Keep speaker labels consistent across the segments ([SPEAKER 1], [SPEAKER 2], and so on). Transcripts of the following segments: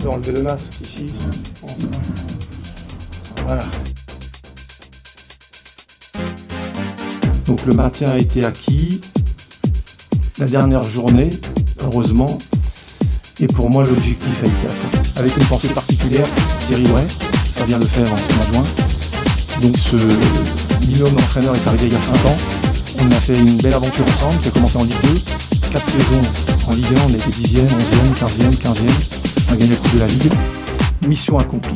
[SPEAKER 1] peut enlever le masque ici. je pense. Voilà. Donc le maintien a été acquis la dernière journée, heureusement. Et pour moi, l'objectif a été atteint. Avec une pensée particulière, Thierry Bray, Fabien Lefebvre, son adjoint. Donc ce binôme entraîneur est arrivé il y a 5 ans. On a fait une belle aventure ensemble qui a commencé en Ligue 2. 4 saisons en Ligue 1, on a été 10e, 11e, 15e, 15e. On a gagné la Coupe de la Ligue. Mission accomplie.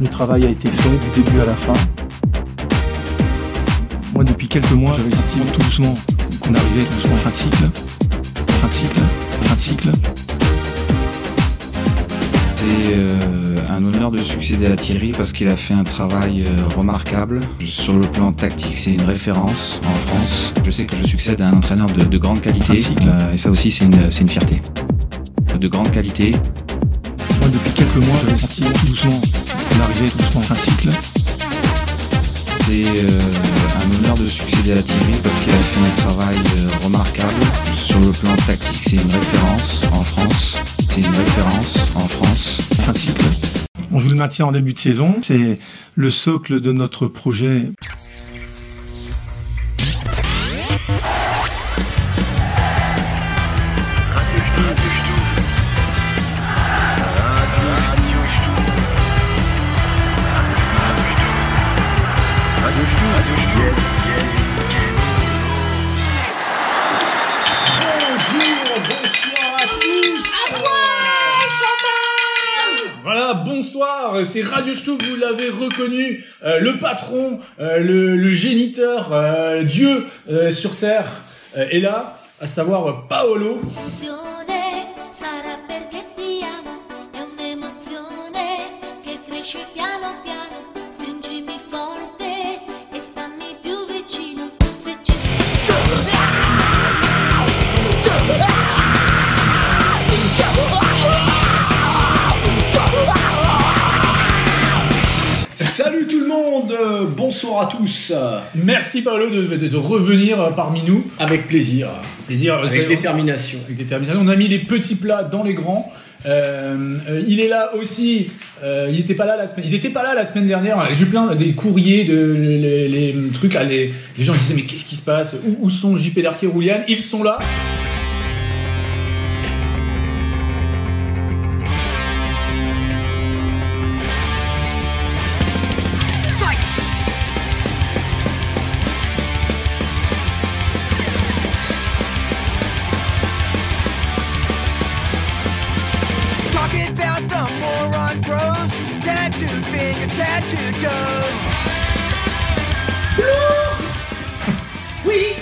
[SPEAKER 1] Le travail a été fait du début à la fin. Moi, depuis quelques mois, j'avais le sentiment tout doucement qu'on arrivait doucement en fin de cycle. Fin de cycle, fin de cycle.
[SPEAKER 2] C'est euh, un honneur de succéder à Thierry parce qu'il a fait un travail euh, remarquable. Sur le plan tactique, c'est une référence en France. Je sais que je succède à un entraîneur de, de grande qualité euh, et ça aussi, c'est une, c'est une fierté. De grande qualité.
[SPEAKER 1] Moi, depuis quelques mois, j'avais le sentiment tout doucement qu'on arrivait doucement en fin de cycle.
[SPEAKER 2] C'est euh, un honneur de succéder à Thierry parce qu'il a fait un travail euh, remarquable. Sur le plan tactique, c'est une référence en France. C'est une référence en France.
[SPEAKER 1] Fin de cycle. On joue le maintien en début de saison. C'est le socle de notre projet
[SPEAKER 3] Voilà, bonsoir, c'est Radio Stoup, vous l'avez reconnu, euh, le patron, euh, le, le géniteur, euh, Dieu euh, sur Terre euh, est là, à savoir euh, Paolo.
[SPEAKER 4] Passione sarà perché ti amo, è un'emozione che cresce piano piano. Stringimi forte e stammi più vicino. Se ci stai.
[SPEAKER 3] Salut tout le monde, euh, bonsoir à tous. Merci Paolo de, de- de revenir euh, parmi nous.
[SPEAKER 5] Avec plaisir,
[SPEAKER 3] Plaisir, euh,
[SPEAKER 5] avec
[SPEAKER 3] c'est-
[SPEAKER 5] détermination.
[SPEAKER 3] avec détermination. On a mis les petits plats dans les grands. Euh, euh, il est là aussi. Euh, il était pas là la semaine. Ils étaient pas là la semaine dernière. J'ai eu plein des courriers de les, les trucs là, les, les gens qui disaient mais qu'est-ce qui se passe Où, où sont JP Darky et Roulian Ils sont là.
[SPEAKER 6] Talking about the moron bros, tattooed fingers, tattooed toes.
[SPEAKER 7] Oui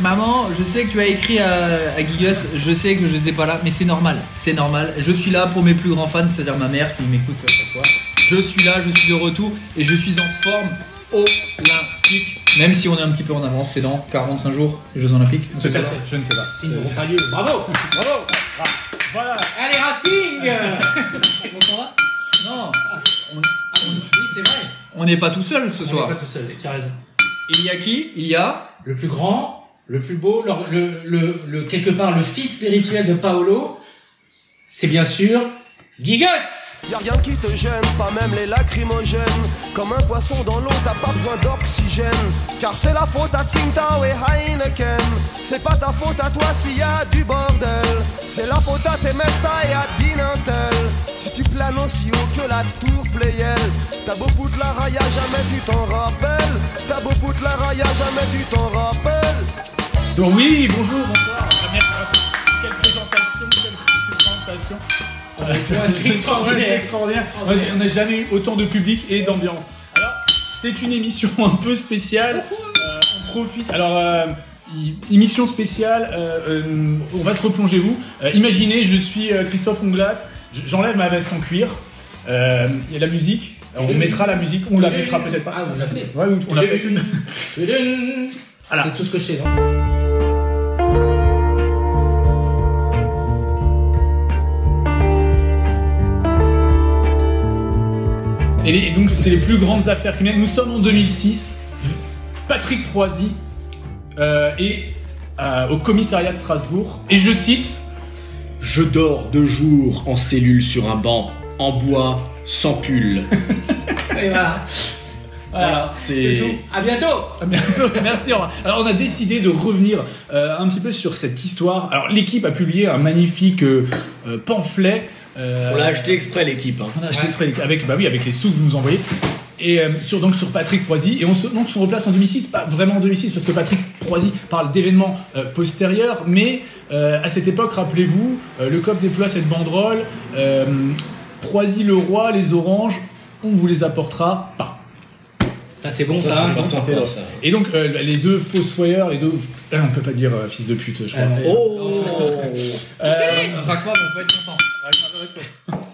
[SPEAKER 7] Maman, je sais que tu as écrit à, à Gigas, je sais que je n'étais pas là, mais c'est normal, c'est normal. Je suis là pour mes plus grands fans, c'est-à-dire ma mère qui m'écoute à chaque fois. Je suis là, je suis de retour et je suis en forme olympique. Même si on est un petit peu en avance, c'est dans 45 jours, les Jeux Olympiques. Donc, voilà.
[SPEAKER 3] Je ne sais pas.
[SPEAKER 8] Racing n'auront pas lieu. Bravo Bravo
[SPEAKER 3] Voilà.
[SPEAKER 8] Allez Racing
[SPEAKER 7] On s'en va Non,
[SPEAKER 8] Oui, c'est vrai.
[SPEAKER 7] on n'est pas tout seul ce
[SPEAKER 8] On
[SPEAKER 7] soir.
[SPEAKER 8] n'est pas tout seul, tu as raison.
[SPEAKER 7] Il y a qui Il y a
[SPEAKER 8] Le plus grand, le plus beau, le, le, le- le- quelque part le fils spirituel de Paolo, c'est bien sûr Gigas
[SPEAKER 9] Y'a rien qui te gêne, pas même les lacrymogènes. Comme un poisson dans l'eau, t'as pas besoin d'oxygène. Car c'est la faute à Tsingtao et Heineken. C'est pas ta faute à toi s'il y a du bordel. C'est la faute à tes mestas et à Dinantel. Si tu planes aussi haut que la tour Playel, t'as beau foutre la raya, jamais tu t'en rappelles. T'as beau foutre la raya, jamais tu t'en rappelles.
[SPEAKER 3] Donc oui, bonjour, bonsoir. Quelle présentation, quelle présentation. Euh,
[SPEAKER 8] c'est extraordinaire.
[SPEAKER 3] ouais, c'est extraordinaire. Ouais, j'ai- On n'a jamais eu autant de public et d'ambiance. Alors, c'est une émission un peu spéciale. Euh, on profite. Alors, euh, i- émission spéciale. euh, euh, on va se replonger vous. Euh, imaginez, je suis euh, Christophe Onglat. J- J'enlève ma veste en cuir. Euh, Il y a la musique. Alors, on
[SPEAKER 8] Et-
[SPEAKER 3] mettra la musique. On la mettra peut-être pas.
[SPEAKER 8] Ah, on l'a fait.
[SPEAKER 3] Ouais, on l'a fait.
[SPEAKER 8] Voilà. C'est tout ce que je sais. hein. non
[SPEAKER 3] Et, les- et donc, c'est les plus grandes affaires criminelles. Nous sommes en 2006. Patrick Proisy euh, est euh, au commissariat de Strasbourg. Et je cite
[SPEAKER 9] Je dors de jour en cellule sur un banc, en bois, sans pull.
[SPEAKER 7] Et voilà.
[SPEAKER 9] Voilà, c'est
[SPEAKER 7] C'est tout. À bientôt.
[SPEAKER 3] Ah, mais- Merci. au revoir. Alors on a décidé de revenir euh, un petit peu sur cette histoire. Alors l'équipe a publié un magnifique euh, euh, pamphlet. euh,
[SPEAKER 9] On l'a acheté exprès l'équipe. hein.
[SPEAKER 3] on a acheté exprès les- avec bah oui avec les sous que vous nous envoyez. Et euh, sur, donc sur Patrick Proisy, et on se, donc, on se replace en 2006, pas vraiment en 2006, parce que Patrick Proisy parle d'événements euh, postérieurs, mais euh, à cette époque, rappelez-vous, euh, le COP déploie cette banderole, euh, Proisy le roi, les oranges, on vous les apportera pas. hein,
[SPEAKER 7] Ça c'est bon ça.
[SPEAKER 9] Ça, c'est pas
[SPEAKER 7] ça.
[SPEAKER 9] santé, ça.
[SPEAKER 3] Et donc euh, les deux fossoyeurs, les deux... Ah, on peut pas dire euh, fils de pute, je crois.
[SPEAKER 7] Euh,
[SPEAKER 9] Oh
[SPEAKER 3] Euh,
[SPEAKER 10] Rakma va pas être content.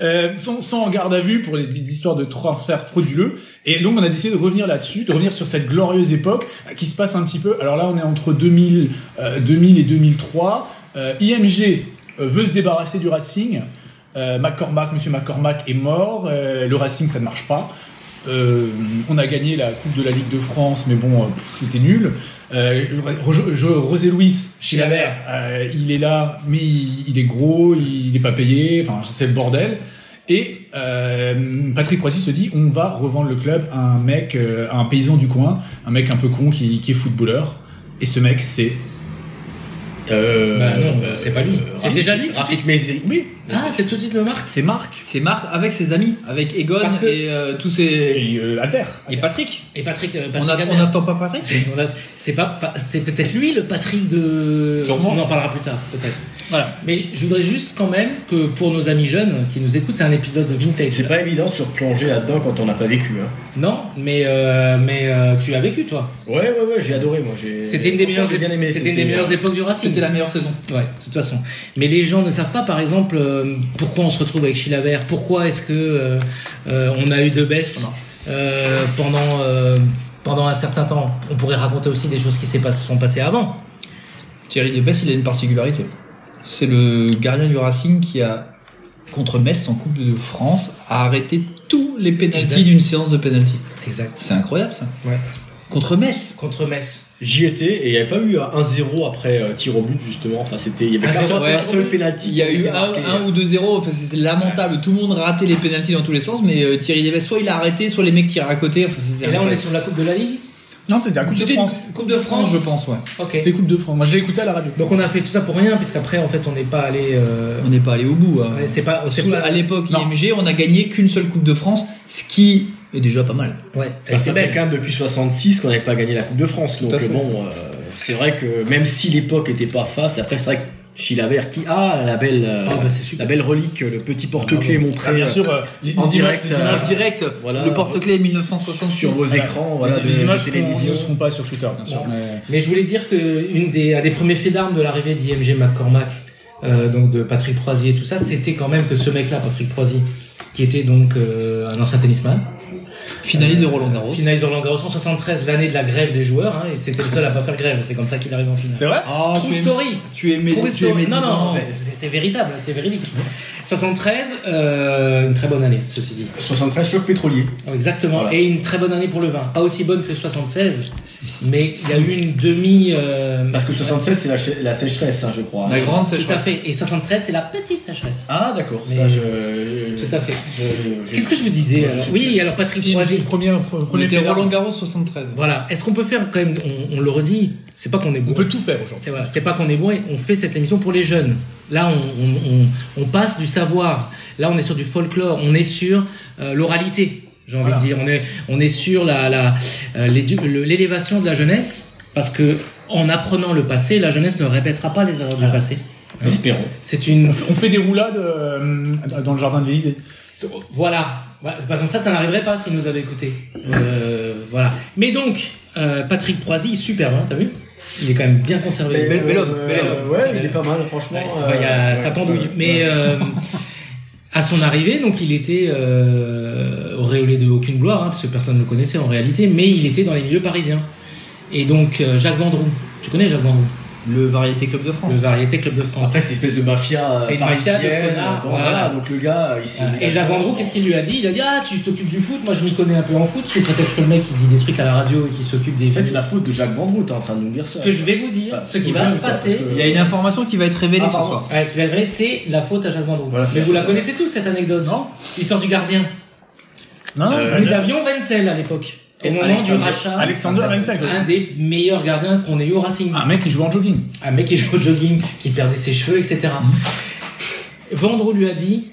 [SPEAKER 3] Euh, sont, sont en garde à vue pour les, des histoires de transferts frauduleux. Et donc on a décidé de revenir là-dessus, de revenir sur cette glorieuse époque euh, qui se passe un petit peu. Alors là on est entre 2000, euh, 2000 et 2003. Euh, IMG euh, veut se débarrasser du Racing. Euh, McCormack, Monsieur McCormack est mort. Euh, le Racing ça ne marche pas. Euh, on a gagné la Coupe de la Ligue de France, mais bon, euh, pff, c'était nul. Euh, Ro- Ro- José Luis
[SPEAKER 7] Chilavert.
[SPEAKER 3] euh, il est là, mais il, il est gros, il n'est pas payé, enfin c'est le bordel. Et euh, Patrick Croissy se dit on va revendre le club à un mec, euh, à un paysan du coin, un mec un peu con qui, qui est footballeur. Et ce mec, c'est.
[SPEAKER 9] Euh,
[SPEAKER 7] Bah non,
[SPEAKER 9] euh,
[SPEAKER 7] c'est pas lui.
[SPEAKER 9] euh,
[SPEAKER 7] C'est
[SPEAKER 9] Rafik-
[SPEAKER 7] déjà lui, tout de
[SPEAKER 9] Rafik Mezri.
[SPEAKER 3] Oui,
[SPEAKER 7] Ah c'est tout de suite le marque.
[SPEAKER 3] c'est Marc.
[SPEAKER 10] C'est Marc avec ses amis, avec Egon
[SPEAKER 7] Parce que-
[SPEAKER 10] et euh, tous ses.
[SPEAKER 3] Et euh, Alter.
[SPEAKER 10] Et Patrick.
[SPEAKER 7] Et Patrick. euh, Patrick
[SPEAKER 10] On a-
[SPEAKER 7] Adler.
[SPEAKER 10] on n'attend pas Patrick
[SPEAKER 7] C'est- on a- C'est pas, pas- c'est peut-être lui le Patrick de.
[SPEAKER 3] Sûrement.
[SPEAKER 7] On en parlera plus tard, peut-être.
[SPEAKER 3] Voilà.
[SPEAKER 7] Mais je voudrais juste quand même que pour nos amis jeunes qui nous écoutent, c'est un épisode vintage.
[SPEAKER 9] C'est
[SPEAKER 7] là.
[SPEAKER 9] pas évident de se replonger là-dedans quand on n'a pas vécu. hein.
[SPEAKER 7] Non, mais euh, mais euh, tu as vécu toi.
[SPEAKER 9] Ouais, ouais, ouais, j'ai adoré moi. j'ai-
[SPEAKER 7] C'était une des
[SPEAKER 9] Franchement,
[SPEAKER 7] meilleures.
[SPEAKER 9] j'ai bien aimé.
[SPEAKER 7] C'était une des meilleures époques du Racing.
[SPEAKER 10] C'était la meilleure saison.
[SPEAKER 7] Ouais, de toute façon. Mais les gens ne savent pas, par exemple, euh, pourquoi on se retrouve avec Chilavert, pourquoi est-ce que euh, euh, on a eu De Besse euh, pendant, euh, pendant un certain temps. On pourrait raconter aussi des choses qui s'est pas- se sont passées avant.
[SPEAKER 10] Thierry Debesse, il a une particularité. C'est le gardien du Racing qui a, contre Metz en Coupe de France, a arrêté tous les pénalties
[SPEAKER 7] Exact.
[SPEAKER 10] d'une séance de pénalty.
[SPEAKER 7] Exact.
[SPEAKER 10] C'est incroyable ça.
[SPEAKER 7] Ouais.
[SPEAKER 10] Contre Metz.
[SPEAKER 7] Contre Metz.
[SPEAKER 9] J'y étais et il n'y avait pas eu un 1-0 après euh, tir au but justement. Enfin, c'était. Il y avait
[SPEAKER 7] Un
[SPEAKER 9] pas
[SPEAKER 7] zéro,
[SPEAKER 9] un
[SPEAKER 10] ouais.
[SPEAKER 9] seul pénalty.
[SPEAKER 10] Il y a eu un, un ou deux zéros, enfin, c'était lamentable. Tout le monde ratait les pénalties dans tous les sens, mais euh, Thierry Debesse, soit il a arrêté, soit les mecs tiraient à côté. Enfin, c'était
[SPEAKER 7] Et là, on
[SPEAKER 10] incroyable.
[SPEAKER 7] est sur la Coupe de la Ligue
[SPEAKER 3] Non, c'était la Coupe de
[SPEAKER 10] C'était
[SPEAKER 3] France.
[SPEAKER 10] une Coupe de France, je pense, ouais.
[SPEAKER 7] Ok.
[SPEAKER 3] C'était Coupe de France. Moi, je l'ai écouté à la radio.
[SPEAKER 7] Donc on a fait tout ça pour rien, puisqu'après, en fait, on n'est pas allé. euh,
[SPEAKER 10] On n'est pas allé au bout. hein.
[SPEAKER 7] ouais, C'est pas. c'est
[SPEAKER 10] Sous-
[SPEAKER 7] pas-
[SPEAKER 10] à l'époque
[SPEAKER 3] Non.
[SPEAKER 10] IMG, on a gagné qu'une seule Coupe de France, ce qui est déjà pas mal.
[SPEAKER 7] Ouais,
[SPEAKER 9] Bah,
[SPEAKER 7] c'est
[SPEAKER 9] ça fait
[SPEAKER 7] belle.
[SPEAKER 9] quand même depuis 66 qu'on n'avait pas gagné la Coupe de France.
[SPEAKER 10] à
[SPEAKER 9] Donc
[SPEAKER 10] fait.
[SPEAKER 9] bon, euh, c'est vrai que même si l'époque était pas face, après c'est vrai que Chilavert qui a la belle, euh,
[SPEAKER 7] Ah, bah, c'est super.
[SPEAKER 9] la belle relique, le petit porte-clés montré
[SPEAKER 3] Ah, bien sûr, euh, les,
[SPEAKER 9] en
[SPEAKER 3] les ima-
[SPEAKER 9] direct,
[SPEAKER 3] les images,
[SPEAKER 9] euh,
[SPEAKER 10] direct,
[SPEAKER 9] voilà.
[SPEAKER 10] le porte-clés 1966.
[SPEAKER 9] sur vos
[SPEAKER 3] Voilà.
[SPEAKER 9] écrans,
[SPEAKER 3] les-
[SPEAKER 9] voilà,
[SPEAKER 3] les
[SPEAKER 9] de- de
[SPEAKER 3] images qu'on-
[SPEAKER 9] télévision.
[SPEAKER 3] ne seront pas sur Twitter, bien sûr.
[SPEAKER 7] Non.
[SPEAKER 3] Mais-
[SPEAKER 7] Mais je voulais dire que une des, un des premiers faits d'armes de l'arrivée d'IMG McCormack, euh, donc de Patrick Proisier et tout ça, c'était quand même que ce mec-là, Patrick Proisier, qui était donc euh, un ancien tennisman,
[SPEAKER 10] Finalise de Roland Garros.
[SPEAKER 7] finalise de Roland Garros en 73, l'année de la grève des joueurs, hein, et c'était le seul à pas faire grève, c'est comme ça qu'il arrive en finale.
[SPEAKER 3] C'est vrai
[SPEAKER 10] Ah,
[SPEAKER 7] True story
[SPEAKER 10] tu aimais,
[SPEAKER 7] True
[SPEAKER 10] tu
[SPEAKER 7] story.
[SPEAKER 10] aimais
[SPEAKER 7] Non,
[SPEAKER 10] dix
[SPEAKER 7] non,
[SPEAKER 10] ans.
[SPEAKER 7] mais c'est c'est véritable, c'est véridique. 73, euh, une très bonne année, ceci dit. Oh,
[SPEAKER 9] 73 choc pétrolier.
[SPEAKER 7] Exactement,
[SPEAKER 9] Voilà.
[SPEAKER 7] et une très bonne année pour le vin. Pas aussi bonne que 76, mais il y a eu une demi... euh,
[SPEAKER 9] Parce que 76 c'est la, ch- la sécheresse, hein, je crois.
[SPEAKER 10] La grande
[SPEAKER 7] Tout à
[SPEAKER 10] sécheresse.
[SPEAKER 7] fait. Et 73, c'est la petite sécheresse.
[SPEAKER 9] Ah d'accord.
[SPEAKER 7] Mais-
[SPEAKER 9] Ça, je-
[SPEAKER 7] Tout à fait.
[SPEAKER 9] je- je-
[SPEAKER 7] Qu'est-ce que je vous disais
[SPEAKER 9] Moi, je
[SPEAKER 7] alors
[SPEAKER 9] sais
[SPEAKER 7] Oui,
[SPEAKER 9] plus.
[SPEAKER 7] alors Patrick
[SPEAKER 3] Une-
[SPEAKER 7] Poirier.
[SPEAKER 3] une première-
[SPEAKER 10] On
[SPEAKER 3] premier
[SPEAKER 10] était
[SPEAKER 3] fait d'armes.
[SPEAKER 10] Roland Garros 73.
[SPEAKER 7] Voilà. Est-ce qu'on peut faire quand même On, on le redit. C'est pas qu'on est
[SPEAKER 3] On peut
[SPEAKER 7] bourré.
[SPEAKER 3] tout faire aujourd'hui.
[SPEAKER 7] C'est voilà, c'est pas qu'on est bourré. On fait cette émission pour les jeunes. Là, on, on- on- on passe du savoir. Là, on est sur du folklore. On est sur euh, l'oralité. J'ai envie
[SPEAKER 3] Voilà.
[SPEAKER 7] de dire. On est on est sur la la, euh, l'édu- le- l'élévation de la jeunesse parce que en apprenant le passé, la jeunesse ne répétera pas les erreurs du passé.
[SPEAKER 9] Espérons.
[SPEAKER 7] C'est une
[SPEAKER 3] On fait- on fait des roulades euh, dans le jardin de l'Élysée.
[SPEAKER 7] Voilà. Voilà. Par exemple, ça, ça n'arriverait pas s'il nous avait écouté. Euh, voilà. Mais donc, euh, Patrick Proisy, superbe, hein, t'as vu Il est quand même bien conservé.
[SPEAKER 9] Mais,
[SPEAKER 10] bel homme,
[SPEAKER 9] euh,
[SPEAKER 10] bel homme.
[SPEAKER 9] Ouais,
[SPEAKER 7] Bel
[SPEAKER 9] il est
[SPEAKER 7] homme.
[SPEAKER 9] pas mal, franchement.
[SPEAKER 7] Ouais, enfin, Bah, il y a
[SPEAKER 9] euh,
[SPEAKER 7] sa pendouille.
[SPEAKER 9] ouais,
[SPEAKER 7] Mais
[SPEAKER 9] ouais.
[SPEAKER 7] euh, à son arrivée, donc, il était euh, auréolé de aucune gloire, hein, parce que personne ne le connaissait en réalité, mais il était dans les milieux parisiens. Et donc, euh, Jacques Vendroux. Tu connais Jacques Vendroux
[SPEAKER 9] Le Variété Club de France.
[SPEAKER 7] Le Variété Club de France.
[SPEAKER 3] Après, c'est une espèce de mafia. euh,
[SPEAKER 7] C'est une mafia de
[SPEAKER 3] parisienne,
[SPEAKER 7] connards,
[SPEAKER 3] bon,
[SPEAKER 7] voilà.
[SPEAKER 3] voilà. donc le gars, il s'est.
[SPEAKER 7] Euh, Et Jacques Vendroux, qu'est-ce qu'il lui a dit Il a dit Ah, tu t'occupes du foot, moi je m'y connais un peu en foot, sous prétexte que le mec il dit des trucs à la radio et qu'il s'occupe des.
[SPEAKER 3] En fait, c'est la faute de Jacques Vendroux, t'es en train de nous dire ça.
[SPEAKER 7] Ce que je vais vous dire,
[SPEAKER 3] Enfin,
[SPEAKER 7] ce qui
[SPEAKER 3] faut
[SPEAKER 7] va
[SPEAKER 3] jamais,
[SPEAKER 7] se
[SPEAKER 3] quoi,
[SPEAKER 7] passer,
[SPEAKER 3] parce que-
[SPEAKER 9] Il y a une information qui va être révélée
[SPEAKER 3] Ah,
[SPEAKER 9] ce
[SPEAKER 3] pardon.
[SPEAKER 9] soir.
[SPEAKER 7] ouais, qui va être vrai, c'est la faute à Jacques Vendroux.
[SPEAKER 3] Voilà, c'est
[SPEAKER 7] Mais
[SPEAKER 3] la
[SPEAKER 7] vous la
[SPEAKER 3] faute.
[SPEAKER 7] connaissez tous cette anecdote, non L'histoire du gardien.
[SPEAKER 1] Non, non,
[SPEAKER 3] Euh,
[SPEAKER 7] Nous avions Wenzel à l'époque, au moment du
[SPEAKER 1] Alexandre-
[SPEAKER 7] rachat.
[SPEAKER 1] Alexander Wenzel.
[SPEAKER 7] Un des meilleurs gardiens qu'on ait eu au Racing.
[SPEAKER 1] Un mec qui joue en jogging.
[SPEAKER 7] Un mec qui jouait au jogging, qui perdait ses cheveux, etc.
[SPEAKER 1] Mhm.
[SPEAKER 7] Vendroux lui a dit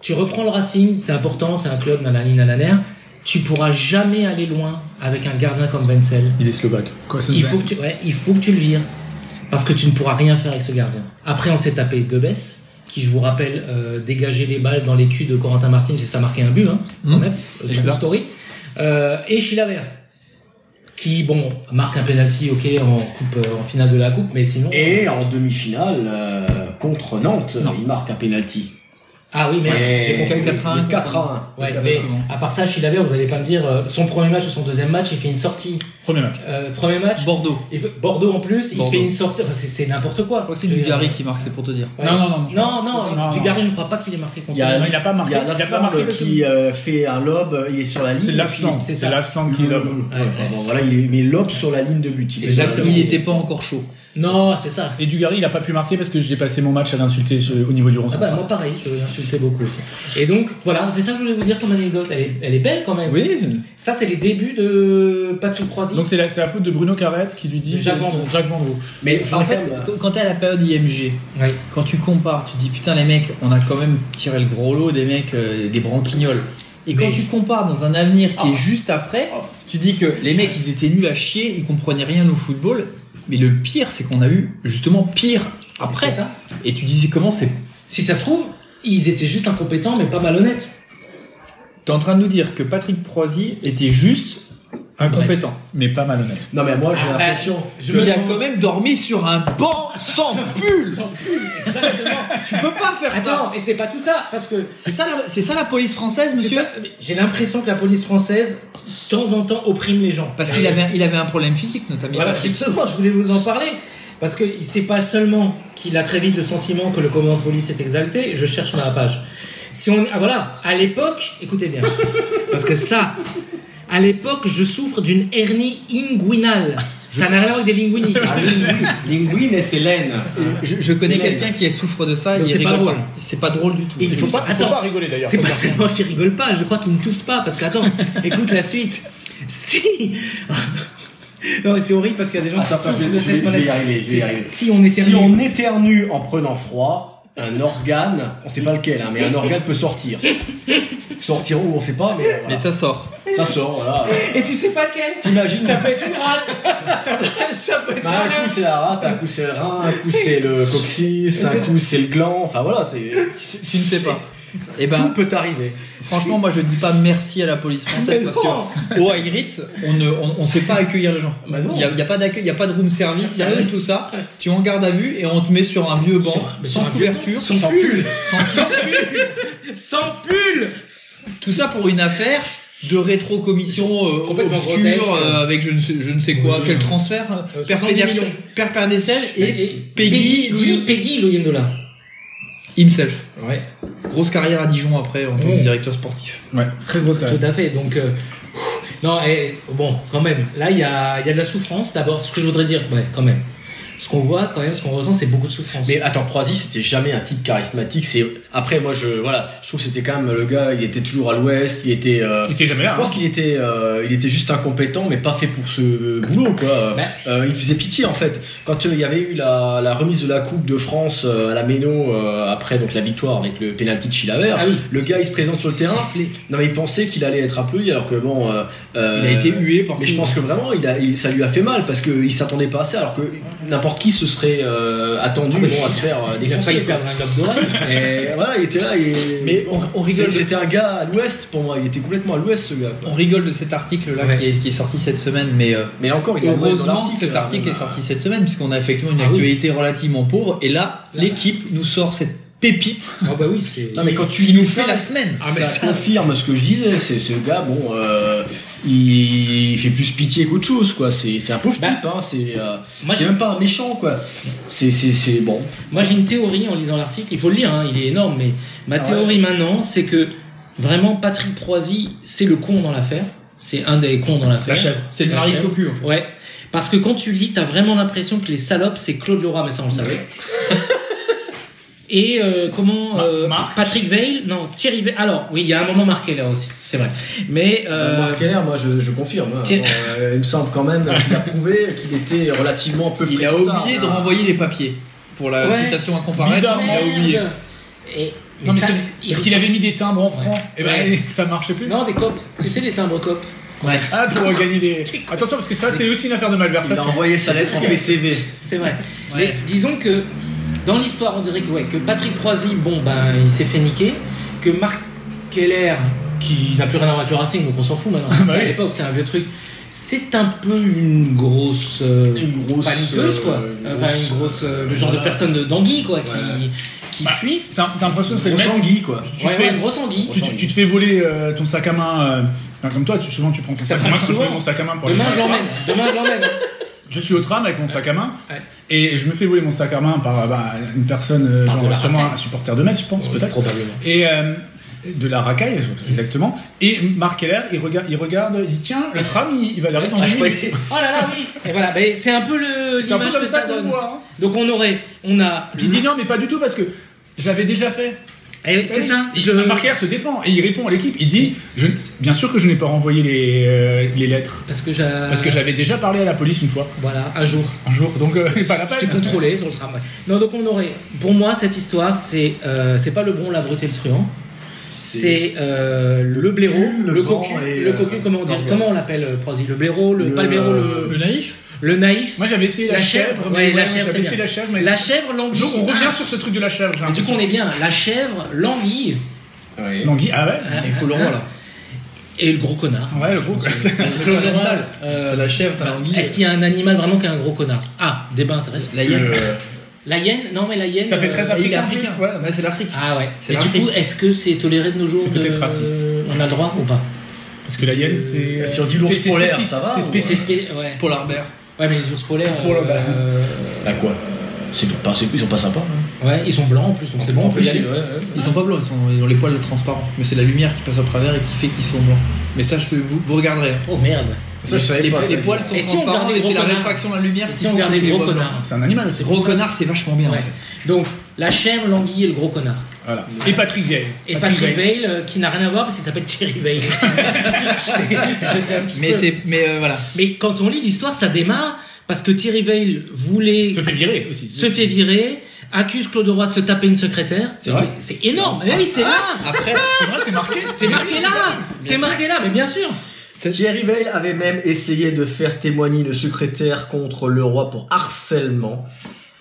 [SPEAKER 7] Tu reprends le Racing, c'est important, c'est un club, nanani, nananer. Tu pourras jamais aller loin avec un gardien comme Wenzel.
[SPEAKER 3] Il est slovaque.
[SPEAKER 1] Quoi, ça
[SPEAKER 7] Il faut, que tu, ouais, il faut que tu le vires. Parce que tu ne pourras rien faire avec ce gardien. Après, on s'est tapé Debes, qui, je vous rappelle, euh, dégageait les balles dans les culs de Corentin Martin, si ça marquait un but, hein, quand
[SPEAKER 9] Mhm.
[SPEAKER 7] même. Euh, true
[SPEAKER 9] Exact.
[SPEAKER 7] story. Euh, et Chilavert, qui, bon, marque un penalty, ok, en, coupe, euh, en finale de la coupe, mais sinon.
[SPEAKER 3] Et en demi-finale, euh, contre Nantes, il marque un penalty.
[SPEAKER 7] Ah oui, mais j'ai
[SPEAKER 3] Et-
[SPEAKER 7] compris.
[SPEAKER 9] 4 à 1.
[SPEAKER 3] 4 à
[SPEAKER 7] Ouais, mais
[SPEAKER 9] Exactement.
[SPEAKER 7] à part ça, Chilavert, vous allez pas me dire, euh, son premier match ou son deuxième match, il fait une sortie.
[SPEAKER 1] Premier match.
[SPEAKER 7] Euh, premier match,
[SPEAKER 9] Bordeaux.
[SPEAKER 7] il fait- Bordeaux en plus,
[SPEAKER 9] Bordeaux.
[SPEAKER 7] il fait une sortie. Enfin, c'est- c'est n'importe quoi.
[SPEAKER 9] Je crois que c'est Dugarry qui marque, c'est pour te dire.
[SPEAKER 7] Ouais.
[SPEAKER 1] Euh, Non, non, non. je-
[SPEAKER 7] Non, non,
[SPEAKER 1] Non,
[SPEAKER 7] Dugarry, je ne crois pas qu'il ait marqué contre
[SPEAKER 3] Il y a,
[SPEAKER 7] nous.
[SPEAKER 1] Non, il a pas marqué-
[SPEAKER 3] il y a
[SPEAKER 1] il a pas
[SPEAKER 3] Lasland
[SPEAKER 1] marqué le
[SPEAKER 3] qui euh, fait un lob, il est sur la ligne.
[SPEAKER 1] C'est
[SPEAKER 3] et
[SPEAKER 1] l'Aslan.
[SPEAKER 3] puis-
[SPEAKER 7] c'est
[SPEAKER 1] C'est
[SPEAKER 7] ça.
[SPEAKER 1] l'Aslan qui est là.
[SPEAKER 3] Ouais, bon, voilà, il est- mais lob sur la ligne de but. Il est sur la
[SPEAKER 9] Il
[SPEAKER 3] ligne.
[SPEAKER 9] était pas encore chaud.
[SPEAKER 7] Non, c'est ça.
[SPEAKER 1] Et Dugarry, il a pas pu marquer parce que j'ai passé mon match à l'insulter sur- au niveau du rond
[SPEAKER 7] Ah bah,
[SPEAKER 1] central.
[SPEAKER 7] moi pareil, je l'insultais beaucoup aussi. Et donc, voilà, c'est ça que je voulais vous dire comme anecdote. Elle est, elle est belle quand même.
[SPEAKER 9] Oui.
[SPEAKER 7] Ça, c'est les débuts de Patrick Croisy.
[SPEAKER 1] Donc c'est la, c'est la faute de Bruno Carrette qui lui dit
[SPEAKER 7] Jacques Vendroux.
[SPEAKER 1] Jacques Vendroux.
[SPEAKER 3] Mais
[SPEAKER 9] En fait, qu- quand t'es à la période IMG,
[SPEAKER 7] Oui.
[SPEAKER 9] quand tu compares, tu te dis putain les mecs, on a quand même tiré le gros lot des mecs, euh, des branquignoles. Et quand
[SPEAKER 7] Mais-
[SPEAKER 9] tu compares dans un avenir qui
[SPEAKER 3] Ah.
[SPEAKER 9] est juste après,
[SPEAKER 3] Ah.
[SPEAKER 9] tu dis que les mecs ils étaient nuls à chier, ils comprenaient rien au football. Mais le pire, c'est qu'on a eu justement pire après.
[SPEAKER 7] C'est ça.
[SPEAKER 9] Et tu disais comment c'est
[SPEAKER 7] Si ça se trouve, ils étaient juste incompétents, mais pas malhonnêtes.
[SPEAKER 9] T'es en train de nous dire que Patrick Proisy était juste incompétent.
[SPEAKER 1] Mais pas malhonnête.
[SPEAKER 3] non, mais moi j'ai
[SPEAKER 7] Ah,
[SPEAKER 3] l'impression.
[SPEAKER 7] Je
[SPEAKER 9] Il a
[SPEAKER 7] demande-
[SPEAKER 9] quand même dormi sur un banc sans pull.
[SPEAKER 7] Exactement.
[SPEAKER 9] tu peux pas faire ça.
[SPEAKER 7] Attends, et c'est pas tout ça, parce que
[SPEAKER 9] C'est ça, la- c'est ça la police française,
[SPEAKER 7] c'est
[SPEAKER 9] monsieur.
[SPEAKER 7] ça, mais j'ai l'impression que la police française, de temps en temps, opprime les gens.
[SPEAKER 9] Parce qu'il
[SPEAKER 7] Et-
[SPEAKER 9] avait, il avait un problème physique, notamment.
[SPEAKER 7] Voilà, justement, je voulais vous en parler. Parce que c'est pas seulement qu'il a très vite le sentiment que le commandant de police est exalté, je cherche ma page. Si on, ah, voilà, à l'époque, écoutez bien. parce que ça, à l'époque, je souffre d'une hernie inguinale. Ça n'a rien à voir avec des linguini.
[SPEAKER 3] Ah, Linguine et Célène.
[SPEAKER 9] je, je connais
[SPEAKER 3] C'est
[SPEAKER 9] quelqu'un qui souffre de ça.
[SPEAKER 7] Donc
[SPEAKER 9] il
[SPEAKER 7] c'est pas
[SPEAKER 9] rigole
[SPEAKER 7] drôle.
[SPEAKER 9] C'est pas drôle du tout.
[SPEAKER 7] Et il faut pas, attends,
[SPEAKER 1] rigoler d'ailleurs.
[SPEAKER 7] C'est pas seulement qu'il rigole pas, je crois qu'il ne tousse pas, parce que attends, écoute la suite. Si Non mais c'est horrible parce qu'il y a des gens qui
[SPEAKER 3] Attends,
[SPEAKER 7] souffrent
[SPEAKER 3] Ah, je vais-
[SPEAKER 7] de
[SPEAKER 3] je
[SPEAKER 7] cette
[SPEAKER 3] vais- je vais y
[SPEAKER 7] maladie.
[SPEAKER 3] arriver, je vais y
[SPEAKER 7] C'est-
[SPEAKER 3] arriver.
[SPEAKER 7] Si on était
[SPEAKER 3] Si on éternue en prenant froid, un organe, on sait pas lequel, hein, mais un organe peut sortir. Sortir où, on sait pas, mais, euh,
[SPEAKER 9] Mais
[SPEAKER 3] voilà.
[SPEAKER 9] ça sort.
[SPEAKER 3] ça... sort, voilà.
[SPEAKER 7] Et tu sais pas quel
[SPEAKER 3] T'imagines
[SPEAKER 7] Ça peut être une rate Ça peut, ça peut être
[SPEAKER 3] Bah, un
[SPEAKER 7] un
[SPEAKER 3] coup c'est la rate, un coup c'est le rein, un coup c'est le coccyx, un
[SPEAKER 7] C'est ça.
[SPEAKER 3] coup c'est le gland, enfin voilà, c'est.
[SPEAKER 9] Tu ne sais pas. Et
[SPEAKER 3] Tout
[SPEAKER 9] ben,
[SPEAKER 3] peut arriver.
[SPEAKER 9] franchement, moi, je dis pas merci à la police française
[SPEAKER 7] Mais
[SPEAKER 9] parce
[SPEAKER 7] non.
[SPEAKER 9] que au Hagrid's, on ne, on, on sait pas accueillir les gens.
[SPEAKER 3] Bah non.
[SPEAKER 9] Il y a, il y a pas d'accueil, il y a pas de room service, il y a rien de tout ça. Tu es en garde à vue et on te met sur un vieux banc,
[SPEAKER 7] Sur- mais sur
[SPEAKER 9] sans
[SPEAKER 7] un vieux
[SPEAKER 9] couverture,
[SPEAKER 7] banc, sans pull.
[SPEAKER 9] sans- sans-
[SPEAKER 7] Sans pull Sans pull
[SPEAKER 9] tout ça pour une affaire de rétro-commission euh,
[SPEAKER 7] Complètement grotesque.
[SPEAKER 9] obscure euh, avec je ne sais, je ne sais quoi,
[SPEAKER 7] Oui.
[SPEAKER 9] quel transfert, euh,
[SPEAKER 7] 70
[SPEAKER 9] Perpédiac-
[SPEAKER 7] millions.
[SPEAKER 9] Perpédiac- et Peggy
[SPEAKER 7] Louis-
[SPEAKER 9] Louis-
[SPEAKER 7] Peggy Louyendola.
[SPEAKER 9] himself.
[SPEAKER 7] Ouais.
[SPEAKER 9] Grosse carrière à Dijon après en tant que
[SPEAKER 7] Mm.
[SPEAKER 9] directeur sportif.
[SPEAKER 1] Ouais, très grosse carrière.
[SPEAKER 7] Tout à fait. Donc, euh, non, et, bon, quand même, là, il y a, il y a de la souffrance. D'abord, ce que je voudrais dire, ouais, quand même. Ce qu'on voit, quand même, ce qu'on ressent, c'est beaucoup de souffrance.
[SPEAKER 3] Mais attends, Croisy, c'était jamais un type charismatique. C'est après, moi, je voilà, je trouve que c'était quand même le gars. Il était toujours à l'Ouest. Il était. euh,
[SPEAKER 1] Il était jamais
[SPEAKER 3] je
[SPEAKER 1] là. hein.
[SPEAKER 3] pense qu'il était, euh, il était juste incompétent, mais pas fait pour ce euh, boulot, quoi. Euh,
[SPEAKER 7] Bah.
[SPEAKER 3] euh, il faisait pitié, en fait. Quand euh, il y avait eu la, la remise de la Coupe de France euh, à la Méno euh, après donc la victoire avec le penalty de Chilavert,
[SPEAKER 7] ah oui,
[SPEAKER 3] le gars il se présente sur le terrain.
[SPEAKER 9] Sifflé.
[SPEAKER 3] Non, mais il pensait qu'il allait être applaudi, alors que bon, euh,
[SPEAKER 9] Il
[SPEAKER 3] euh,
[SPEAKER 9] a été hué par
[SPEAKER 3] mais je pense que vraiment, il a, il- ça lui a fait mal parce qu'il s'attendait pas à ça, alors que n'importe qui se serait euh, attendu
[SPEAKER 7] Ah, mais
[SPEAKER 3] bon, à se faire euh,
[SPEAKER 7] il a failli
[SPEAKER 3] défoncer. quoi.
[SPEAKER 7] perdre un globe d'oreille.
[SPEAKER 3] Et voilà, il était là. Et...
[SPEAKER 9] Mais on, on rigole.
[SPEAKER 3] C'est- C'était un gars à l'ouest pour moi, il était complètement à l'ouest ce gars. quoi.
[SPEAKER 9] On rigole de cet article là
[SPEAKER 7] Ouais.
[SPEAKER 9] qui, est, qui est sorti cette semaine, mais euh,
[SPEAKER 3] Mais encore, il a raison dans
[SPEAKER 9] heureusement que cet article
[SPEAKER 3] euh,
[SPEAKER 9] est sorti cette semaine puisqu'on a effectivement une
[SPEAKER 7] Ah oui.
[SPEAKER 9] actualité relativement pauvre. Et là,
[SPEAKER 7] Là.
[SPEAKER 9] l'équipe nous sort cette pépite
[SPEAKER 7] Ah bah oui, c'est.
[SPEAKER 3] Non, mais quand tu
[SPEAKER 9] qui nous
[SPEAKER 3] lis
[SPEAKER 9] fait
[SPEAKER 3] ça,
[SPEAKER 9] la semaine.
[SPEAKER 3] ça confirme ce que je disais. C'est ce gars, bon, euh,
[SPEAKER 9] il fait plus pitié qu'autre chose, quoi. C'est c'est un pauvre
[SPEAKER 7] Bah,
[SPEAKER 9] type, hein. C'est euh,
[SPEAKER 7] moi,
[SPEAKER 9] c'est
[SPEAKER 7] j'ai-
[SPEAKER 9] même pas un méchant, quoi. C'est c'est- c'est bon.
[SPEAKER 7] Moi, j'ai une théorie en lisant l'article. Il faut le lire, hein, il est énorme. Mais ma
[SPEAKER 3] ouais.
[SPEAKER 7] théorie maintenant, c'est que vraiment Patrick Proisy, c'est le con dans l'affaire. C'est un des cons dans l'affaire.
[SPEAKER 10] C'est le
[SPEAKER 7] La
[SPEAKER 10] mari de
[SPEAKER 7] chèvre.
[SPEAKER 10] Cocu. en fait.
[SPEAKER 7] Ouais. Parce que quand tu lis, t'as vraiment l'impression que les salopes, c'est Claude Leroy, mais ça on le savait. Et euh, comment euh,
[SPEAKER 3] Ma- Marc.
[SPEAKER 7] Patrick Veil Non, Thierry Veil. Alors, oui, il y a un moment marqué là aussi, c'est vrai. Mais euh,
[SPEAKER 9] Marc Keller, moi je, je confirme. hein.
[SPEAKER 7] tiens.
[SPEAKER 9] Bon, euh, il me semble quand même qu'il a prouvé qu'il était relativement peu
[SPEAKER 10] Il a
[SPEAKER 9] fréquentable,
[SPEAKER 10] oublié de
[SPEAKER 9] hein.
[SPEAKER 10] renvoyer les papiers pour la
[SPEAKER 7] Ouais.
[SPEAKER 10] citation à comparaître. Il a
[SPEAKER 7] merde.
[SPEAKER 10] oublié.
[SPEAKER 7] Et,
[SPEAKER 3] Non, mais
[SPEAKER 7] ça,
[SPEAKER 3] c'est-
[SPEAKER 7] il
[SPEAKER 3] parce qu'il avait mis des timbres en francs. Et ben,
[SPEAKER 7] Ouais. Eh
[SPEAKER 3] ça marchait plus.
[SPEAKER 7] Non, des copes. Tu sais, les timbres copes. Ouais.
[SPEAKER 3] Ah, pour gagner des. Attention, parce que ça, c'est aussi une affaire de
[SPEAKER 9] Il a
[SPEAKER 3] malversation.
[SPEAKER 9] envoyé sa lettre en PCV.
[SPEAKER 7] C'est vrai. Mais disons que dans l'histoire, on dirait que, ouais, que Patrick Croisy, bon, ben, il s'est fait niquer. Que Marc Keller, qui n'a plus rien à voir avec le Racing, donc on s'en fout maintenant. Ça,
[SPEAKER 3] Bah oui.
[SPEAKER 7] À l'époque, c'est un vieux truc. C'est un peu une grosse. euh,
[SPEAKER 9] Une grosse.
[SPEAKER 7] paniqueuse, quoi.
[SPEAKER 9] euh, une
[SPEAKER 7] Enfin, une grosse. euh, le genre de
[SPEAKER 9] voilà.
[SPEAKER 7] personne de- d'anguille, quoi,
[SPEAKER 9] Ouais.
[SPEAKER 7] qui, qui
[SPEAKER 3] Bah,
[SPEAKER 7] fuit.
[SPEAKER 3] T'as t'as l'impression que c'est le
[SPEAKER 9] Grosse
[SPEAKER 3] mec.
[SPEAKER 9] anguille, quoi.
[SPEAKER 3] Tu,
[SPEAKER 7] ouais,
[SPEAKER 3] te fais,
[SPEAKER 7] ouais, une grosse anguille.
[SPEAKER 3] tu, tu- tu te fais voler euh, ton sac à main. euh, enfin, comme toi, tu- souvent tu prends ton
[SPEAKER 7] Ça
[SPEAKER 3] sac à main.
[SPEAKER 7] passe
[SPEAKER 3] Quand je
[SPEAKER 7] souvent.
[SPEAKER 3] prends mon sac à main pour aller
[SPEAKER 7] Demain,
[SPEAKER 3] faire
[SPEAKER 7] je
[SPEAKER 3] le tram,
[SPEAKER 7] l'emmène. Demain, je l'emmène.
[SPEAKER 3] Je suis au tram avec mon sac à main
[SPEAKER 7] Ouais.
[SPEAKER 3] et je me fais voler mon sac à main par euh, bah, une personne, euh,
[SPEAKER 7] Par de
[SPEAKER 3] genre
[SPEAKER 7] la
[SPEAKER 3] sûrement
[SPEAKER 7] racaille.
[SPEAKER 3] un supporter de Metz, je pense, peut-être.
[SPEAKER 7] Probablement.
[SPEAKER 3] Et euh, de la racaille, exactement. Et Marc Keller, il regarde, il regarde, il dit tiens, le tram, il, il va l'arriver dans 10 minutes.
[SPEAKER 7] Oh là là, oui. Et voilà, ben, c'est un peu le-
[SPEAKER 3] C'est un peu
[SPEAKER 7] l'image
[SPEAKER 3] comme
[SPEAKER 7] que
[SPEAKER 3] ça
[SPEAKER 7] ça
[SPEAKER 3] qu'on le
[SPEAKER 7] donne.
[SPEAKER 3] voit. hein.
[SPEAKER 7] Donc on aurait, on a.
[SPEAKER 3] Puis il dit non, mais pas du tout parce que j'avais déjà fait.
[SPEAKER 7] Eh, C'est ça.
[SPEAKER 3] Il-
[SPEAKER 7] je-
[SPEAKER 3] Marc Keller se défend et il répond à l'équipe. Il dit je, bien sûr que je n'ai pas renvoyé les, euh, les lettres
[SPEAKER 7] Parce que j'a-
[SPEAKER 3] parce que j'avais déjà parlé à la police une fois,
[SPEAKER 7] Voilà, un jour.
[SPEAKER 3] un jour. Donc euh, pas la peine.
[SPEAKER 7] J'étais contrôlé sur le tram. ouais. Non, donc on aurait. Pour moi, cette histoire, c'est euh, c'est pas le bon, la brute et le truand. C'est euh, le blaireau,
[SPEAKER 9] Cul, le
[SPEAKER 7] le,
[SPEAKER 9] banc
[SPEAKER 7] cocu,
[SPEAKER 9] et,
[SPEAKER 7] le
[SPEAKER 9] euh,
[SPEAKER 7] cocu, comment on dit
[SPEAKER 9] l'organe.
[SPEAKER 7] Comment on l'appelle, euh, Prozzi Le blaireau, le, pas le blaireau, le,
[SPEAKER 9] Le naïf
[SPEAKER 7] le naïf.
[SPEAKER 3] Moi j'avais essayé la,
[SPEAKER 7] La
[SPEAKER 3] chèvre,
[SPEAKER 7] chèvre,
[SPEAKER 3] mais
[SPEAKER 7] ouais, la
[SPEAKER 3] ouais,
[SPEAKER 7] chèvre,
[SPEAKER 3] j'avais
[SPEAKER 7] c'est
[SPEAKER 3] essayé
[SPEAKER 7] bien.
[SPEAKER 3] la chèvre, mais
[SPEAKER 7] la chèvre, l'anguille.
[SPEAKER 3] Donc, on revient
[SPEAKER 7] Ah,
[SPEAKER 3] sur ce truc de la chèvre. j'ai
[SPEAKER 7] mais du coup,
[SPEAKER 3] l'impression.
[SPEAKER 7] on est bien. hein. La chèvre, l'anguille
[SPEAKER 9] Ouais.
[SPEAKER 3] L'anguille, ah ouais.
[SPEAKER 7] Ah,
[SPEAKER 10] Il faut le roi là.
[SPEAKER 7] et le gros connard. euh,
[SPEAKER 3] Ouais, le gros. quoi.
[SPEAKER 10] Claude Normal. T'as la chèvre,
[SPEAKER 3] euh,
[SPEAKER 10] t'as l'anguille.
[SPEAKER 7] Bah, Est-ce qu'il y a un animal vraiment qui est un gros connard Ah, débat intéressant.
[SPEAKER 10] La hyène.
[SPEAKER 7] La hyène Non, mais la hyène.
[SPEAKER 3] Ça fait
[SPEAKER 7] euh,
[SPEAKER 3] très
[SPEAKER 10] Il est
[SPEAKER 3] africain. en plus,
[SPEAKER 10] africain.
[SPEAKER 3] ouais.
[SPEAKER 10] Ouais, c'est l'Afrique.
[SPEAKER 7] Ah ouais.
[SPEAKER 10] C'est
[SPEAKER 7] Et du
[SPEAKER 10] l'Afrique.
[SPEAKER 7] coup, est-ce que c'est toléré de nos jours
[SPEAKER 3] C'est
[SPEAKER 7] de-
[SPEAKER 3] peut-être raciste.
[SPEAKER 7] On a le droit ou pas
[SPEAKER 3] Parce que la hyène,
[SPEAKER 10] Euh,
[SPEAKER 3] c'est. euh,
[SPEAKER 9] Si on dit l'ours
[SPEAKER 3] C'est- c'est
[SPEAKER 9] polaire,
[SPEAKER 3] spéciste,
[SPEAKER 9] ça va,
[SPEAKER 3] C'est
[SPEAKER 9] ou-
[SPEAKER 7] C'est
[SPEAKER 3] spéciste.
[SPEAKER 7] spé- ouais.
[SPEAKER 10] Polar bear.
[SPEAKER 7] ouais, mais les ours polaires.
[SPEAKER 3] Pour le-
[SPEAKER 7] euh,
[SPEAKER 9] Bah quoi C'est pas, c'est- ils sont pas sympas. hein.
[SPEAKER 7] ouais, ils sont blancs en plus, donc c'est bon, on peut y aller.
[SPEAKER 9] Ouais, ouais.
[SPEAKER 10] Ils sont pas blancs, ils, sont- ils ont les poils transparents. Mais c'est la lumière qui passe au travers et qui fait qu'ils sont blancs. Mais ça, je, fais- vous, vous regarderez. hein.
[SPEAKER 7] Oh merde.
[SPEAKER 9] Ça, je savais
[SPEAKER 10] les,
[SPEAKER 9] pas,
[SPEAKER 10] les
[SPEAKER 9] ça.
[SPEAKER 10] poils sont
[SPEAKER 7] Et si on
[SPEAKER 10] transparents
[SPEAKER 7] gardait
[SPEAKER 10] et
[SPEAKER 7] le
[SPEAKER 10] c'est la
[SPEAKER 7] gros connard
[SPEAKER 10] réflexion de la lumière. qui
[SPEAKER 7] Si on
[SPEAKER 10] font
[SPEAKER 7] regardait
[SPEAKER 10] que tu
[SPEAKER 7] le
[SPEAKER 10] les
[SPEAKER 7] gros
[SPEAKER 10] vois blancs.
[SPEAKER 7] connard. hein.
[SPEAKER 3] C'est un animal, c'est
[SPEAKER 10] Gros
[SPEAKER 3] pour ça.
[SPEAKER 10] connard, c'est vachement bien. en
[SPEAKER 7] Ouais.
[SPEAKER 10] fait.
[SPEAKER 7] Donc, la chèvre, l'anguille et le gros connard.
[SPEAKER 3] Voilà. Et Patrick Veil.
[SPEAKER 7] Et Patrick
[SPEAKER 3] Veil.
[SPEAKER 7] Veil, euh, qui n'a rien à voir parce qu'il s'appelle Thierry Veil. J'étais- j'étais un petit
[SPEAKER 10] Mais
[SPEAKER 7] peu-
[SPEAKER 10] c'est, mais euh, voilà.
[SPEAKER 7] Mais quand on lit l'histoire, ça démarre parce que Thierry Veil voulait
[SPEAKER 3] Se fait virer aussi.
[SPEAKER 7] se fait virer, accuse Claude Roy de se taper une secrétaire.
[SPEAKER 3] C'est vrai
[SPEAKER 7] C'est énorme. Mais oui, c'est là.
[SPEAKER 10] Après,
[SPEAKER 3] C'est vrai, c'est marqué.
[SPEAKER 7] C'est marqué là. C'est marqué là, mais bien sûr.
[SPEAKER 9] Thierry Veil avait même essayé de faire témoigner le secrétaire contre le roi pour harcèlement.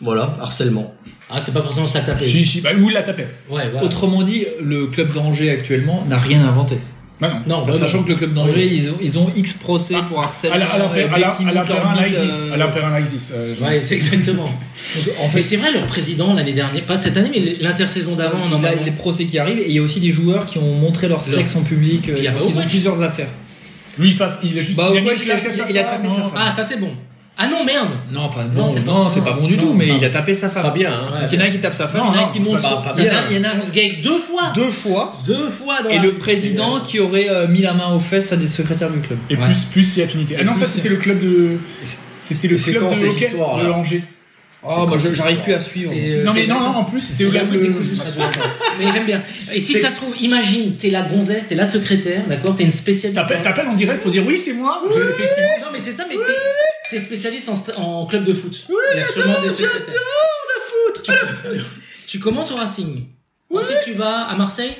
[SPEAKER 9] Voilà, harcèlement.
[SPEAKER 7] Ah, c'est pas forcément se la taper.
[SPEAKER 3] Si, si, bah, où il la tapait
[SPEAKER 7] Ouais, voilà.
[SPEAKER 10] autrement dit, le club d'Angers actuellement n'a rien inventé.
[SPEAKER 3] Bah non.
[SPEAKER 7] Non, bah,
[SPEAKER 10] Sachant
[SPEAKER 7] non.
[SPEAKER 10] que le club d'Angers, ils, ont, ils ont X procès
[SPEAKER 3] Ah,
[SPEAKER 10] pour harcèlement.
[SPEAKER 3] À la- à la-
[SPEAKER 10] et
[SPEAKER 3] à la-
[SPEAKER 10] dès qu'ils
[SPEAKER 3] à la
[SPEAKER 10] niquent leur
[SPEAKER 3] Perrin
[SPEAKER 10] bite,
[SPEAKER 3] Laxis.
[SPEAKER 10] euh,
[SPEAKER 3] À la Perrin Laxis, euh, je-
[SPEAKER 7] Ouais, c'est exactement.
[SPEAKER 10] En
[SPEAKER 7] Mais
[SPEAKER 10] fait,
[SPEAKER 7] c'est vrai, leur président l'année dernière, pas cette année, mais l'intersaison d'avant,
[SPEAKER 10] il y a
[SPEAKER 7] normalement.
[SPEAKER 10] les procès qui arrivent et il y a aussi des joueurs qui ont montré leur sexe en public. euh,
[SPEAKER 7] Puis il y a
[SPEAKER 10] donc
[SPEAKER 7] pas
[SPEAKER 10] ils ont
[SPEAKER 7] Overwatch.
[SPEAKER 10] plusieurs affaires.
[SPEAKER 3] Lui, il fa- il a juste.
[SPEAKER 10] Bah,
[SPEAKER 3] il a
[SPEAKER 10] au
[SPEAKER 3] mis
[SPEAKER 10] moins, il a-
[SPEAKER 3] claqué sa
[SPEAKER 10] il a
[SPEAKER 3] femme,
[SPEAKER 10] tapé sa
[SPEAKER 3] non.
[SPEAKER 10] femme.
[SPEAKER 7] Ah, ça c'est bon. Ah non, merde.
[SPEAKER 10] Non, enfin,
[SPEAKER 7] Non,
[SPEAKER 10] non,
[SPEAKER 7] c'est pas
[SPEAKER 10] non,
[SPEAKER 7] bon.
[SPEAKER 10] c'est pas, bon du
[SPEAKER 7] Non,
[SPEAKER 10] tout, mais
[SPEAKER 7] non. Ah, bah,
[SPEAKER 10] il a tapé sa femme.
[SPEAKER 9] Pas bien, hein.
[SPEAKER 7] Ouais.
[SPEAKER 10] Donc, il y en a un qui tape sa femme,
[SPEAKER 3] Non,
[SPEAKER 10] il y en a un
[SPEAKER 3] non,
[SPEAKER 10] qui monte
[SPEAKER 9] pas-
[SPEAKER 10] son-
[SPEAKER 9] pas
[SPEAKER 10] il y en
[SPEAKER 9] bien.
[SPEAKER 10] a- il y en a
[SPEAKER 7] On se gag deux fois.
[SPEAKER 10] deux fois.
[SPEAKER 7] Deux fois dans
[SPEAKER 10] Et
[SPEAKER 7] la-
[SPEAKER 10] le président qui aurait euh, mis la main aux fesses à des secrétaires du club.
[SPEAKER 3] Et
[SPEAKER 7] Ouais.
[SPEAKER 3] plus, plus c'est affinité. Ah
[SPEAKER 10] Et
[SPEAKER 3] non,
[SPEAKER 10] plus,
[SPEAKER 3] ça
[SPEAKER 10] c'est-
[SPEAKER 3] c'était le club de. C'était le
[SPEAKER 9] Et c'est
[SPEAKER 3] club
[SPEAKER 9] quand,
[SPEAKER 3] de
[SPEAKER 9] ces
[SPEAKER 3] hockey
[SPEAKER 9] histoires-là
[SPEAKER 3] de Angers.
[SPEAKER 10] Oh, moi, je- j'arrive plus à suivre.
[SPEAKER 7] C'est, euh,
[SPEAKER 3] Non, mais
[SPEAKER 7] c'est-
[SPEAKER 3] non, non, en plus c'était au
[SPEAKER 7] J'avoue,
[SPEAKER 3] club de.
[SPEAKER 7] décousu, ce radio, d'accord. Mais j'aime bien. Et si ça se trouve, imagine, t'es la gonzesse, t'es la secrétaire, d'accord T'es une spécialiste.
[SPEAKER 3] T'appelles t'appelles en direct pour dire oui, c'est moi. J'ai- effectivement-
[SPEAKER 7] Non, mais c'est ça, mais t'es- t'es spécialiste en, sta- en club de foot. Il y a sûrement des secrétaires. le foot tu, tu commences au Racing. Ensuite, tu vas à Marseille.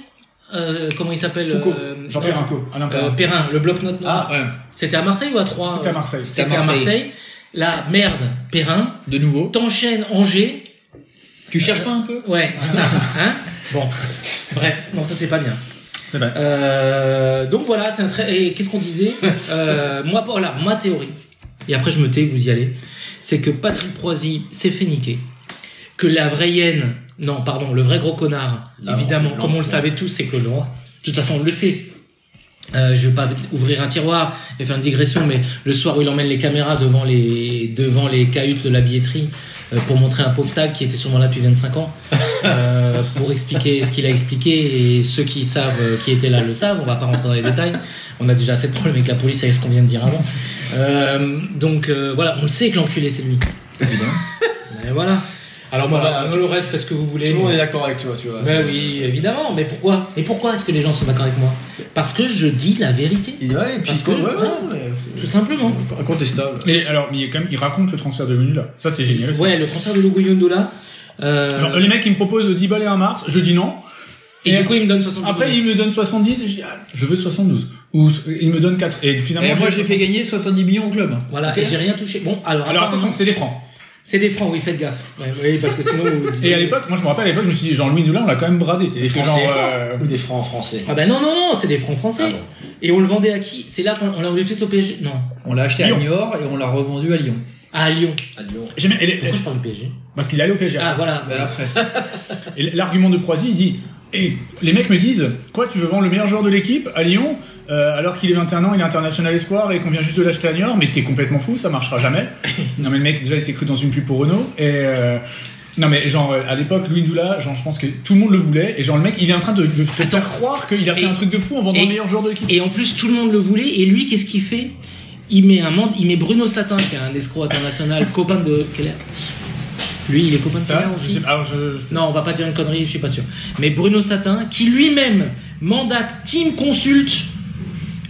[SPEAKER 7] Euh, comment il s'appelle
[SPEAKER 3] Foucault.
[SPEAKER 7] euh,
[SPEAKER 3] Jean
[SPEAKER 7] non,
[SPEAKER 3] Perrin.
[SPEAKER 7] Foucault.
[SPEAKER 3] Alain Perrin.
[SPEAKER 7] Euh, Perrin, le bloc-notes noir.
[SPEAKER 10] Ah, ouais.
[SPEAKER 7] C'était à Marseille ou à Troyes
[SPEAKER 3] C'était à Marseille.
[SPEAKER 7] C'était à Marseille. La merde, Perrin.
[SPEAKER 10] De nouveau.
[SPEAKER 7] T'enchaînes Angers.
[SPEAKER 10] Tu cherches pas un peu
[SPEAKER 7] Ouais, c'est ça. Hein bon, bref, non, ça c'est pas bien.
[SPEAKER 3] C'est vrai.
[SPEAKER 7] Euh, donc voilà, c'est un très. Et qu'est-ce qu'on disait Euh, Moi, voilà, ma théorie. Et après, je me tais, vous y allez. C'est que Patrick Proisy s'est fait niquer. Que la vraie hyène, non, pardon, le vrai gros connard,
[SPEAKER 9] La-
[SPEAKER 7] évidemment,
[SPEAKER 9] la-
[SPEAKER 7] comme on le savait tous, c'est Claude Leroy. De toute façon, on le sait. Euh, je vais pas ouvrir un tiroir et faire une digression, mais le soir où il emmène les caméras devant les devant les cahutes de la billetterie euh, pour montrer un pauvre tag qui était sûrement là depuis 25 ans, euh, pour expliquer ce qu'il a expliqué et ceux qui savent euh, qui étaient là le savent. On va pas rentrer dans les détails. On a déjà assez de problèmes avec la police avec ce qu'on vient de dire avant. Euh, donc euh, voilà, on le sait que l'enculé c'est lui. Mais voilà. Alors moi,
[SPEAKER 9] Voilà.
[SPEAKER 7] le reste, faites ce que vous voulez.
[SPEAKER 9] Tout le monde est d'accord avec toi, tu vois.
[SPEAKER 7] Ben oui, évidemment. Mais pourquoi Et pourquoi est-ce que les gens sont d'accord avec moi Parce que je dis la vérité.
[SPEAKER 9] Il- ouais, et puis
[SPEAKER 7] Parce que-
[SPEAKER 9] ouais, ouais,
[SPEAKER 7] ouais.
[SPEAKER 9] ouais.
[SPEAKER 7] Tout simplement.
[SPEAKER 9] Incontestable.
[SPEAKER 3] Et alors, mais quand même, il raconte le transfert de menu là. Ça, c'est génial. aussi.
[SPEAKER 7] Ouais, le transfert de Lugu Yondola. euh,
[SPEAKER 3] Genre, les mecs, ils me proposent 10 balles et un mars, je dis non.
[SPEAKER 7] et, du coup, il me donne 70
[SPEAKER 3] Après, ils
[SPEAKER 7] millions.
[SPEAKER 3] me donnent 70 et je dis, ah, je veux 72. Ou ils me donnent 4. Et finalement,
[SPEAKER 10] Et moi j'ai fait gagner 70 millions au club.
[SPEAKER 7] Voilà, et j'ai rien touché. Bon, alors.
[SPEAKER 3] Alors
[SPEAKER 7] apparemment-
[SPEAKER 3] attention, c'est des francs.
[SPEAKER 7] C'est des francs, oui, faites gaffe. Ouais, oui, parce que sinon. vous dites-
[SPEAKER 3] Et à l'époque, moi je me rappelle à l'époque, je me suis dit, Jean-Louis Noulin, on l'a quand même bradé. C'est
[SPEAKER 9] Des
[SPEAKER 3] parce que genre.
[SPEAKER 9] Français
[SPEAKER 3] euh,
[SPEAKER 9] ou des francs français.
[SPEAKER 7] Ah ben non, non, non, c'est des francs français.
[SPEAKER 9] Ah bon.
[SPEAKER 7] Et on le vendait à qui C'est là qu'on on l'a vendu tout de suite au PSG Non, Ah,
[SPEAKER 10] On l'a acheté à
[SPEAKER 3] Lyon.
[SPEAKER 10] Niort et on l'a revendu à Lyon.
[SPEAKER 7] à Lyon.
[SPEAKER 9] À Lyon.
[SPEAKER 3] j'aimais- et les-
[SPEAKER 7] Pourquoi je Ah. parle du PSG
[SPEAKER 3] Parce qu'il allait au PSG.
[SPEAKER 7] Ah voilà.
[SPEAKER 10] Ben après.
[SPEAKER 3] Et l'argument de Proisy, il dit. Et les mecs me disent, quoi, tu veux vendre le meilleur joueur de l'équipe à Lyon, euh, alors qu'il est 21 ans, il est international espoir et qu'on vient juste de l'acheter à Niort, mais t'es complètement fou, ça marchera jamais. non mais le mec, déjà, il s'est cru dans une pub pour Renault. Et euh, non mais genre, euh, à l'époque, Louis Doula, genre, je pense que tout le monde le voulait. Et genre, le mec, il est en train de, de te faire croire qu'il a fait
[SPEAKER 7] Et-
[SPEAKER 3] un truc de fou en vendant
[SPEAKER 7] et-
[SPEAKER 3] le meilleur joueur de l'équipe.
[SPEAKER 7] Et en plus, tout le monde le voulait. Et lui, qu'est-ce qu'il fait Il met un mand- il met Bruno Satin, qui est un escroc international, copain de Keller. Lui, il est copain de
[SPEAKER 3] Ça,
[SPEAKER 7] Keller
[SPEAKER 3] je
[SPEAKER 7] aussi.
[SPEAKER 3] sais pas, alors, je- je sais-
[SPEAKER 7] Non, on va pas dire une connerie, je suis pas sûr. Mais Bruno Satin, qui lui-même mandate Team Consult,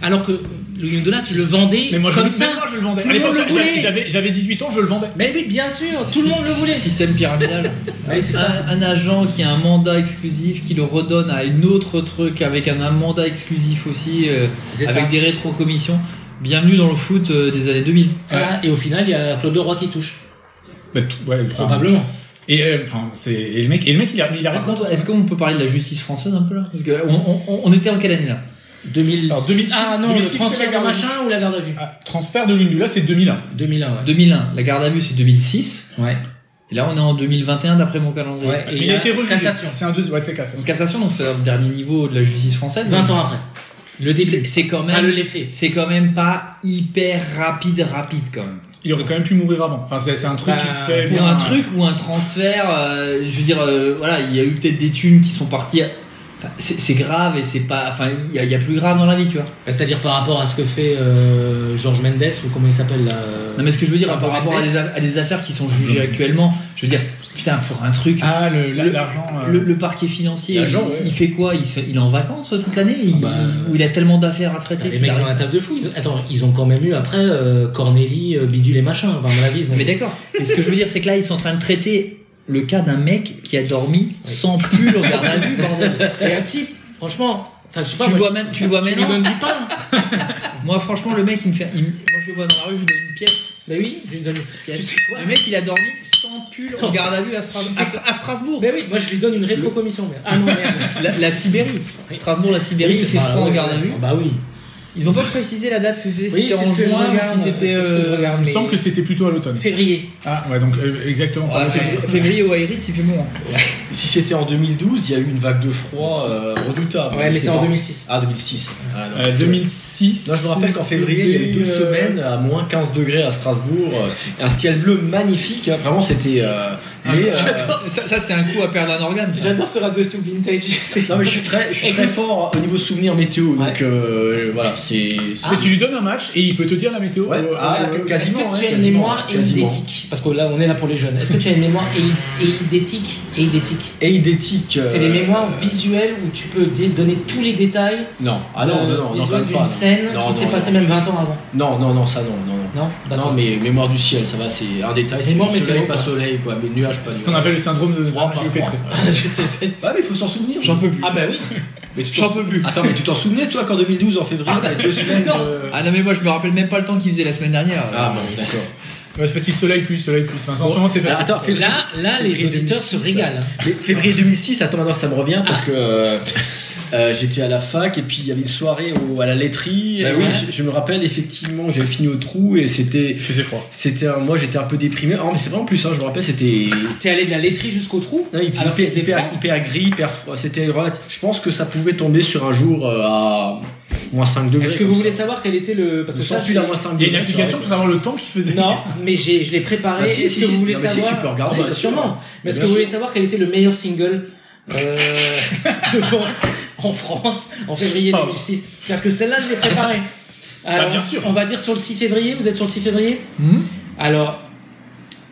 [SPEAKER 7] alors que le Yondola, tu le vendais
[SPEAKER 3] Mais moi, je,
[SPEAKER 7] comme
[SPEAKER 3] le-
[SPEAKER 7] ça.
[SPEAKER 3] mais moi, je le vendais.
[SPEAKER 7] Tout
[SPEAKER 3] À
[SPEAKER 7] le
[SPEAKER 3] l'époque,
[SPEAKER 7] monde le
[SPEAKER 3] j'a-
[SPEAKER 7] voulait.
[SPEAKER 3] j'avais j'avais 18 ans, je le vendais.
[SPEAKER 7] Mais oui, bien sûr, tout le monde le voulait.
[SPEAKER 10] Système pyramidal.
[SPEAKER 7] Ouais, c'est ça.
[SPEAKER 10] un, un agent qui a un mandat exclusif, qui le redonne à une autre truc avec un, un mandat exclusif aussi, euh,
[SPEAKER 7] C'est ça.
[SPEAKER 10] avec des rétro-commissions. Bienvenue dans le foot euh, des années 2000.
[SPEAKER 7] Voilà, et au final, il y a Claude Leroy qui touche.
[SPEAKER 3] Bah, tout- ouais, enfin,
[SPEAKER 7] Probablement.
[SPEAKER 3] Et, euh, enfin, c'est- et le mec, et le mec, il a, il a
[SPEAKER 10] Par contre, est-ce qu'on peut parler de la justice française un peu là Parce que là, on, on- on était en quelle année là
[SPEAKER 7] 2000...
[SPEAKER 3] Alors, 2006,
[SPEAKER 7] ah non,
[SPEAKER 3] 2006, c'est
[SPEAKER 7] le
[SPEAKER 3] la
[SPEAKER 7] transfert de
[SPEAKER 3] garde à vue.
[SPEAKER 7] machin ou la garde à vue
[SPEAKER 3] Ah, transfert de l'une là, c'est 2001.
[SPEAKER 7] 2001, ouais.
[SPEAKER 10] 2001. La garde à vue c'est 2006.
[SPEAKER 7] Ouais.
[SPEAKER 10] Et là on est en 2021 d'après mon calendrier.
[SPEAKER 7] Ouais. Et
[SPEAKER 3] Mais
[SPEAKER 7] il y a cassation.
[SPEAKER 3] C'est un deux, ouais, c'est cassation.
[SPEAKER 10] Donc, cassation, donc c'est le dernier niveau de la justice française.
[SPEAKER 7] 20 ans après. Le
[SPEAKER 10] C'est
[SPEAKER 7] début.
[SPEAKER 10] c'est quand
[SPEAKER 7] Enfin, le
[SPEAKER 10] même.
[SPEAKER 7] l'effet.
[SPEAKER 10] C'est quand même pas hyper rapide, rapide quand même.
[SPEAKER 3] Il aurait quand même pu mourir avant. Enfin, c'est c'est un truc
[SPEAKER 7] Bah,
[SPEAKER 3] qui se fait.
[SPEAKER 10] Pour
[SPEAKER 3] bien. euh,
[SPEAKER 10] un truc ou un transfert, euh, je veux dire, euh, voilà, il y a eu peut-être des thunes qui sont parties. à- enfin, c'est c'est grave et c'est pas. Enfin, il y, a- il y a plus grave dans la vie, tu vois.
[SPEAKER 7] Bah, C'est-à-dire par rapport à ce que fait euh, Georges Mendes ou comment il s'appelle là euh,
[SPEAKER 10] Non, mais ce que je veux dire, par
[SPEAKER 7] rapport à
[SPEAKER 10] rapport à
[SPEAKER 7] Mendes.
[SPEAKER 10] des, a- à des affaires qui sont jugées
[SPEAKER 3] Non, mais-
[SPEAKER 10] actuellement, je veux dire, putain, pour un truc.
[SPEAKER 3] Ah, le- la-
[SPEAKER 10] Le-
[SPEAKER 3] l'argent. euh,
[SPEAKER 10] Le, le parquet financier,
[SPEAKER 9] L'agent,
[SPEAKER 10] il,
[SPEAKER 9] ouais.
[SPEAKER 10] il fait quoi il, se- il est en vacances toute l'année il-
[SPEAKER 7] bah,
[SPEAKER 10] Ou il a tellement d'affaires à traiter
[SPEAKER 7] les
[SPEAKER 10] qu'il
[SPEAKER 7] mecs ils ont la
[SPEAKER 10] arrive-
[SPEAKER 7] table de fou. Ils ont- Attends, ils ont quand même eu après euh, Corneli, euh, Bidule et machin. Enfin, à mon avis, ils ont-
[SPEAKER 10] Mais d'accord. Et ce que je veux dire, c'est que là, ils sont en train de traiter le cas d'un mec qui a dormi sans pull au garde à vue, bordel.
[SPEAKER 7] Et un type, franchement. Enfin, je sais pas.
[SPEAKER 10] Tu
[SPEAKER 7] moi,
[SPEAKER 10] le vois
[SPEAKER 7] je-
[SPEAKER 10] même- tu le vois
[SPEAKER 7] Tu lui
[SPEAKER 10] maintenant
[SPEAKER 7] donnes du pain.
[SPEAKER 10] Moi, franchement, le mec, il me fait. il me- Moi, je le vois dans la rue, je lui donne une pièce.
[SPEAKER 7] Mais oui, je lui donne.
[SPEAKER 10] pièce.
[SPEAKER 7] Tu sais quoi
[SPEAKER 10] le mec, il a dormi sans pull en garde à vue à, Stras-
[SPEAKER 7] Tu sais
[SPEAKER 10] à Stra- à Strasbourg.
[SPEAKER 7] Mais oui, moi je lui donne une rétrocommission. merde. Ah non, merde.
[SPEAKER 10] La, la Sibérie. Strasbourg, la Sibérie, il fait
[SPEAKER 7] pas-
[SPEAKER 10] froid en
[SPEAKER 7] ouais,
[SPEAKER 10] garde à vue.
[SPEAKER 7] ah Bah oui.
[SPEAKER 10] Ils ont pas précisé la date, si c'était
[SPEAKER 7] Oui,
[SPEAKER 10] c'était
[SPEAKER 7] c'est
[SPEAKER 10] en
[SPEAKER 7] ce que je
[SPEAKER 10] juin ou
[SPEAKER 7] regarde,
[SPEAKER 10] si c'était. euh,
[SPEAKER 7] c'est ce que je regarde,
[SPEAKER 3] Il me
[SPEAKER 7] mais-
[SPEAKER 3] semble que c'était plutôt à l'automne.
[SPEAKER 7] Février.
[SPEAKER 3] Ah, ouais, donc euh, exactement.
[SPEAKER 10] Ah,
[SPEAKER 3] pardon.
[SPEAKER 10] février- Février au Aérite, il fait bon.
[SPEAKER 9] Si c'était en 2012, il y a eu une vague de froid euh, redoutable.
[SPEAKER 7] Ouais, mais c'est
[SPEAKER 9] pas-
[SPEAKER 7] en 2006.
[SPEAKER 9] Ah, 2006. Ah, non,
[SPEAKER 3] Euh,
[SPEAKER 9] c'est-
[SPEAKER 3] 2006.
[SPEAKER 9] Non, je me rappelle qu'en février, il y a eu deux
[SPEAKER 3] euh,
[SPEAKER 9] semaines à moins 15 degrés à Strasbourg. euh, et un ciel bleu magnifique. hein, Vraiment, c'était. euh, mais, euh,
[SPEAKER 10] Ça, ça, c'est un coup à perdre un organe. ça.
[SPEAKER 7] J'adore ce Radio Stoop Vintage.
[SPEAKER 9] non, mais je suis très, je suis très
[SPEAKER 7] Écoute.
[SPEAKER 9] fort au niveau souvenir météo. Donc,
[SPEAKER 7] Ouais.
[SPEAKER 9] euh, voilà, c'est.
[SPEAKER 3] Mais tu lui donnes un match et il peut te dire la météo.
[SPEAKER 9] Ouais,
[SPEAKER 3] euh,
[SPEAKER 9] ah, quasi-
[SPEAKER 3] euh,
[SPEAKER 7] Est-ce
[SPEAKER 9] Quasiment,
[SPEAKER 7] que tu
[SPEAKER 9] ouais,
[SPEAKER 7] as une
[SPEAKER 9] quasiment,
[SPEAKER 7] mémoire et
[SPEAKER 9] quasiment.
[SPEAKER 7] idétique Parce que là, on est là pour les jeunes. Est-ce que tu as une mémoire et, et idétique et idétique
[SPEAKER 9] Et idétique. euh,
[SPEAKER 7] C'est les mémoires visuelles où tu peux dé- donner tous les détails
[SPEAKER 9] Non, ah non,
[SPEAKER 7] euh,
[SPEAKER 9] non, non, non, quand
[SPEAKER 7] visuels
[SPEAKER 9] même pas,
[SPEAKER 7] d'une
[SPEAKER 9] non.
[SPEAKER 7] scène
[SPEAKER 9] Non,
[SPEAKER 7] qui
[SPEAKER 9] non,
[SPEAKER 7] s'est
[SPEAKER 9] non.
[SPEAKER 7] passée même 20 ans avant.
[SPEAKER 9] Non, non, non, ça non, non, non.
[SPEAKER 7] Non
[SPEAKER 9] Non,
[SPEAKER 7] D'accord.
[SPEAKER 9] mais mémoire du ciel, ça va, c'est un détail. C'est
[SPEAKER 7] Mémoire
[SPEAKER 9] soleil,
[SPEAKER 7] météo,
[SPEAKER 9] pas
[SPEAKER 7] quoi.
[SPEAKER 9] soleil, quoi, mais nuage, pas
[SPEAKER 3] C'est
[SPEAKER 9] nuage.
[SPEAKER 3] ce qu'on appelle le syndrome de
[SPEAKER 9] froid, pas froid.
[SPEAKER 3] Pétré.
[SPEAKER 9] Je sais, c'est- Ouais, mais il faut s'en souvenir.
[SPEAKER 10] J'en peux plus.
[SPEAKER 7] Ah bah oui
[SPEAKER 9] Mais tu t'en-
[SPEAKER 10] J'en peux plus.
[SPEAKER 9] Attends, mais tu t'en souvenais, toi, qu'en 2012, en février, t'avais deux semaines.
[SPEAKER 7] non.
[SPEAKER 9] de-
[SPEAKER 10] Ah non, mais moi, je me rappelle même pas le temps qu'il faisait la semaine dernière.
[SPEAKER 9] Ah, bon, d'accord.
[SPEAKER 3] Ouais, c'est facile, soleil plus, soleil plus. Enfin, en ce moment, c'est
[SPEAKER 9] Alors,
[SPEAKER 3] facile.
[SPEAKER 9] attends, février,
[SPEAKER 7] Là, là les
[SPEAKER 9] Février
[SPEAKER 7] auditeurs se
[SPEAKER 9] 2006,
[SPEAKER 7] régalent.
[SPEAKER 9] mais février 2006, attends, maintenant ça me revient parce que euh, euh, j'étais à la fac et puis il y avait une soirée au- à la laiterie.
[SPEAKER 7] Bah
[SPEAKER 9] et
[SPEAKER 7] oui.
[SPEAKER 9] je, je me rappelle effectivement, j'avais fini au trou et c'était.
[SPEAKER 3] Il faisait froid.
[SPEAKER 9] C'était un- moi j'étais un peu déprimé. Ah, mais c'est vraiment plus, hein, je me rappelle, c'était.
[SPEAKER 7] T'es allé de la laiterie jusqu'au trou
[SPEAKER 9] Non, il faisait
[SPEAKER 7] alors qu'il
[SPEAKER 9] hyper,
[SPEAKER 7] faisait
[SPEAKER 9] hyper,
[SPEAKER 7] froid
[SPEAKER 9] hyper gris, hyper froid. C'était relatif- Je pense que ça pouvait tomber sur un jour euh, à, Moins 5 degrés.
[SPEAKER 7] Est-ce que
[SPEAKER 9] comme
[SPEAKER 7] vous
[SPEAKER 9] ça.
[SPEAKER 7] voulez savoir quel était le. Parce
[SPEAKER 9] Je
[SPEAKER 7] que ça,
[SPEAKER 9] sens plus
[SPEAKER 7] je
[SPEAKER 9] la hein,
[SPEAKER 7] l'ai-
[SPEAKER 9] moins 5
[SPEAKER 3] Il y a
[SPEAKER 9] degrés.
[SPEAKER 3] une application pour savoir le temps qu'il faisait.
[SPEAKER 7] Non, mais j'ai- je l'ai préparé.
[SPEAKER 9] Bah, si,
[SPEAKER 7] Est-ce
[SPEAKER 9] si,
[SPEAKER 7] que
[SPEAKER 9] si,
[SPEAKER 7] vous voulez
[SPEAKER 9] non, mais si,
[SPEAKER 7] savoir
[SPEAKER 9] tu peux regarder,
[SPEAKER 7] Ah bah,
[SPEAKER 9] bien sûr.
[SPEAKER 7] Sûrement. Mais est-ce
[SPEAKER 9] Bien
[SPEAKER 7] que vous
[SPEAKER 9] sûr.
[SPEAKER 7] voulez savoir quel était le meilleur single euh, de vente en France en février
[SPEAKER 3] Pardon.
[SPEAKER 7] 2006 Parce que celle-là, je l'ai préparée.
[SPEAKER 9] Bah,
[SPEAKER 7] Alors,
[SPEAKER 3] bien sûr.
[SPEAKER 7] On va dire sur le 6 février. Vous êtes sur le 6 février
[SPEAKER 9] Hmm.
[SPEAKER 10] Mhm.
[SPEAKER 7] Alors,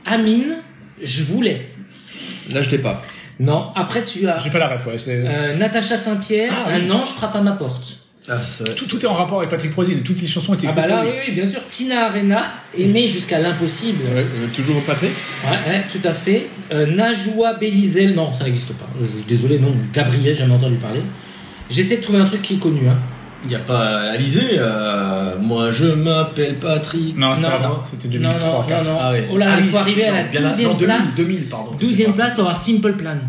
[SPEAKER 7] Amine, je voulais.
[SPEAKER 9] Là, je l'ai pas.
[SPEAKER 7] Non, après tu as
[SPEAKER 3] J'ai pas la ref, ouais. c'est-
[SPEAKER 7] euh, Natacha Saint-Pierre,
[SPEAKER 3] Ah, oui.
[SPEAKER 7] Un ange frappe à ma porte.
[SPEAKER 9] Ah, c'est vrai.
[SPEAKER 3] Tout, tout est en rapport avec Patrick Poisy, toutes les chansons étaient
[SPEAKER 7] Ah bah
[SPEAKER 3] écrites
[SPEAKER 7] là,
[SPEAKER 3] pour
[SPEAKER 7] oui,
[SPEAKER 3] lui.
[SPEAKER 7] oui, bien sûr. Tina Arena, aimée jusqu'à l'impossible.
[SPEAKER 9] Ouais, euh, toujours Patrick
[SPEAKER 7] Ouais, ouais, tout à fait. Euh, Najwa Belizel, non, ça n'existe pas. Je suis désolé, non, Gabriel, j'ai jamais entendu parler. J'essaie de trouver un truc qui est connu. Hein.
[SPEAKER 9] Il n'y a pas Alizé. euh, moi, je m'appelle Patrick.
[SPEAKER 3] Non, c'était
[SPEAKER 7] Non,
[SPEAKER 3] avant, c'était
[SPEAKER 7] Non,
[SPEAKER 3] 2003
[SPEAKER 7] non, non, non.
[SPEAKER 9] Ah ouais.
[SPEAKER 7] Oh là,
[SPEAKER 9] Ah
[SPEAKER 7] il
[SPEAKER 9] oui,
[SPEAKER 7] faut arriver à
[SPEAKER 9] non,
[SPEAKER 7] la
[SPEAKER 9] bien là-
[SPEAKER 7] 12e
[SPEAKER 9] non, 2000,
[SPEAKER 7] place.
[SPEAKER 9] 2000, pardon.
[SPEAKER 7] 12e place pour avoir Simple Plan.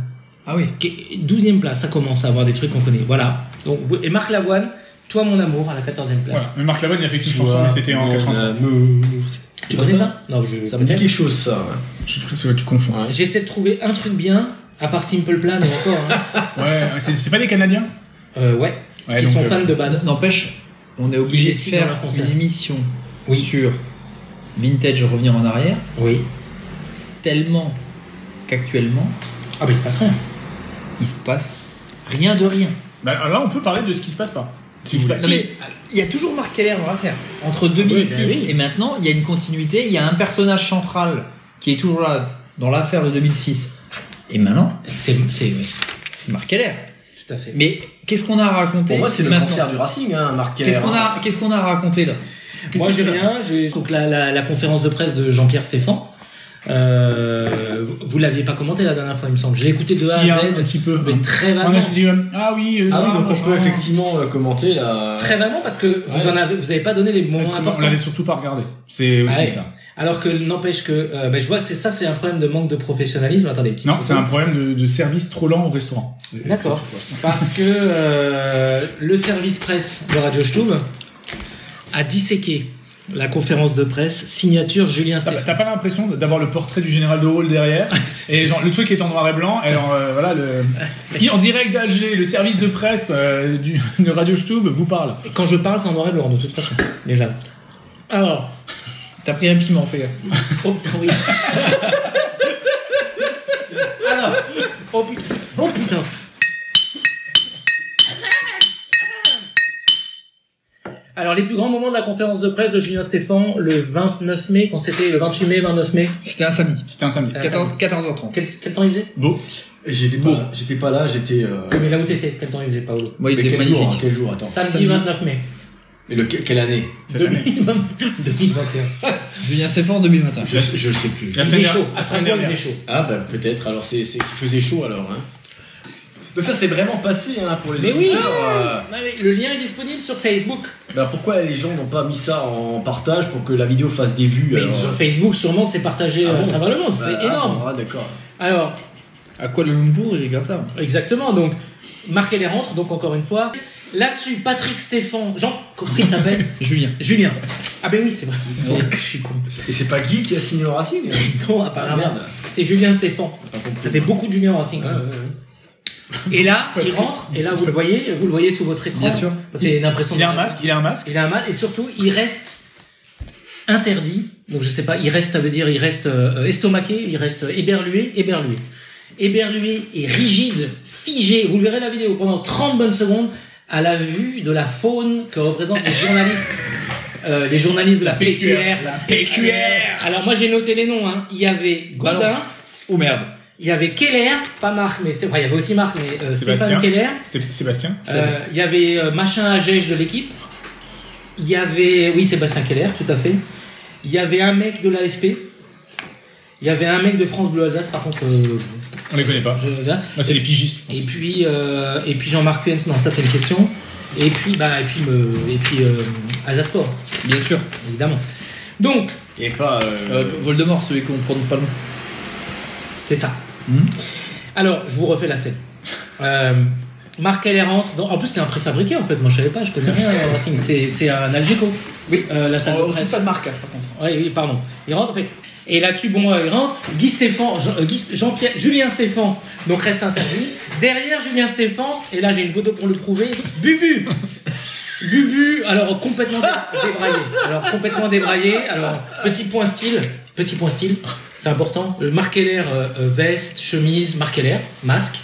[SPEAKER 9] Ah oui.
[SPEAKER 7] Qui est- 12e place, ça commence à avoir des trucs qu'on connaît. Voilà. Donc, vous- et Marc Lavoine, Toi mon amour, à la 14e place.
[SPEAKER 3] Voilà. Mais Marc Lavoine, il a fait qu'une chanson, mais c'était en 93.
[SPEAKER 7] Tu connais ça Non, je.
[SPEAKER 9] Ça me dit
[SPEAKER 7] peut-être.
[SPEAKER 9] quelque chose, ça.
[SPEAKER 3] Je crois que c'est- tu confonds.
[SPEAKER 9] Ouais.
[SPEAKER 7] J'essaie de trouver un truc bien, à part Simple Plan et encore. hein.
[SPEAKER 3] Ouais, c'est c'est pas des Canadiens
[SPEAKER 7] Euh, ouais.
[SPEAKER 3] Ouais,
[SPEAKER 7] qui
[SPEAKER 3] donc,
[SPEAKER 7] sont
[SPEAKER 3] euh,
[SPEAKER 7] fans de Bad.
[SPEAKER 10] N'empêche, on a
[SPEAKER 7] Il
[SPEAKER 10] oublié
[SPEAKER 7] est
[SPEAKER 10] de
[SPEAKER 7] si dans leur
[SPEAKER 10] faire
[SPEAKER 7] concert.
[SPEAKER 10] une émission
[SPEAKER 7] Oui.
[SPEAKER 10] sur vintage revenir en arrière,
[SPEAKER 7] Oui.
[SPEAKER 10] tellement qu'actuellement
[SPEAKER 7] Ah bah il se passe rien.
[SPEAKER 10] il se passe rien de rien.
[SPEAKER 3] Bah, alors là, on peut parler de ce qui se passe pas. Si
[SPEAKER 10] Il
[SPEAKER 3] vous
[SPEAKER 10] se
[SPEAKER 3] voulez.
[SPEAKER 10] passe- non, mais, il y a toujours Marc Keller dans l'affaire. Entre 2006
[SPEAKER 7] Oui, bah oui.
[SPEAKER 10] et maintenant, il y a une continuité, il y a un personnage central qui est toujours là dans l'affaire de 2006. Et maintenant,
[SPEAKER 7] C'est. c'est- ouais,
[SPEAKER 10] c'est Marc Keller.
[SPEAKER 7] Tout à fait.
[SPEAKER 10] Mais qu'est-ce qu'on a à raconter
[SPEAKER 9] Pour moi, c'est le
[SPEAKER 10] maintenant
[SPEAKER 9] concert du
[SPEAKER 3] Ah,
[SPEAKER 9] Racing, hein, Marc
[SPEAKER 10] Qu'est-ce
[SPEAKER 9] Keller.
[SPEAKER 10] qu'on a, qu'est-ce qu'on a à raconter là
[SPEAKER 7] Moi j'ai rien, j'ai donc la, la, la conférence de presse de Jean-Pierre Stéphan. Euh, vous- vous l'aviez pas commenté la dernière fois, il me semble. J'ai écouté de A à
[SPEAKER 3] Si,
[SPEAKER 7] Z,
[SPEAKER 3] hein, un petit peu.
[SPEAKER 7] mais
[SPEAKER 3] hein.
[SPEAKER 7] très
[SPEAKER 3] On a
[SPEAKER 7] vaguement.
[SPEAKER 3] dit, euh, ah oui, euh,
[SPEAKER 9] Ah oui,
[SPEAKER 3] non,
[SPEAKER 9] donc on
[SPEAKER 3] non,
[SPEAKER 9] peut
[SPEAKER 3] non.
[SPEAKER 9] effectivement euh, commenter la.
[SPEAKER 7] Très vaguement parce que vous en avez, vous avez pas donné les moments
[SPEAKER 3] Parce qu'on- On
[SPEAKER 7] importants.
[SPEAKER 3] l'avait surtout pas regardé. C'est aussi
[SPEAKER 7] Ouais.
[SPEAKER 3] ça.
[SPEAKER 7] Alors que n'empêche que, euh, ben, je vois, c'est ça, c'est un problème de manque de professionnalisme. Attendez, petite
[SPEAKER 3] Non,
[SPEAKER 7] photo.
[SPEAKER 3] c'est un problème de, de service trop lent au restaurant. C'est-
[SPEAKER 7] D'accord.
[SPEAKER 3] c'est tout, quoi.
[SPEAKER 7] Parce que euh, le service presse de Radio Stube a disséqué la conférence de presse signature Julien
[SPEAKER 3] T'as
[SPEAKER 7] Stéphan.
[SPEAKER 3] t'as pas l'impression d'avoir le portrait du général de Gaulle derrière et genre le truc est en noir et blanc alors euh, voilà le en direct d'Alger le service de presse euh, du, de Radio Stube vous parle
[SPEAKER 7] Quand je parle, c'est en noir et blanc de toute façon. Déjà. Alors,
[SPEAKER 10] T'as pris un piment, fais gaffe.
[SPEAKER 7] Oh oui. Alors, oh putain, oh putain. Alors, les plus grands moments de la conférence de presse de Julien Stéphan le 29 mai, quand c'était le 28 mai, 29 mai.
[SPEAKER 10] C'était un samedi,
[SPEAKER 3] c'était un samedi
[SPEAKER 7] Euh,
[SPEAKER 10] 14, 14h30.
[SPEAKER 7] Quel, quel temps il faisait
[SPEAKER 3] beau
[SPEAKER 9] J'étais pas,
[SPEAKER 10] Bon.
[SPEAKER 9] là, j'étais pas là, j'étais. euh,
[SPEAKER 7] Oui, Mais là où t'étais, quel temps il faisait, Paolo
[SPEAKER 10] Moi, il
[SPEAKER 9] mais
[SPEAKER 10] faisait
[SPEAKER 9] quel jour, hein,
[SPEAKER 10] magnifique.
[SPEAKER 9] quel jour, attends.
[SPEAKER 7] samedi,
[SPEAKER 10] samedi.
[SPEAKER 7] 29 mai.
[SPEAKER 9] Mais le- quelle année
[SPEAKER 3] cette année
[SPEAKER 7] 2021.
[SPEAKER 10] Julien Stéphane 2021.
[SPEAKER 9] je, je sais plus.
[SPEAKER 3] La
[SPEAKER 7] Il
[SPEAKER 3] semaine
[SPEAKER 7] faisait
[SPEAKER 3] dernière.
[SPEAKER 7] chaud, à
[SPEAKER 3] La semaine
[SPEAKER 7] Strasbourg, il
[SPEAKER 3] dernière.
[SPEAKER 7] faisait chaud.
[SPEAKER 9] Ah bah peut-être, alors c'est c'est qu'il faisait chaud alors. Hein. Donc ça c'est vraiment passé hein, pour les
[SPEAKER 7] Mais oui
[SPEAKER 9] auditeurs, euh,
[SPEAKER 7] Ah, Non, mais Le lien est disponible sur Facebook.
[SPEAKER 9] bah, pourquoi les gens n'ont pas mis ça en partage pour que la vidéo fasse des vues
[SPEAKER 7] Mais
[SPEAKER 9] alors,
[SPEAKER 7] sur
[SPEAKER 9] euh,
[SPEAKER 7] Facebook, sûrement que c'est partagé
[SPEAKER 9] Ah
[SPEAKER 7] euh, à
[SPEAKER 9] bon
[SPEAKER 7] travers le monde, c'est
[SPEAKER 9] bah,
[SPEAKER 7] énorme.
[SPEAKER 9] Ah, bon, ah, d'accord.
[SPEAKER 7] Alors,
[SPEAKER 10] À quoi le Lumpur, il regarde ça
[SPEAKER 7] exactement, donc Marc les rentre, donc encore une fois. Là-dessus, Patrick Stéphane, Jean, comment il s'appelle
[SPEAKER 10] Julien.
[SPEAKER 7] Julien. Ah ben oui, c'est vrai. Je suis con.
[SPEAKER 9] Et c'est pas Guy qui a signé au Racing hein
[SPEAKER 7] Non,
[SPEAKER 9] Ah,
[SPEAKER 7] apparemment.
[SPEAKER 9] merde.
[SPEAKER 7] C'est Julien Stéphane.
[SPEAKER 9] J'ai pas compris.
[SPEAKER 7] Ça fait beaucoup de Julien Racing.
[SPEAKER 9] Ouais,
[SPEAKER 7] quand
[SPEAKER 9] ouais,
[SPEAKER 7] même.
[SPEAKER 9] ouais.
[SPEAKER 7] Et là, il rentre, et là, vous le voyez, vous le voyez sous votre écran.
[SPEAKER 10] Bien sûr.
[SPEAKER 7] C'est une impression
[SPEAKER 3] il a
[SPEAKER 7] de-
[SPEAKER 3] un masque il a un masque
[SPEAKER 7] Il a un mal et surtout il reste interdit. Donc je sais pas, il reste, ça veut dire il reste euh, estomaqué, il reste éberlué, éberlué. Éberlué et rigide, figé. Vous verrez la vidéo pendant 30 bonnes secondes à la vue de la faune que représentent les journalistes. euh, les journalistes de la, PQR, la PQR. Alors moi j'ai noté les noms. Hein. Il y avait
[SPEAKER 10] Balance.
[SPEAKER 7] Godin,
[SPEAKER 10] Oh merde.
[SPEAKER 7] il y avait Keller, pas Marc, mais c'est vrai, il y avait aussi Marc, mais euh,
[SPEAKER 3] Sébastien.
[SPEAKER 7] Stéphane Keller.
[SPEAKER 3] C'était Sébastien
[SPEAKER 7] Euh, Il y avait euh, Machin Agège de l'équipe. Il y avait, oui, Sébastien Keller, tout à fait. Il y avait un mec de l'AFP. Il y avait un mec de France Bleu Alsace, par contre. euh,
[SPEAKER 3] on les connaît pas
[SPEAKER 7] je- là.
[SPEAKER 3] Là, c'est les pigistes
[SPEAKER 7] Et puis, euh, et puis Jean-Marc Huens, non, ça c'est une question. Et puis, bah, et puis, me, et puis euh, Alsace Sport,
[SPEAKER 10] Bien sûr.
[SPEAKER 7] évidemment. Donc,
[SPEAKER 9] Et pas.
[SPEAKER 10] Euh,
[SPEAKER 9] euh,
[SPEAKER 10] Voldemort, celui qu'on prononce pas le nom.
[SPEAKER 7] c'est ça.
[SPEAKER 10] Mhm.
[SPEAKER 7] Hmm. Alors, je vous refais la scène. Euh, Marc Keller rentre. dans- En plus, c'est un préfabriqué en fait. Moi, je savais pas, je connais rien au Racing. C'est c'est un Algeco. Oui. la salle de
[SPEAKER 10] On
[SPEAKER 7] presse.
[SPEAKER 10] pas de marquage par contre.
[SPEAKER 7] Oui, oui, pardon. Il rentre. fait- Et là-dessus, bon, euh, il rentre. Guy Stéphane, Jean, euh, Guy- Jean-Pierre, Julien Stéphane, donc reste interdit. Derrière Julien Stéphane, et là j'ai une photo pour le prouver, Bubu. Bubu, alors complètement dé- débraillé. Alors complètement débraillé. Alors petit point style, petit point style, c'est important. Euh, Marc Heller, euh, euh, veste, chemise, Marc Heller, masque.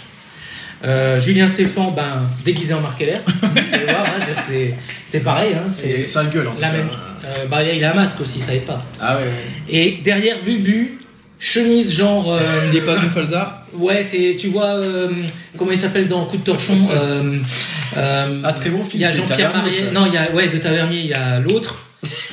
[SPEAKER 7] Euh, Julien Stéphan, ben déguisé en Marc Heller. Vous allez voir, hein, je- c'est- c'est pareil, hein, c'est
[SPEAKER 9] C'est sale gueule en tout
[SPEAKER 7] la
[SPEAKER 9] cas.
[SPEAKER 7] même. Euh, bah, il a un masque aussi, ça aide pas.
[SPEAKER 9] Ah ouais, ouais.
[SPEAKER 7] Et derrière Bubu, chemise genre. euh,
[SPEAKER 10] Des pas de Falzar.
[SPEAKER 7] ouais, c'est. Tu vois, euh, comment il s'appelle dans Coup de torchon euh, euh,
[SPEAKER 9] Ah, très bon
[SPEAKER 7] Il
[SPEAKER 9] film.
[SPEAKER 7] y a
[SPEAKER 9] c'est
[SPEAKER 7] Jean-Pierre
[SPEAKER 9] Tavernier,
[SPEAKER 7] Marié.
[SPEAKER 9] ça.
[SPEAKER 7] Non, il y a. Ouais, de Tavernier, il y a l'autre.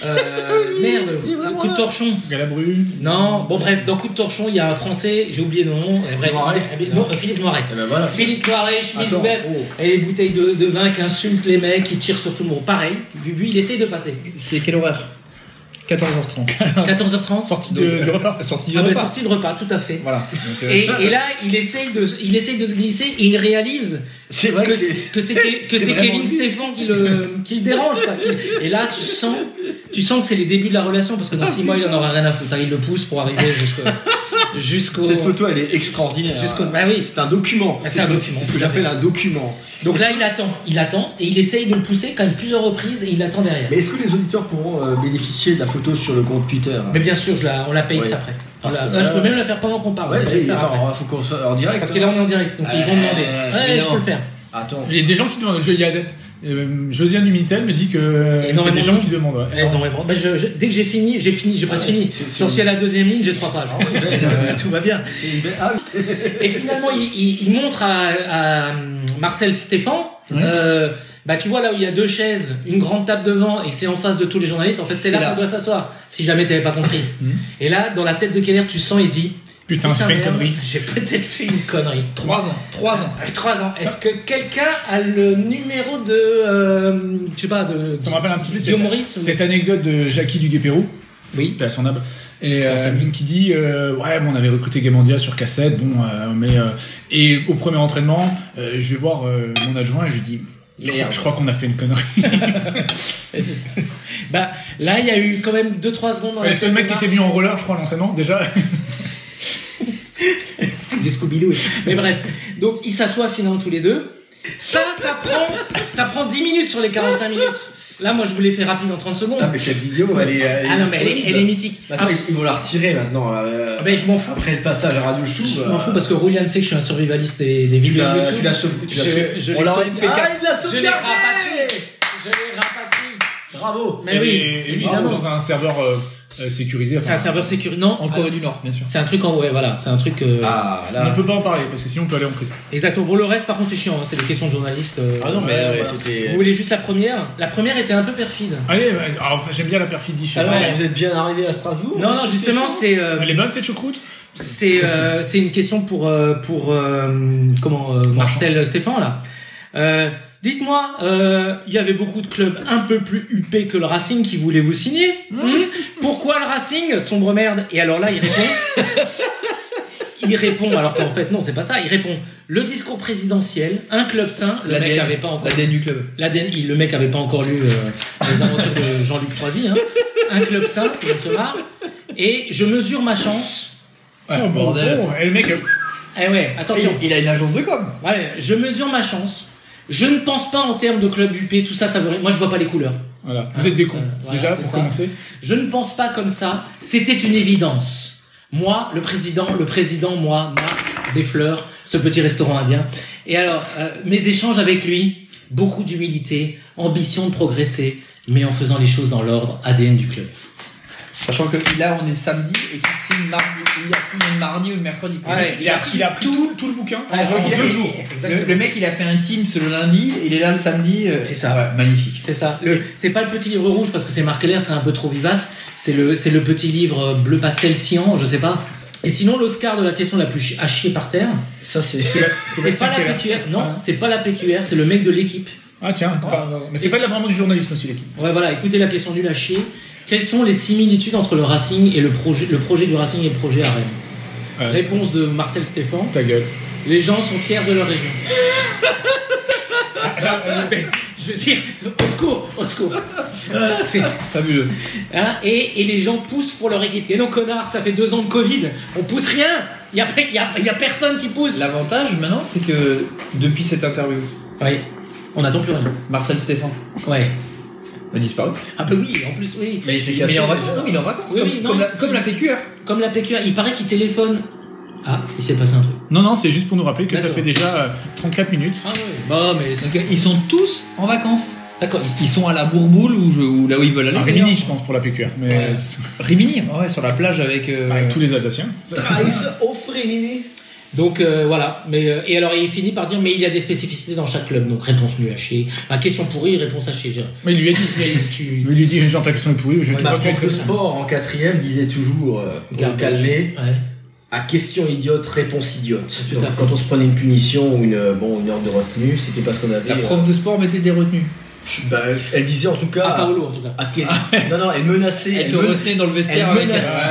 [SPEAKER 7] Euh, merde, Coup de torchon.
[SPEAKER 3] Galabru.
[SPEAKER 7] Non, bon, bref, dans Coup de torchon, il y a un Français, j'ai oublié le nom. euh, bref,
[SPEAKER 9] Noiret.
[SPEAKER 7] eh bien, non, euh, Philippe Noiret.
[SPEAKER 9] Eh ben voilà.
[SPEAKER 7] Philippe Noiret, chemise
[SPEAKER 9] Attends,
[SPEAKER 7] ouverte.
[SPEAKER 9] oh.
[SPEAKER 7] Et les bouteilles de, de vin qui insultent les mecs, qui tirent sur tout le monde. Pareil, Bubu, il essaye de passer.
[SPEAKER 10] C'est quelle horaire 14h30.
[SPEAKER 7] 14h30,
[SPEAKER 10] Sortie de, de repas. Sortie de
[SPEAKER 7] Ah ben,
[SPEAKER 10] repas.
[SPEAKER 7] sortie de repas, tout à fait.
[SPEAKER 10] Voilà. Donc, euh,
[SPEAKER 7] Et, et là, il essaye, de, il essaye de se glisser et il réalise
[SPEAKER 9] C'est vrai
[SPEAKER 7] que
[SPEAKER 9] que
[SPEAKER 7] c'est
[SPEAKER 9] c'est.
[SPEAKER 7] que c'est Ke-
[SPEAKER 9] c'est
[SPEAKER 7] que c'est
[SPEAKER 9] vraiment
[SPEAKER 7] Kevin
[SPEAKER 9] lui.
[SPEAKER 7] Stéphane qui le, qui le dérange. quoi. Qui- Et là, tu sens, tu sens que c'est les débuts de la relation parce que dans 6 mois, il en aura rien à foutre. hein. Il le pousse pour arriver jusqu'au. jusqu'au
[SPEAKER 9] Cette photo, elle est extraordinaire.
[SPEAKER 7] jusqu'au- bah oui.
[SPEAKER 9] C'est un document.
[SPEAKER 7] Ah, c'est un
[SPEAKER 9] ce que-
[SPEAKER 7] document,
[SPEAKER 9] C'est ce
[SPEAKER 7] tout
[SPEAKER 9] que
[SPEAKER 7] à
[SPEAKER 9] j'appelle
[SPEAKER 7] fait.
[SPEAKER 9] un document.
[SPEAKER 7] Donc là, il attend, il attend et il essaye de le pousser quand même plusieurs reprises et il attend derrière.
[SPEAKER 9] Mais est-ce que les auditeurs pourront euh, bénéficier de la photo sur le compte Twitter hein?
[SPEAKER 7] Mais bien sûr, je la, on la paye
[SPEAKER 9] Ouais.
[SPEAKER 7] juste après. On
[SPEAKER 9] Parce
[SPEAKER 7] la-
[SPEAKER 9] que
[SPEAKER 7] euh, je peux
[SPEAKER 9] là-
[SPEAKER 7] même la faire pendant qu'on parle. on
[SPEAKER 9] Ouais,
[SPEAKER 7] peut
[SPEAKER 9] j'ai-
[SPEAKER 7] la faire après.
[SPEAKER 9] attends, faut qu'on soit en direct.
[SPEAKER 7] Parce que là, on est en direct, donc ils vont
[SPEAKER 9] Euh,
[SPEAKER 7] demander. Ouais, je
[SPEAKER 9] évidemment.
[SPEAKER 7] peux le faire.
[SPEAKER 9] Attends.
[SPEAKER 3] Il y a des gens qui demandent. je- Il y a des- euh, Josiane du Minitel me dit que. euh, Il y a
[SPEAKER 7] Énormément.
[SPEAKER 3] des gens qui demandent. ouais.
[SPEAKER 7] Eh, non, mais bon, bah, je- je- dès que j'ai fini, j'ai fini, j'ai presque
[SPEAKER 9] ouais,
[SPEAKER 7] fini.
[SPEAKER 9] Ah, c'est- c'est-
[SPEAKER 7] J'en suis à la deuxième ligne, j'ai trois pages. Euh, Tout va bien.
[SPEAKER 9] C'est une belle- Ah oui.
[SPEAKER 7] Et finalement, il, il- il montre à, à, hum, Marcel Stéphane. euh, bah, tu vois, là où il y a deux chaises, une grande table devant et que c'est en face de tous les journalistes, en fait, c'est
[SPEAKER 10] C'est
[SPEAKER 7] là,
[SPEAKER 10] là.
[SPEAKER 7] qu'on doit s'asseoir. Si jamais t'avais pas compris.
[SPEAKER 9] Hum.
[SPEAKER 7] Et là, dans la tête de Keller, tu sens, il dit
[SPEAKER 3] Putain, j'ai fait une
[SPEAKER 7] merde,
[SPEAKER 3] connerie.
[SPEAKER 7] J'ai peut-être fait une connerie.
[SPEAKER 10] 3 ans. 3 ans.
[SPEAKER 7] Avec Trois ans. Est-ce que quelqu'un a le numéro de. euh, je sais pas, de.
[SPEAKER 3] Ça me rappelle un petit peu
[SPEAKER 7] Guillaume
[SPEAKER 3] cette,
[SPEAKER 7] Maurice ou-
[SPEAKER 3] cette anecdote de Jackie Duguay-Pérou.
[SPEAKER 7] Oui.
[SPEAKER 3] paix à son âme. Et
[SPEAKER 7] Paix à sa
[SPEAKER 3] euh,
[SPEAKER 7] mine.
[SPEAKER 3] qui dit euh, ouais bon, on avait recruté Gamandia sur cassette bon euh, mais euh, et au premier entraînement euh, je vais voir euh, mon adjoint et je lui dis je crois,
[SPEAKER 9] Merde.
[SPEAKER 3] je crois qu'on a fait une connerie.
[SPEAKER 7] bah, là, il y a eu quand même 2-3 secondes. dans
[SPEAKER 3] le
[SPEAKER 7] la
[SPEAKER 3] seul mec qui était venu en roller je crois à l'entraînement déjà.
[SPEAKER 7] Des Scooby-Doo. Mais bref, donc ils s'assoient finalement tous les deux. Ça, ça prend, ça prend 10 minutes sur les 45 minutes. Là, moi, je voulais faire rapide en 30 secondes.
[SPEAKER 9] Ah, mais cette vidéo, elle est. elle est Bah,
[SPEAKER 7] Ah non, mais elle est, elle est mythique.
[SPEAKER 9] Attends,
[SPEAKER 7] Ah,
[SPEAKER 9] ils- ils vont la retirer maintenant. euh,
[SPEAKER 7] ah ben, je m'en fous.
[SPEAKER 9] Après le passage à Radio Chou.
[SPEAKER 7] Je
[SPEAKER 9] euh,
[SPEAKER 7] m'en fous parce que Roulian sait que je suis un survivaliste des, des
[SPEAKER 9] Tu
[SPEAKER 7] vidéos
[SPEAKER 9] l'as
[SPEAKER 7] YouTube.
[SPEAKER 9] tu l'as sauvé. tu l'as
[SPEAKER 7] Je-
[SPEAKER 9] sauvé.
[SPEAKER 7] je
[SPEAKER 9] On
[SPEAKER 7] l'ai
[SPEAKER 9] l'a
[SPEAKER 7] sauvé.
[SPEAKER 9] MP4.
[SPEAKER 7] Ah,
[SPEAKER 9] il l'a
[SPEAKER 7] Je l'ai rapatrié. Je l'ai rapatrié.
[SPEAKER 9] Bravo.
[SPEAKER 7] Mais
[SPEAKER 3] Et-
[SPEAKER 7] oui,
[SPEAKER 3] et lui, il est
[SPEAKER 7] évidemment.
[SPEAKER 3] dans un serveur euh, euh, sécurisé.
[SPEAKER 7] C'est un
[SPEAKER 3] enfin,
[SPEAKER 7] serveur sécurisé. Non, euh,
[SPEAKER 10] En Corée du Nord, bien sûr.
[SPEAKER 7] C'est un truc en. Ouais, voilà. C'est un truc. euh,
[SPEAKER 9] Ah
[SPEAKER 3] on
[SPEAKER 9] là.
[SPEAKER 3] peut pas en parler parce que sinon on peut aller en prison.
[SPEAKER 7] Exactement. Pour le reste, par contre, c'est chiant. hein, C'est des questions de journalistes. euh, euh, voilà. Vous
[SPEAKER 9] c'était.
[SPEAKER 7] voulez juste la première La première était un peu perfide.
[SPEAKER 3] Allez bah, alors, enfin, j'aime bien la perfidie. je sais
[SPEAKER 9] Ah
[SPEAKER 3] pas.
[SPEAKER 9] ouais, Vous êtes bien arrivé à Strasbourg
[SPEAKER 7] Non, non, justement, c'est euh,
[SPEAKER 3] Elle est bonne cette choucroute
[SPEAKER 7] c'est euh, c'est une question pour euh, pour euh, comment euh, Marcel Stéphane là. Euh, Dites-moi, euh, il y avait beaucoup de clubs un peu plus huppés que le Racing qui voulaient vous signer. Hmm Pourquoi le Racing, sombre merde Et alors là, il répond. il répond alors qu'en fait non, c'est pas ça. Il répond le discours présidentiel, un club sain. Le mec avait pas encore
[SPEAKER 10] L'ADN du club.
[SPEAKER 7] L'ADN, il- le mec avait pas encore lu euh, les aventures de Jean-Luc Troisi, hein. un club simple, on se marre. Et je mesure ma chance.
[SPEAKER 3] Oh,
[SPEAKER 9] bordel.
[SPEAKER 3] bon, Et le mec euh,
[SPEAKER 7] Eh ouais, attention.
[SPEAKER 10] a une agence de com.
[SPEAKER 7] Ouais, je mesure ma chance. Je ne pense pas en termes de club UP, tout ça, ça veut rien. Moi, je vois pas les couleurs.
[SPEAKER 3] voilà vous êtes des cons
[SPEAKER 7] Euh, voilà,
[SPEAKER 3] déjà
[SPEAKER 7] c'est
[SPEAKER 3] pour
[SPEAKER 7] ça.
[SPEAKER 3] commencer.
[SPEAKER 7] Je ne pense pas comme ça. C'était une évidence. Moi, le président, le président, moi, Marc des fleurs, ce petit restaurant indien. Et alors, euh, mes échanges avec lui, beaucoup d'humilité, ambition de progresser, mais en faisant les choses dans l'ordre ADN du club.
[SPEAKER 10] Sachant que là, on est samedi et qu'il signe mardi, il a signé mardi ou le mercredi. quoi.
[SPEAKER 7] Ouais,
[SPEAKER 3] Il a, il a pris tout, tout le bouquin
[SPEAKER 10] Ah, donc
[SPEAKER 3] en
[SPEAKER 10] il a-
[SPEAKER 3] deux jours.
[SPEAKER 10] Le, le mec, il a fait un Teams le lundi, il est là le samedi. euh,
[SPEAKER 7] C'est ça.
[SPEAKER 10] ouais, magnifique.
[SPEAKER 7] C'est ça. Le, c'est pas le petit livre rouge parce que c'est Marc Keller, c'est un peu trop vivace. C'est le, c'est le petit livre euh, bleu pastel cyan, je sais pas. Et sinon, l'Oscar de la question la plus chi- à chier par terre,
[SPEAKER 9] Ça c'est.
[SPEAKER 3] C'est la-
[SPEAKER 7] c'est pas la
[SPEAKER 3] Keller.
[SPEAKER 7] PQR.
[SPEAKER 3] Ah.
[SPEAKER 7] Non, c'est pas la PQR, c'est le mec de l'équipe.
[SPEAKER 3] Ah tiens, bah, mais c'est pas de la vraiment du journalisme aussi l'équipe.
[SPEAKER 7] Ouais, voilà. Écoutez la question du lâcher. Quelles sont les similitudes entre le Racing et le projet, le projet du Racing et le projet Rennes
[SPEAKER 3] Euh,
[SPEAKER 7] Réponse de Marcel Stéphane.
[SPEAKER 3] Ta gueule.
[SPEAKER 7] Les gens sont fiers de leur région.
[SPEAKER 3] Là, euh, mais-
[SPEAKER 7] ben, Je veux dire, au secours, au secours. C'est
[SPEAKER 10] Fabuleux.
[SPEAKER 7] Hein, et, et les gens poussent pour leur équipe. Et non, connard, ça fait deux ans de Covid, on pousse rien. Il y a, y a- y a personne qui pousse.
[SPEAKER 10] L'avantage maintenant, c'est que depuis cette interview,
[SPEAKER 7] Oui. On n'attend plus rien.
[SPEAKER 10] Marcel Stéphane.
[SPEAKER 7] Ouais.
[SPEAKER 10] Il a disparu.
[SPEAKER 7] Ah bah oui, en plus, oui.
[SPEAKER 9] Mais c'est
[SPEAKER 10] Mais il est en
[SPEAKER 9] cassé,
[SPEAKER 10] vacances. Non, mais il est en vacances.
[SPEAKER 7] Oui,
[SPEAKER 10] comme,
[SPEAKER 7] oui, non.
[SPEAKER 10] comme la, comme la PQR.
[SPEAKER 7] Comme la PQR, il paraît qu'il téléphone. Ah, il s'est passé un truc.
[SPEAKER 3] Non, non, c'est juste pour nous rappeler que ça
[SPEAKER 7] D'accord.
[SPEAKER 3] fait déjà euh, 34 minutes.
[SPEAKER 7] Ah ouais. Bah, mais c'est-
[SPEAKER 10] Donc, ils sont tous en vacances.
[SPEAKER 7] D'accord, ils-
[SPEAKER 10] Ils sont à la Bourboule ou, je- ou là où ils veulent aller.
[SPEAKER 3] À Rimini, je pense, pour la PQR. Mais
[SPEAKER 7] Ah, hein. Ouais.
[SPEAKER 3] c'est-
[SPEAKER 10] Rimini, ouais, sur la plage avec. euh,
[SPEAKER 3] avec tous les Alsaciens. Ça, c'est-
[SPEAKER 7] Donc euh, voilà, mais euh, et alors il finit par dire mais il y a des spécificités dans chaque club, donc réponse nulle à chier. Enfin, question pourrie, réponse à chier. Je veux dire,
[SPEAKER 3] Mais il lui a dit, il lui a dit- il
[SPEAKER 7] Tu,
[SPEAKER 3] lui a dit, genre ta question est pourrie, je vais te
[SPEAKER 9] Ma
[SPEAKER 3] raconter
[SPEAKER 9] prof de
[SPEAKER 3] que-
[SPEAKER 9] sport en quatrième disait toujours, euh, pour
[SPEAKER 7] Garde-
[SPEAKER 9] le calmer,
[SPEAKER 7] ouais.
[SPEAKER 9] à question idiote, réponse idiote.
[SPEAKER 7] Tout à
[SPEAKER 9] Donc,
[SPEAKER 7] fait.
[SPEAKER 9] quand on se prenait une punition ou une, euh, bon, une heure de retenue, c'était parce qu'on avait.
[SPEAKER 10] La prof de sport mettait des retenues.
[SPEAKER 9] euh, bah, elle disait en tout cas.
[SPEAKER 7] Ah, Paolo en tout cas.
[SPEAKER 9] à que- non, non, elle menaçait.
[SPEAKER 10] Elle te
[SPEAKER 9] men-
[SPEAKER 10] retenait dans le vestiaire
[SPEAKER 9] elle
[SPEAKER 10] avec elle.
[SPEAKER 9] menaçait.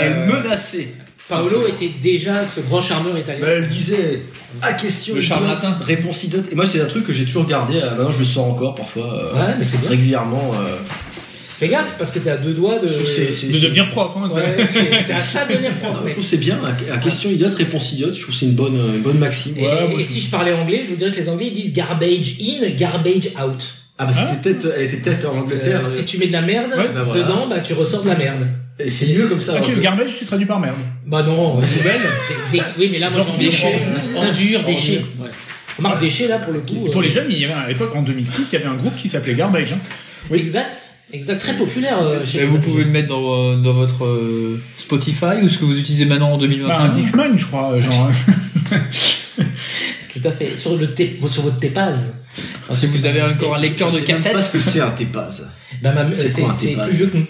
[SPEAKER 9] elle menaçait.
[SPEAKER 7] euh, Paolo était déjà ce grand charmeur italien.
[SPEAKER 9] Mais Bah, elle disait à question
[SPEAKER 10] Le
[SPEAKER 9] idiote,
[SPEAKER 10] charlatan.
[SPEAKER 9] réponse idiote. Et moi, c'est un truc que j'ai toujours gardé. euh, Maintenant, je le sors encore parfois euh,
[SPEAKER 7] Ouais, mais c'est bien.
[SPEAKER 9] régulièrement. euh,
[SPEAKER 7] Fais gaffe parce que t'es à deux doigts de.
[SPEAKER 9] je trouve que
[SPEAKER 10] Euh,
[SPEAKER 9] c'est- Ah, c'est-
[SPEAKER 3] De devenir prof. hein,
[SPEAKER 7] Ouais, t'es t'es à ça de devenir prof.
[SPEAKER 9] Je
[SPEAKER 7] mec.
[SPEAKER 9] trouve que c'est bien. À à question idiote, réponse idiote. Je trouve que c'est une bonne, euh, une bonne maxime.
[SPEAKER 7] Et,
[SPEAKER 3] Ouais, moi,
[SPEAKER 7] et
[SPEAKER 3] je-
[SPEAKER 7] si je parlais anglais, je vous dirais que les anglais ils disent garbage in, garbage out.
[SPEAKER 9] Ah bah
[SPEAKER 10] Hein
[SPEAKER 9] c'était peut-être, elle était peut-être en Angleterre.
[SPEAKER 7] Euh, si tu mets de la merde
[SPEAKER 3] Ouais,
[SPEAKER 9] bah voilà.
[SPEAKER 7] dedans, bah tu ressors de la merde.
[SPEAKER 9] Et c'est mieux comme ça.
[SPEAKER 3] Ah,
[SPEAKER 9] alors
[SPEAKER 3] tu
[SPEAKER 9] que-
[SPEAKER 3] garbage, tu traduis par merde.
[SPEAKER 7] Bah non, euh, nouvelle. Des- des- oui, mais là, moi,
[SPEAKER 3] Genre
[SPEAKER 7] j'ai
[SPEAKER 3] déchets.
[SPEAKER 7] En dur, déchet. Ouais. Remarque, déchet, là, pour le coup.
[SPEAKER 3] Pour
[SPEAKER 7] euh,
[SPEAKER 3] les jeunes, il y avait à l'époque, en 2006, il y avait un groupe qui s'appelait Garbage. hein. Oui.
[SPEAKER 7] euh, Exact. Exact. Très populaire euh, chez
[SPEAKER 10] Et
[SPEAKER 7] les
[SPEAKER 10] vous
[SPEAKER 7] Américains.
[SPEAKER 10] pouvez le mettre dans, euh, dans votre euh, Spotify ou ce que vous utilisez maintenant en 2021.
[SPEAKER 3] Bah, un Discman, je crois, euh,
[SPEAKER 10] hein.
[SPEAKER 3] genre.
[SPEAKER 7] Tout à fait. Sur, le thé- sur votre tépaz.
[SPEAKER 10] si vous avez encore un lecteur de
[SPEAKER 9] ah, Je sais même pas
[SPEAKER 10] cassette.
[SPEAKER 9] ce que c'est un Tepaz.
[SPEAKER 7] Bah, ma- euh,
[SPEAKER 9] C'est
[SPEAKER 7] c'est
[SPEAKER 9] quoi un
[SPEAKER 7] c'est
[SPEAKER 9] tépaz
[SPEAKER 7] plus vieux que nous.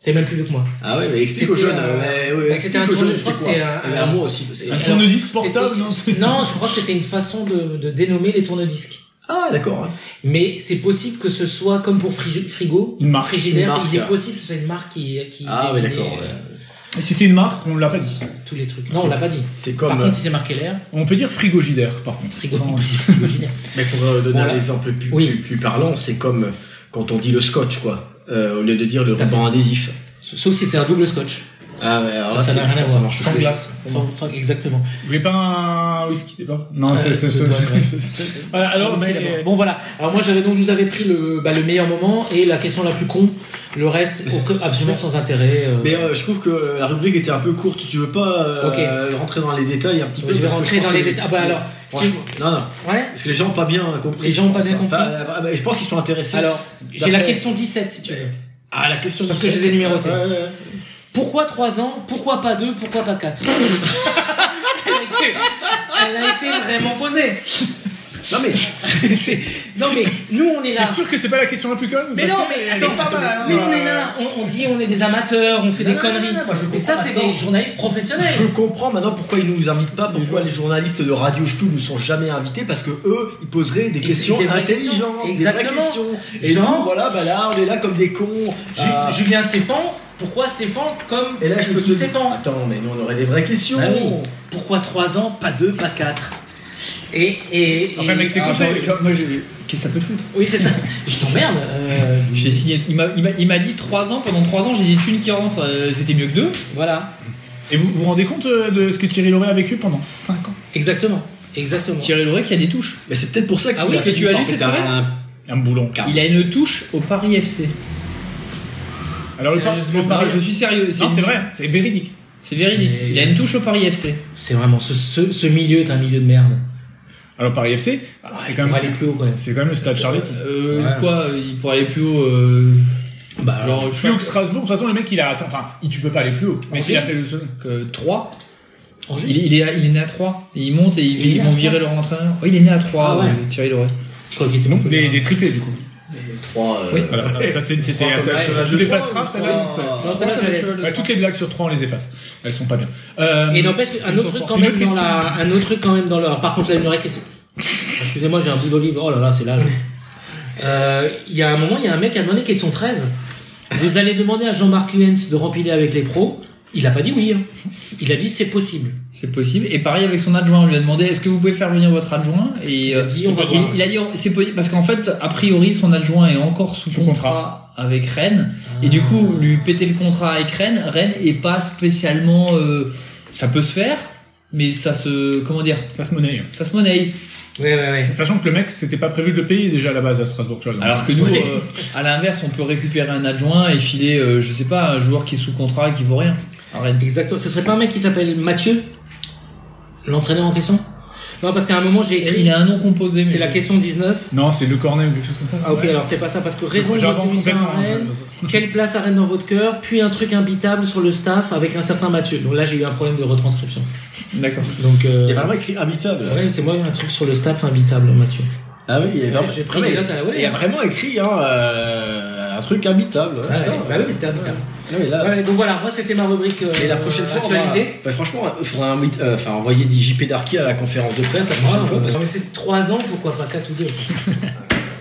[SPEAKER 7] C'est même plus vieux que moi.
[SPEAKER 9] Ah ouais, mais explique aux
[SPEAKER 7] C'était,
[SPEAKER 9] jeunes.
[SPEAKER 7] euh,
[SPEAKER 9] ouais, ouais,
[SPEAKER 7] bah,
[SPEAKER 9] explique
[SPEAKER 7] c'était un
[SPEAKER 9] aux
[SPEAKER 7] tourne-
[SPEAKER 9] jeunes,
[SPEAKER 7] je crois
[SPEAKER 9] c'est
[SPEAKER 7] que
[SPEAKER 9] quoi.
[SPEAKER 7] c'est un-
[SPEAKER 9] Et à moi aussi. parce que-
[SPEAKER 3] Un
[SPEAKER 7] Alors,
[SPEAKER 3] tourne-disque
[SPEAKER 7] c'était-
[SPEAKER 3] portable, non c'est-
[SPEAKER 7] Non, je crois que c'était une façon de, de dénommer les tourne-disques.
[SPEAKER 9] Ah d'accord.
[SPEAKER 7] Mais c'est possible que ce soit comme pour frigi- frigo,
[SPEAKER 3] Une marque.
[SPEAKER 7] frigidaire.
[SPEAKER 9] Une marque.
[SPEAKER 7] il est possible que ce soit une marque qui, qui
[SPEAKER 9] Ah ouais,
[SPEAKER 7] désignait,
[SPEAKER 9] d'accord, ouais. Ah,
[SPEAKER 7] euh,
[SPEAKER 3] Et si c'est une marque, on l'a pas dit.
[SPEAKER 7] tous les trucs. Non, on l'a pas dit.
[SPEAKER 9] C'est
[SPEAKER 7] Par
[SPEAKER 9] comme. euh,
[SPEAKER 7] contre, si c'est marqué l'air,
[SPEAKER 3] On peut dire frigogidaire, par contre.
[SPEAKER 7] frigo,
[SPEAKER 3] Sans-
[SPEAKER 7] frigoginaire.
[SPEAKER 9] Mais pour euh, donner
[SPEAKER 7] Voilà.
[SPEAKER 9] un exemple plus,
[SPEAKER 7] Oui.
[SPEAKER 9] plus, plus parlant, c'est comme quand on dit le scotch quoi. Euh, au lieu de dire le
[SPEAKER 7] Tout à
[SPEAKER 9] ruban adhésif.
[SPEAKER 7] Sauf si c'est un double scotch.
[SPEAKER 9] Ah ouais, alors là,
[SPEAKER 7] ça
[SPEAKER 9] c'est-
[SPEAKER 7] n'a rien à voir.
[SPEAKER 9] marche
[SPEAKER 7] Sans
[SPEAKER 9] plus.
[SPEAKER 7] glace. Sans, sans- exactement.
[SPEAKER 3] Vous voulez pas un whisky d'abord Non,
[SPEAKER 7] Euh,
[SPEAKER 3] c'est. c'est-
[SPEAKER 7] de
[SPEAKER 3] c'est-
[SPEAKER 7] bonne,
[SPEAKER 3] c'est-
[SPEAKER 7] ouais.
[SPEAKER 3] c'est- Voilà, alors,
[SPEAKER 7] Parce
[SPEAKER 3] mais-
[SPEAKER 7] qu'il y a- euh, Bon voilà. Alors moi j'avais donc je vous avais pris le bah, le meilleur moment et la question la plus con. Le reste aucun- absolument sans intérêt. euh.
[SPEAKER 9] Mais euh, je trouve que la rubrique était un peu courte. Tu veux pas euh, rentrer dans les détails un petit peu
[SPEAKER 7] Je vais
[SPEAKER 9] parce que
[SPEAKER 7] rentrer
[SPEAKER 9] pense
[SPEAKER 7] dans
[SPEAKER 9] que-
[SPEAKER 7] les détails. Ah bah alors,
[SPEAKER 9] Franchement, non, non.
[SPEAKER 7] ouais.
[SPEAKER 9] Parce que les gens ont pas bien compris.
[SPEAKER 7] Les gens ont pas
[SPEAKER 9] je pense, hein.
[SPEAKER 7] bien compris.
[SPEAKER 9] Enfin, ah, bah, je pense qu'ils sont intéressés.
[SPEAKER 7] Alors j'ai la
[SPEAKER 9] D'après-
[SPEAKER 7] question 17 si tu veux.
[SPEAKER 9] ah, la question.
[SPEAKER 7] Parce que je les ai numérotés.
[SPEAKER 9] Ouais, ouais, ouais.
[SPEAKER 7] Pourquoi 3 ans Pourquoi pas 2 Pourquoi pas 4 Elle a été- Elle a été vraiment posée.
[SPEAKER 9] Non mais,
[SPEAKER 7] C'est- non mais nous on est là.
[SPEAKER 3] T'es sûr que c'est pas la question la plus conne
[SPEAKER 7] Mais
[SPEAKER 3] Parce
[SPEAKER 7] non,
[SPEAKER 3] que-
[SPEAKER 7] mais
[SPEAKER 3] elle est-
[SPEAKER 7] attends, pas mal. Mais
[SPEAKER 9] mais-
[SPEAKER 7] on est là, on, on dit on est des amateurs, on fait
[SPEAKER 9] Non,
[SPEAKER 7] des
[SPEAKER 9] non,
[SPEAKER 7] conneries.
[SPEAKER 9] non, non, moi, je
[SPEAKER 7] mais
[SPEAKER 9] comprends
[SPEAKER 7] ça, c'est
[SPEAKER 9] maintenant.
[SPEAKER 7] des journalistes professionnels.
[SPEAKER 9] je comprends maintenant pourquoi ils nous invitent pas, pourquoi les journalistes de Radio Stub ne sont jamais invités, parce que eux, ils poseraient des
[SPEAKER 7] Et
[SPEAKER 9] questions
[SPEAKER 7] des vraies
[SPEAKER 9] intelligentes,
[SPEAKER 7] questions.
[SPEAKER 9] des vraies
[SPEAKER 7] Exactement.
[SPEAKER 9] questions. Et
[SPEAKER 7] Genre-
[SPEAKER 9] nous, voilà, bah là, on est là comme des cons.
[SPEAKER 7] Ju-
[SPEAKER 9] Ah,
[SPEAKER 7] Julien Stéphane, pourquoi Stéphane comme
[SPEAKER 9] et là, je peux
[SPEAKER 7] Guy
[SPEAKER 9] te dire, Ah
[SPEAKER 7] Stéphane
[SPEAKER 9] attends, mais nous, on aurait des vraies questions.
[SPEAKER 7] Bah oui. Pourquoi 3 ans, pas 2, pas 4 et, et,
[SPEAKER 3] Après,
[SPEAKER 7] et-
[SPEAKER 3] mec, c'est
[SPEAKER 10] Ah,
[SPEAKER 3] comme ça.
[SPEAKER 10] genre- genre, moi, j'ai- qu'est-ce que ça peut foutre
[SPEAKER 7] Oui, c'est ça. Je t'emmerde. euh,
[SPEAKER 10] J'ai signé. Il m'a- il m'a- il m'a dit 3 ans. Pendant 3 ans, j'ai dit une qui rentre. euh, C'était mieux que deux.
[SPEAKER 7] Voilà,
[SPEAKER 3] Et vous vous rendez compte euh, de ce que Thierry Loret a vécu pendant 5 ans
[SPEAKER 7] exactement. Exactement.
[SPEAKER 10] Thierry Loret qui a des touches.
[SPEAKER 9] Mais c'est peut-être pour ça que
[SPEAKER 10] Ah oui, parce que tu as lu cette semaine
[SPEAKER 3] Un boulon.
[SPEAKER 10] Il a une touche au Paris FC.
[SPEAKER 3] Alors, le par-
[SPEAKER 7] Sérieusement,
[SPEAKER 3] le par-
[SPEAKER 7] Paris-
[SPEAKER 10] je suis sérieux.
[SPEAKER 3] Non, c'est vrai, c'est véridique.
[SPEAKER 10] C'est véridique.
[SPEAKER 7] Mais-
[SPEAKER 10] Il a une touche au Paris FC.
[SPEAKER 7] C'est vraiment ce, ce, ce milieu est un milieu de merde.
[SPEAKER 3] Alors, Paris FC, ah, c'est quand
[SPEAKER 7] On va aller
[SPEAKER 3] même.
[SPEAKER 7] plus haut quand même.
[SPEAKER 3] C'est quand même le stade Charletti.
[SPEAKER 10] Euh,
[SPEAKER 7] Ouais.
[SPEAKER 10] Quoi euh, Il pourrait aller plus haut. euh,
[SPEAKER 7] Bah,
[SPEAKER 10] Genre, je
[SPEAKER 3] Plus haut que Strasbourg, de toute façon, le mec, il a atteint. Enfin, il- tu peux pas aller plus haut. Le mec,
[SPEAKER 10] Ok.
[SPEAKER 3] il a fait le seul.
[SPEAKER 10] 3.
[SPEAKER 7] Angers.
[SPEAKER 10] Il, il est, à- il est né à 3. Et il monte et ils,
[SPEAKER 7] Il est
[SPEAKER 10] ils
[SPEAKER 7] né à
[SPEAKER 10] vont
[SPEAKER 7] Troyes
[SPEAKER 10] virer leur entraîneur. Oui, il est né à 3,
[SPEAKER 7] Ah ouais.
[SPEAKER 10] Thierry Loret.
[SPEAKER 7] Je crois qu'il était
[SPEAKER 3] Donc,
[SPEAKER 7] beaucoup
[SPEAKER 3] des,
[SPEAKER 7] bien.
[SPEAKER 3] des triplés, du coup.
[SPEAKER 9] Trois, euh,
[SPEAKER 3] Voilà, ça, c'est- c'était
[SPEAKER 9] Trois
[SPEAKER 3] assez.
[SPEAKER 9] comme
[SPEAKER 3] assez-
[SPEAKER 9] la-
[SPEAKER 3] Tu les
[SPEAKER 9] Trois,
[SPEAKER 3] passeras,
[SPEAKER 9] ou
[SPEAKER 7] Ah
[SPEAKER 3] celle-là
[SPEAKER 9] trois, euh,
[SPEAKER 7] Non, celle-là, je la laisse.
[SPEAKER 3] Ouais, Toutes les blagues sur 3, on les efface. Elles sont pas bien. Euh,
[SPEAKER 7] Et n'empêche qu'un autre truc quand même dans la, un autre truc quand même dans leur. Par contre, là, une vraie question. Excusez-moi, j'ai un bout d'olive. Oh là là, c'est l'âge. Euh, Il y a un moment, il y a un mec qui a demandé question 13. Vous allez demander à Jean-Marc Huens de rempiler avec les pros. Il a pas dit oui. hein. Il a dit c'est possible.
[SPEAKER 10] C'est possible. Et pareil avec son adjoint, on lui a demandé est-ce que vous pouvez faire venir votre adjoint Et
[SPEAKER 7] Il a
[SPEAKER 10] euh,
[SPEAKER 7] dit on va
[SPEAKER 10] il,
[SPEAKER 7] voir.
[SPEAKER 10] il a dit c'est possible parce qu'en fait, a priori, son adjoint est encore sous,
[SPEAKER 3] Sous
[SPEAKER 10] contrat. avec Rennes.
[SPEAKER 7] Ah.
[SPEAKER 10] Et du coup, lui péter le contrat avec Rennes, Rennes est pas spécialement. euh, ça peut se faire, mais ça se comment dire
[SPEAKER 3] Ça se monnaie.
[SPEAKER 10] Ça se monnaie.
[SPEAKER 7] Ouais, ouais, ouais.
[SPEAKER 3] Sachant que le mec, c'était pas prévu de le payer déjà à la base à Strasbourg. Tu vois, donc,
[SPEAKER 10] Alors que nous,
[SPEAKER 3] ouais.
[SPEAKER 10] euh, à l'inverse, on peut récupérer un adjoint et filer, euh, je sais pas, un joueur qui est sous contrat et qui vaut rien. Arrête.
[SPEAKER 7] Exactement. Ce serait pas un mec qui s'appelle Mathieu L'entraîneur en question Non, parce qu'à un moment, j'ai
[SPEAKER 10] Il
[SPEAKER 7] écrit.
[SPEAKER 10] a un nom composé, mais.
[SPEAKER 7] C'est la question 19.
[SPEAKER 3] Non, c'est Le Cornet ou quelque chose comme ça.
[SPEAKER 7] Ah, ok,
[SPEAKER 3] Ouais.
[SPEAKER 7] alors c'est pas ça, parce que raison de votre
[SPEAKER 3] J'invente
[SPEAKER 7] démission
[SPEAKER 3] complètement.
[SPEAKER 7] à
[SPEAKER 3] hein,
[SPEAKER 7] Rennes,
[SPEAKER 3] je-
[SPEAKER 7] quelle place à Rennes dans votre cœur, puis un truc imbitable sur le staff avec un certain Mathieu. Donc là, j'ai eu un problème de retranscription.
[SPEAKER 10] D'accord.
[SPEAKER 7] Donc. euh,
[SPEAKER 9] Il y a vraiment écrit imbitable.
[SPEAKER 7] ouais, c'est moi un truc sur le staff imbitable, Mathieu.
[SPEAKER 9] Ah oui, il y a vraiment,
[SPEAKER 7] j'ai pris
[SPEAKER 9] Ah, mais
[SPEAKER 7] des notes à la volée.
[SPEAKER 9] Il y a vraiment écrit hein, euh, un truc imbitable.
[SPEAKER 7] Ah, ouais,
[SPEAKER 9] D'accord.
[SPEAKER 7] bah oui, mais c'était imbitable.
[SPEAKER 9] Non, mais là-
[SPEAKER 7] Ouais, donc voilà, moi c'était ma rubrique. euh,
[SPEAKER 9] Et la prochaine fois,
[SPEAKER 7] actualité.
[SPEAKER 9] on va- bah, franchement, il faudrait un- euh, enfin, envoyer JP Darky à la conférence de presse la prochaine
[SPEAKER 7] Ah,
[SPEAKER 9] fois. parce
[SPEAKER 7] on va laisser 3 ans, pourquoi pas 4 ou 2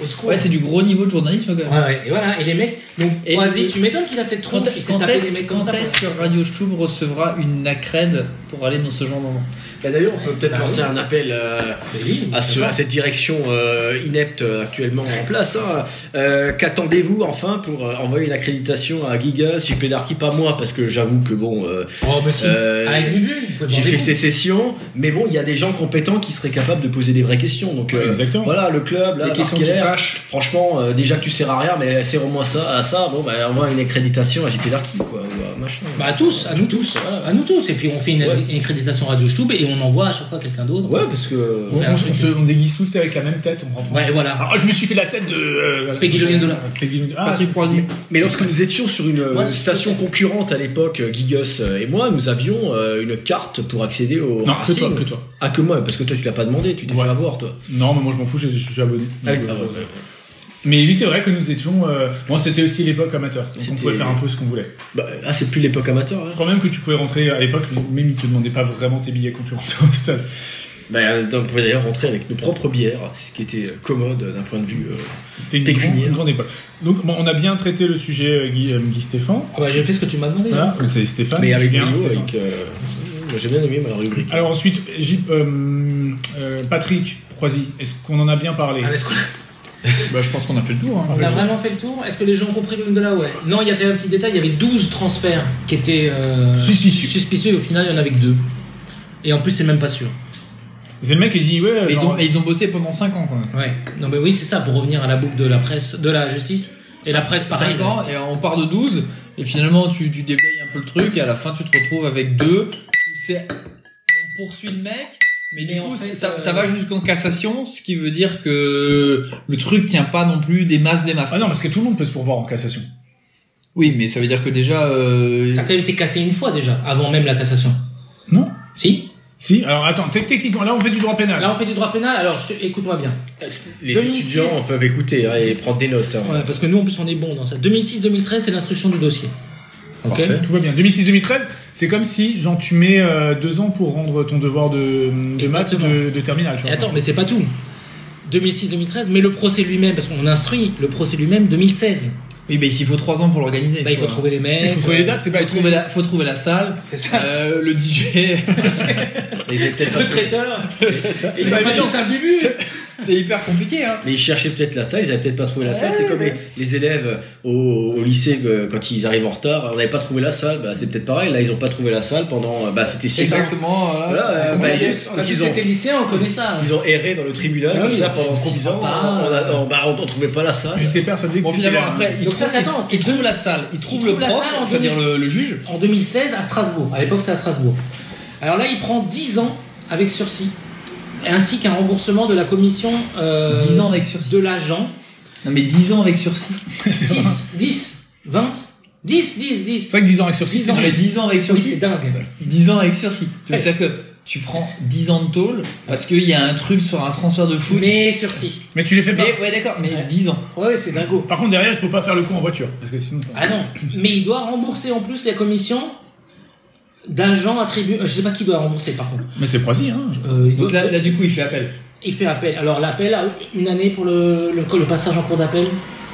[SPEAKER 7] Au secours.
[SPEAKER 10] Ouais, c'est du gros niveau de journalisme quand même.
[SPEAKER 7] Ouais, ouais, et voilà, et les mecs. Donc,
[SPEAKER 10] Et-
[SPEAKER 7] vas-y, tu m'étonnes qu'il a cette
[SPEAKER 10] Quand,
[SPEAKER 7] tronche, il s'est
[SPEAKER 10] quand
[SPEAKER 7] tapé des
[SPEAKER 10] est-ce
[SPEAKER 7] mecs comme ça.
[SPEAKER 10] quand est-ce que Radio Stub recevra une nacred pour aller dans ce genre de moment
[SPEAKER 9] que- Bah, D'ailleurs, on peut peut-être
[SPEAKER 7] Bah
[SPEAKER 9] lancer
[SPEAKER 7] oui.
[SPEAKER 9] un appel euh,
[SPEAKER 7] Mais oui, mais
[SPEAKER 9] à,
[SPEAKER 7] c'est
[SPEAKER 9] ce-
[SPEAKER 7] pas-
[SPEAKER 9] à cette direction euh, inepte euh, actuellement en place. hein. Euh, Qu'attendez-vous enfin pour euh, envoyer une accréditation à Gigas, JP Darky, pas moi, parce que j'avoue que bon, euh,
[SPEAKER 7] Oh, mais si.
[SPEAKER 9] Euh,
[SPEAKER 7] Avec Bubu, il faut
[SPEAKER 9] j'ai
[SPEAKER 7] demander
[SPEAKER 9] fait sécession, mais bon, il y a des gens compétents qui seraient capables de poser des vraies questions. Donc euh,
[SPEAKER 3] Exactement.
[SPEAKER 9] voilà, le club, là,
[SPEAKER 3] Des questions qui
[SPEAKER 9] Marqueller,
[SPEAKER 3] fâchent.
[SPEAKER 9] Franchement, euh, déjà que tu sers à rien, mais sert au moins ça, à ça, bon, bah, au moins une accréditation à JP Darky, quoi, ou à machin.
[SPEAKER 7] Bah à tous, à nous tous,
[SPEAKER 9] Voilà.
[SPEAKER 7] à nous tous. Et puis on fait une,
[SPEAKER 9] Ouais.
[SPEAKER 7] une accréditation Radio Stube et on envoie à chaque fois quelqu'un d'autre.
[SPEAKER 9] Ouais, parce que.
[SPEAKER 3] On,
[SPEAKER 7] fait un
[SPEAKER 3] on-
[SPEAKER 7] truc.
[SPEAKER 3] on se- on déguise tous avec la même tête. On rentre.
[SPEAKER 7] Ouais, voilà.
[SPEAKER 3] Ah, je me suis fait la tête de. euh, voilà.
[SPEAKER 7] Peggy Loyandola.
[SPEAKER 3] Peggy Loyandola. Ah,
[SPEAKER 10] Patrick
[SPEAKER 3] c'est-
[SPEAKER 10] Poisny.
[SPEAKER 9] Mais lorsque nous étions sur une euh,
[SPEAKER 7] Moi, c'est-
[SPEAKER 9] station concurrente à l'époque, euh, Gigas euh, et moi, nous avions euh, une carte pour accéder au.
[SPEAKER 3] Non, que
[SPEAKER 9] Racing.
[SPEAKER 3] toi, que toi.
[SPEAKER 9] Ah, que moi, parce que toi, tu l'as pas demandé, tu t'es
[SPEAKER 3] Ouais.
[SPEAKER 9] fait avoir, toi.
[SPEAKER 3] Non, mais moi je m'en fous, je, je suis abonné.
[SPEAKER 9] Ah oui,
[SPEAKER 3] Donc,
[SPEAKER 9] ah,
[SPEAKER 3] euh,
[SPEAKER 9] ouais, ouais.
[SPEAKER 3] Mais oui, c'est vrai que nous étions. euh, Bon, c'était aussi l'époque amateur. Donc on
[SPEAKER 9] C'était-
[SPEAKER 3] pouvait faire un peu ce qu'on voulait.
[SPEAKER 9] Bah, ah, c'est plus l'époque amateur,
[SPEAKER 3] Je
[SPEAKER 9] hein.
[SPEAKER 3] crois même que tu pouvais rentrer à l'époque, même ils te demandaient pas vraiment tes billets quand tu rentrais au stade.
[SPEAKER 9] Bah, euh, on pouvait d'ailleurs rentrer avec nos propres bières, ce qui était euh, commode euh, d'un point de vue. euh,
[SPEAKER 3] C'était une,
[SPEAKER 9] Pécuniaire.
[SPEAKER 3] grande- une grande époque. Donc bon, on a bien traité le sujet, euh, Guy, euh, Guy Stéphane.
[SPEAKER 7] Ah bah j'ai fait ce que tu m'as demandé.
[SPEAKER 3] Voilà, c'est Stéphane.
[SPEAKER 9] mais avec
[SPEAKER 3] Julien,
[SPEAKER 9] Bruno,
[SPEAKER 3] Stéphane.
[SPEAKER 9] avec. euh, moi, J'ai bien aimé ma rubrique.
[SPEAKER 3] Alors ensuite, J- euh, euh, Patrick Croisy, est-ce qu'on en a bien parlé
[SPEAKER 7] Ah, est-ce qu'on a-
[SPEAKER 11] Bah, je pense qu'on a fait le tour. hein.
[SPEAKER 7] on a vraiment fait le tour Est-ce que les gens ont compris le Ndola Ouais. Non, il y a quand même un petit détail. Il y avait 12 transferts qui étaient euh,
[SPEAKER 3] Suspicieux.
[SPEAKER 7] Suspicieux. Et au final, il y en avait que deux. Et en plus, c'est même pas sûr.
[SPEAKER 3] C'est le mec qui dit ouais.
[SPEAKER 11] Et ils,
[SPEAKER 3] genre,
[SPEAKER 11] ont, et ils ont bossé pendant 5 ans quand même.
[SPEAKER 7] Ouais. Non mais oui, c'est ça. Pour revenir à la boucle de la presse, de la justice et la presse pareil.
[SPEAKER 11] Cinq ans, et on part de 12, et finalement tu, tu déblayes un peu le truc, et à la fin tu te retrouves avec 2, c'est. On poursuit le mec, mais du
[SPEAKER 7] Mais en
[SPEAKER 11] coup
[SPEAKER 7] fait,
[SPEAKER 11] ça,
[SPEAKER 7] euh,
[SPEAKER 11] ça va jusqu'en cassation, ce qui veut dire que le truc tient pas non plus des masses des masses.
[SPEAKER 3] Ah non, parce que tout le monde peut se pourvoir en cassation.
[SPEAKER 11] Oui, mais ça veut dire que déjà. euh,
[SPEAKER 7] Ça a quand même été cassé une fois déjà, avant même la cassation.
[SPEAKER 3] Non
[SPEAKER 7] Si
[SPEAKER 3] Si. Alors attends, tec- techniquement, là on fait du droit pénal.
[SPEAKER 7] Là, on fait du droit pénal. Alors, je te- écoute-moi bien.
[SPEAKER 9] Les
[SPEAKER 7] 2006.
[SPEAKER 9] étudiants peuvent écouter hein, et prendre des notes. hein.
[SPEAKER 7] Ouais, parce que nous, en plus, on est bon dans ça. 2006-2013, c'est l'instruction du dossier. Ok.
[SPEAKER 3] Parfait. Tout va bien. 2006-2013, c'est comme si genre tu mets euh, deux ans pour rendre ton devoir de, de maths
[SPEAKER 7] Exactement.
[SPEAKER 3] de, de terminale. tu
[SPEAKER 7] Et
[SPEAKER 3] vois.
[SPEAKER 7] attends, mais c'est pas tout. 2006-2013, mais le procès lui-même, parce qu'on instruit le procès lui-même 2016.
[SPEAKER 11] Oui, mais il faut 3 ans pour l'organiser.
[SPEAKER 7] Bah, il faut
[SPEAKER 11] quoi.
[SPEAKER 7] trouver les mecs. euh,
[SPEAKER 3] Il faut trouver les dates, c'est pas.
[SPEAKER 11] Faut trouver, la, faut trouver la salle, euh, le DJ.
[SPEAKER 9] Mais ils étaient peut-être
[SPEAKER 7] Le
[SPEAKER 9] pas-
[SPEAKER 7] traiteur. Et
[SPEAKER 11] bah,
[SPEAKER 7] maintenant, c'est un bubu.
[SPEAKER 11] C'est hyper compliqué, hein.
[SPEAKER 9] Mais ils cherchaient peut-être la salle, ils avaient peut-être pas trouvé la salle. c'est comme les, les élèves au, au lycée euh, quand ils arrivent en retard, on n'avait pas trouvé la salle. Bah, c'est peut-être pareil. Là, ils ont pas trouvé la salle pendant. euh, Bah, c'était six ans.
[SPEAKER 11] Exactement. voilà,
[SPEAKER 9] Voilà,
[SPEAKER 11] c'est
[SPEAKER 9] euh,
[SPEAKER 11] compliqué.
[SPEAKER 9] bah, ils-
[SPEAKER 7] On a
[SPEAKER 9] ils
[SPEAKER 7] tous
[SPEAKER 9] ont-
[SPEAKER 7] été lycéens, on connaît ça.
[SPEAKER 9] Ils ont erré dans le tribunal
[SPEAKER 7] Ah
[SPEAKER 9] comme
[SPEAKER 7] oui,
[SPEAKER 9] ça
[SPEAKER 7] je
[SPEAKER 9] pendant
[SPEAKER 7] comprends
[SPEAKER 9] 6 ans.
[SPEAKER 7] pas.
[SPEAKER 9] On, a- on, bah, on- on trouvait pas la salle.
[SPEAKER 3] J'étais persuadé que
[SPEAKER 11] Bon,
[SPEAKER 3] c'était
[SPEAKER 11] finalement,
[SPEAKER 3] la-
[SPEAKER 11] après, ils
[SPEAKER 7] Donc ça,
[SPEAKER 11] trouvent-
[SPEAKER 7] ça attend, c'est
[SPEAKER 11] ils trouvent la salle, ils trouvent le
[SPEAKER 7] trouvent la
[SPEAKER 11] prof,
[SPEAKER 7] salle en
[SPEAKER 11] c'est-à-dire le, le juge.
[SPEAKER 7] en 2016 à Strasbourg. À l'époque, c'était à Strasbourg. Alors là, il prend 10 ans avec sursis, ainsi qu'un remboursement de la commission euh,
[SPEAKER 11] 10 ans avec sursis.
[SPEAKER 7] de l'agent.
[SPEAKER 11] Non, mais 10 ans avec sursis.
[SPEAKER 7] 6, 10, 20, 10, 10, 10.
[SPEAKER 3] C'est vrai que 10 ans avec sursis,
[SPEAKER 7] Dix
[SPEAKER 3] c'est
[SPEAKER 7] ans.
[SPEAKER 11] Non, mais 10 ans avec
[SPEAKER 7] Oui, c'est
[SPEAKER 11] sursis.
[SPEAKER 7] dingue.
[SPEAKER 11] 10 ans avec sursis. Tu veux dire que tu prends 10 ans de tôle parce qu'il y a un truc sur un transfert de foot.
[SPEAKER 7] Mais sursis.
[SPEAKER 3] Mais tu les fais pas.
[SPEAKER 11] Mais- ouais, d'accord, mais
[SPEAKER 7] Ouais.
[SPEAKER 11] 10 ans.
[SPEAKER 7] Ouais, c'est dingo.
[SPEAKER 3] Par contre, derrière, il faut pas faire le coup en voiture. Parce que sinon, ça...
[SPEAKER 7] Ah non, mais il doit rembourser en plus les commissions d'agents attribués. Euh, Je sais pas qui doit rembourser par contre.
[SPEAKER 3] Mais c'est Croisy, hein.
[SPEAKER 7] Euh, il, doit-
[SPEAKER 11] Donc là, là, du coup, il fait appel.
[SPEAKER 7] il fait appel. Alors l'appel a une année pour le, le, le passage en cours d'appel.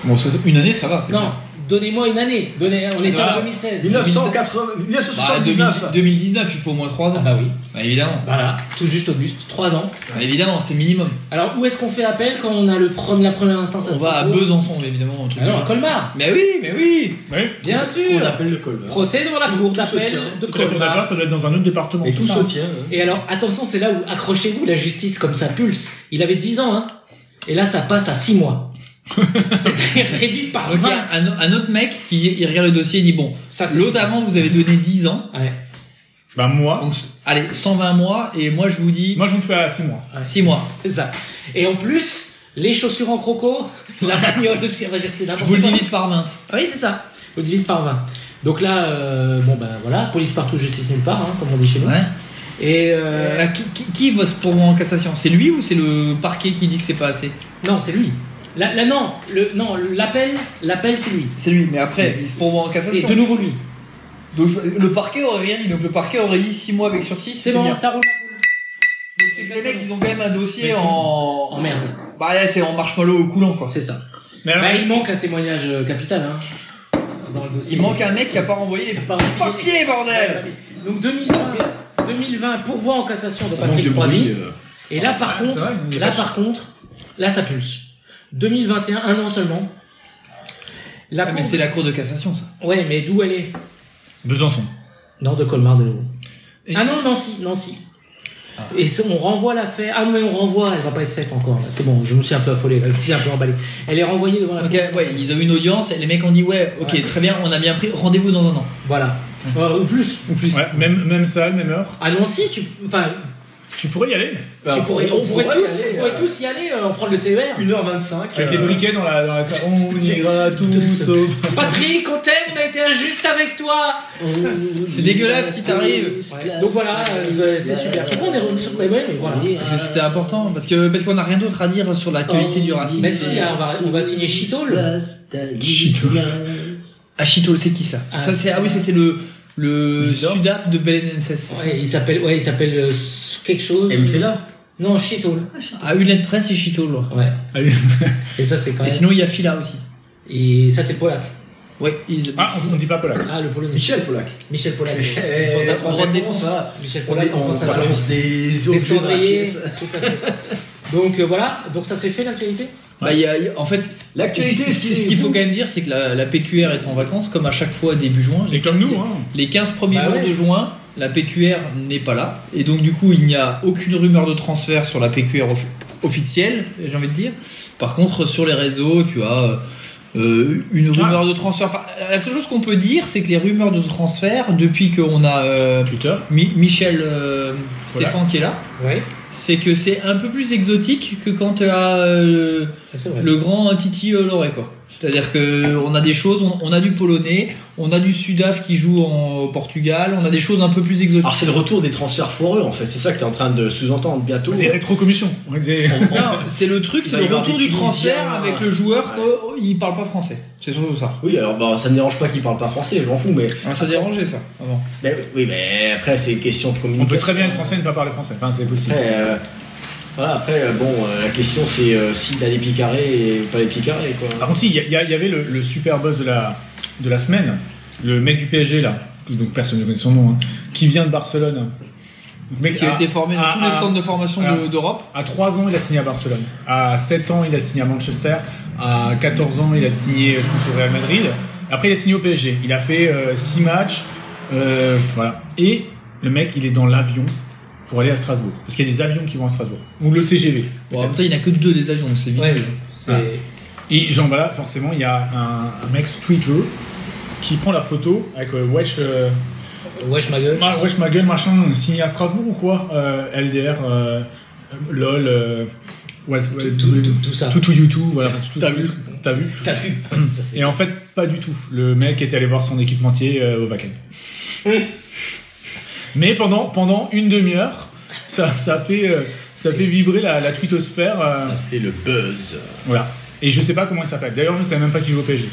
[SPEAKER 9] Bon, ça- une année, ça va. c'est
[SPEAKER 7] Non,
[SPEAKER 9] bien.
[SPEAKER 7] donnez-moi une année. Donnez, on était
[SPEAKER 9] Voilà.
[SPEAKER 7] en 2016.
[SPEAKER 1] 1980,
[SPEAKER 9] Bah,
[SPEAKER 1] 1979.
[SPEAKER 9] 2000- 2019, il faut au moins 3 ans.
[SPEAKER 7] Ah bah oui.
[SPEAKER 9] Bah, évidemment.
[SPEAKER 7] Voilà, tout juste Auguste, 3 ans.
[SPEAKER 9] Bah, évidemment, c'est minimum.
[SPEAKER 7] Alors où est-ce qu'on fait appel quand on a le pre- la première instance à
[SPEAKER 9] On va à
[SPEAKER 7] Strasbourg
[SPEAKER 9] Besançon, évidemment. un truc
[SPEAKER 7] Alors à
[SPEAKER 9] comme ça.
[SPEAKER 7] Colmar,
[SPEAKER 9] Mais oui, mais oui.
[SPEAKER 3] Oui.
[SPEAKER 7] bien
[SPEAKER 1] On
[SPEAKER 7] sûr.
[SPEAKER 1] appelle le Colbert.
[SPEAKER 7] Procès devant la
[SPEAKER 1] Tout-
[SPEAKER 7] cour
[SPEAKER 1] tout se
[SPEAKER 7] d'appel
[SPEAKER 1] tient.
[SPEAKER 7] de
[SPEAKER 3] Tout à fait, d'accord,
[SPEAKER 7] Colmar.
[SPEAKER 3] ça doit être dans un autre département.
[SPEAKER 1] Et tout
[SPEAKER 3] ça.
[SPEAKER 1] se tient.
[SPEAKER 9] euh.
[SPEAKER 7] Et alors attention, c'est là où accrochez-vous, la justice comme ça pulse. Il avait 10 ans, hein. Et là, ça passe à 6 mois. C'est-à-dire réduit par
[SPEAKER 9] Donc, il y a
[SPEAKER 7] 20.
[SPEAKER 9] un, un autre mec qui il regarde le dossier et dit Bon,
[SPEAKER 7] Ça, c'est-
[SPEAKER 9] l'autre avant, vous avez donné 10 ans.
[SPEAKER 7] Ouais.
[SPEAKER 3] Bah, moi,
[SPEAKER 9] Donc, allez, 120 mois. Et moi, Ah, je vous dis
[SPEAKER 3] moi je vous le fais à 6 mois.
[SPEAKER 9] 6 mois.
[SPEAKER 7] C'est ça. Et en plus, les chaussures en croco, la bagnole, je sais pas, c'est
[SPEAKER 9] Je
[SPEAKER 7] n'importe
[SPEAKER 9] vous le
[SPEAKER 7] quoi.
[SPEAKER 9] divise par 20.
[SPEAKER 7] Oui, c'est ça. Vous le divise par 20. Donc là, euh, bon ben voilà, police partout, justice nulle part, hein, comme on dit chez nous.
[SPEAKER 9] Ouais.
[SPEAKER 7] Et
[SPEAKER 9] Euh,
[SPEAKER 7] euh,
[SPEAKER 9] là, qui, qui, qui va se pourvoir en cassation C'est lui ou c'est le parquet qui dit que c'est pas assez
[SPEAKER 7] non, c'est lui. Là, là, non, le non, l'appel, l'appel, c'est lui.
[SPEAKER 9] C'est lui, mais après, il se pourvoit en
[SPEAKER 7] C'est
[SPEAKER 9] cassation.
[SPEAKER 7] de nouveau lui.
[SPEAKER 9] Donc le parquet aurait rien dit, donc le parquet aurait dit 6 mois avec sursis.
[SPEAKER 7] C'est bon,
[SPEAKER 9] bien.
[SPEAKER 7] ça roule.
[SPEAKER 9] Donc c'est que les mecs, ils ont quand même un dossier
[SPEAKER 7] Mais c'est-
[SPEAKER 9] en...
[SPEAKER 7] En Oh, merde,
[SPEAKER 9] Bah là, c'est en marshmallow au coulant, quoi.
[SPEAKER 7] c'est ça.
[SPEAKER 3] Mais alors,
[SPEAKER 7] Bah, il manque un témoignage euh, capital hein, dans le dossier.
[SPEAKER 9] Il manque un mec qui a pas renvoyé les
[SPEAKER 7] Par-
[SPEAKER 9] papiers, bordel
[SPEAKER 7] Donc 2020, 2020 pourvoi en cassation de Patrick Croisy. Et
[SPEAKER 9] Ah,
[SPEAKER 7] là par contre, là par contre, là ça pulse. 2021, un an seulement. La
[SPEAKER 9] Ah,
[SPEAKER 7] cour-
[SPEAKER 9] mais c'est la cour de cassation, ça.
[SPEAKER 7] Ouais, mais d'où elle est
[SPEAKER 9] Besançon.
[SPEAKER 7] Nord de Colmar de nouveau.
[SPEAKER 9] Et- Ah.
[SPEAKER 7] Ah non, Nancy, Nancy. Et ça, on renvoie l'affaire. Ah non, mais on renvoie, elle va pas être faite encore. là. C'est bon, je me suis un peu affolé, là. je me suis un peu emballé. Elle est renvoyée devant la
[SPEAKER 9] Ok,
[SPEAKER 7] cour.
[SPEAKER 9] ouais, ils ont eu une audience, et les mecs ont dit, ouais, ok,
[SPEAKER 7] Ouais.
[SPEAKER 9] très bien, on a bien pris, rendez-vous dans un an.
[SPEAKER 7] Voilà. Euh, ou plus.
[SPEAKER 9] Ou plus.
[SPEAKER 3] ouais, même, même salle, même heure.
[SPEAKER 7] À Nancy, tu, enfin,
[SPEAKER 3] Tu pourrais y aller
[SPEAKER 9] Bah,
[SPEAKER 7] tu pourrais, on, pourrait tous, on pourrait tous y aller, euh, on prend le TER.
[SPEAKER 1] 1h25.
[SPEAKER 3] avec les briquets dans la, dans la salle. On ira tous au-
[SPEAKER 7] Patrick, on t'aime, on a été injuste avec toi.
[SPEAKER 9] C'est dégueulasse ce qui t'arrive.
[SPEAKER 7] Ouais. Donc voilà, euh, c'est super. Pourquoi on est revenu sur mais ouais, mais voilà.
[SPEAKER 9] Parce que C'était important, parce que parce qu'on n'a rien d'autre à dire sur la qualité du racisme.
[SPEAKER 7] Mais si, on va, on va signer Chitol.
[SPEAKER 9] Achitol, c'est qui ça
[SPEAKER 7] Ah,
[SPEAKER 9] Ça c'est ah oui, ça, c'est le le Sudaf de Belenenses.
[SPEAKER 7] Ouais, il s'appelle, ouais, il s'appelle euh, s- quelque chose.
[SPEAKER 1] Et me fait là.
[SPEAKER 7] Non, Chitol.
[SPEAKER 9] Ah, une lettre presse et Chitol. ouais.
[SPEAKER 7] Ouais.
[SPEAKER 3] Ah oui.
[SPEAKER 7] Et ça, c'est quand
[SPEAKER 9] Et
[SPEAKER 7] même.
[SPEAKER 9] sinon il y a Fila aussi.
[SPEAKER 7] Et ça, c'est le Polak.
[SPEAKER 9] Oui, ils
[SPEAKER 3] Ah, on, on dit pas polac.
[SPEAKER 7] Ah, le Polonais.
[SPEAKER 1] Michel Polak.
[SPEAKER 7] Michel Polak.
[SPEAKER 1] Eh,
[SPEAKER 9] pense à ton droit de
[SPEAKER 1] on
[SPEAKER 9] défense.
[SPEAKER 1] va-
[SPEAKER 7] Michel
[SPEAKER 1] On
[SPEAKER 7] Polak,
[SPEAKER 1] est-
[SPEAKER 7] on
[SPEAKER 1] on
[SPEAKER 7] pense à
[SPEAKER 1] balance des
[SPEAKER 7] Les
[SPEAKER 1] objets dans la
[SPEAKER 7] cendriers.
[SPEAKER 1] pièce.
[SPEAKER 7] Tout à fait. Donc euh, voilà, donc ça s'est fait l'actualité
[SPEAKER 9] bah, il y a- il y a- en fait
[SPEAKER 1] L'actualité,
[SPEAKER 9] ce- ce-
[SPEAKER 1] c'est
[SPEAKER 9] ce qu'il faut
[SPEAKER 1] vous.
[SPEAKER 9] quand même dire c'est que la, la PQR est en vacances comme à chaque fois début juin.
[SPEAKER 3] Et comme nous, hein.
[SPEAKER 9] Les 15 premiers
[SPEAKER 7] Bah
[SPEAKER 9] jours
[SPEAKER 7] ouais.
[SPEAKER 9] de juin, la PQR n'est pas là et donc du coup, il n'y a aucune rumeur de transfert sur la PQR off- officielle, j'ai envie de dire. Par contre, sur les réseaux, tu as euh, une
[SPEAKER 3] Ah.
[SPEAKER 9] rumeur de transfert. Par- La seule chose qu'on peut dire, c'est que les rumeurs de transfert depuis qu'on a euh,
[SPEAKER 3] Twitter.
[SPEAKER 9] Mi- Michel euh,
[SPEAKER 3] Voilà.
[SPEAKER 9] Stéphane qui est là,
[SPEAKER 7] Oui,
[SPEAKER 9] c'est que c'est un peu plus exotique que quand tu as euh,
[SPEAKER 7] ça c'est vrai.
[SPEAKER 9] le grand Titi euh, Loret quoi. C'est-à-dire que on a des choses, on, on a du polonais, on a du Sudaf qui joue en au Portugal, on a des choses un peu plus exotiques.
[SPEAKER 1] Alors, c'est le retour des transferts foireux, en fait. C'est ça que tu es en train de sous-entendre bientôt.
[SPEAKER 3] Des rétrocommissions. On va dire-
[SPEAKER 9] Non, c'est le truc,
[SPEAKER 1] Ah, Il
[SPEAKER 9] c'est
[SPEAKER 1] va y
[SPEAKER 9] le
[SPEAKER 1] avoir
[SPEAKER 9] retour
[SPEAKER 1] des
[SPEAKER 9] du transfert
[SPEAKER 1] Tunisiens. euh,
[SPEAKER 9] avec le joueur qu'il parle pas français. C'est surtout ça.
[SPEAKER 1] Oui, alors bah, ça ne dérange pas qu'il parle pas français, je m'en fous, mais,
[SPEAKER 9] Ça dérangeait ça. Avant.
[SPEAKER 1] mais oui, mais après c'est une question de communication.
[SPEAKER 3] On peut très bien être français et ne pas parler français. Enfin, c'est possible.
[SPEAKER 1] Après, euh, voilà, après euh, bon, euh, la question c'est euh, s'il a des pieds carrés et pas des pieds carrés quoi.
[SPEAKER 3] Par contre, si, il y, a- il y a- il y avait le, le super boss de la, de la semaine, le mec du PSG là, donc personne ne connaît son nom, hein, qui vient de Barcelone. Le mec
[SPEAKER 9] Qui a été formé dans
[SPEAKER 1] ah,
[SPEAKER 3] à-
[SPEAKER 9] tous les
[SPEAKER 3] à-
[SPEAKER 9] centres de formation de-
[SPEAKER 3] à-
[SPEAKER 9] d'Europe.
[SPEAKER 3] À 3 ans, il a signé à Barcelone. À 7 ans, il a signé à Manchester. À 14 ans, il a signé, je pense, au Real Madrid. Après, il a signé au PSG. Il a fait 6 matchs. euh, voilà. Et le mec, il est dans l'avion pour aller à Strasbourg. Parce qu'il y a des avions qui vont à Strasbourg. Ou le TGV.
[SPEAKER 9] Bon, en même temps, il n'y a que deux des avions, donc c'est vite.
[SPEAKER 7] Ouais, c'est-
[SPEAKER 3] Ah. Et genre voilà, forcément, il y a un, un mec sur Twitter qui prend la photo avec euh, Wesh, euh,
[SPEAKER 7] Wesh ma gueule.
[SPEAKER 3] ma- Wesh ma gueule, machin, signé à Strasbourg ou quoi Euh, LDR, euh, LOL, euh, what- what-
[SPEAKER 7] Tout, tout, tout- tout ça.
[SPEAKER 3] tout, tout, you too, voilà. tout-
[SPEAKER 9] T'as
[SPEAKER 3] tout-
[SPEAKER 9] vu
[SPEAKER 3] T'as vu
[SPEAKER 7] T'as vu Ça, c'est-
[SPEAKER 3] Et en fait, pas du tout. Le mec était allé voir son équipementier euh, au Wacken. Mais pendant, pendant une demi-heure, ça, ça, fait, euh, ça fait vibrer la, la twittosphère. euh,
[SPEAKER 1] Et le buzz.
[SPEAKER 3] voilà. Et je sais pas comment il s'appelle. D'ailleurs, je ne savais même pas qui joue au PSG.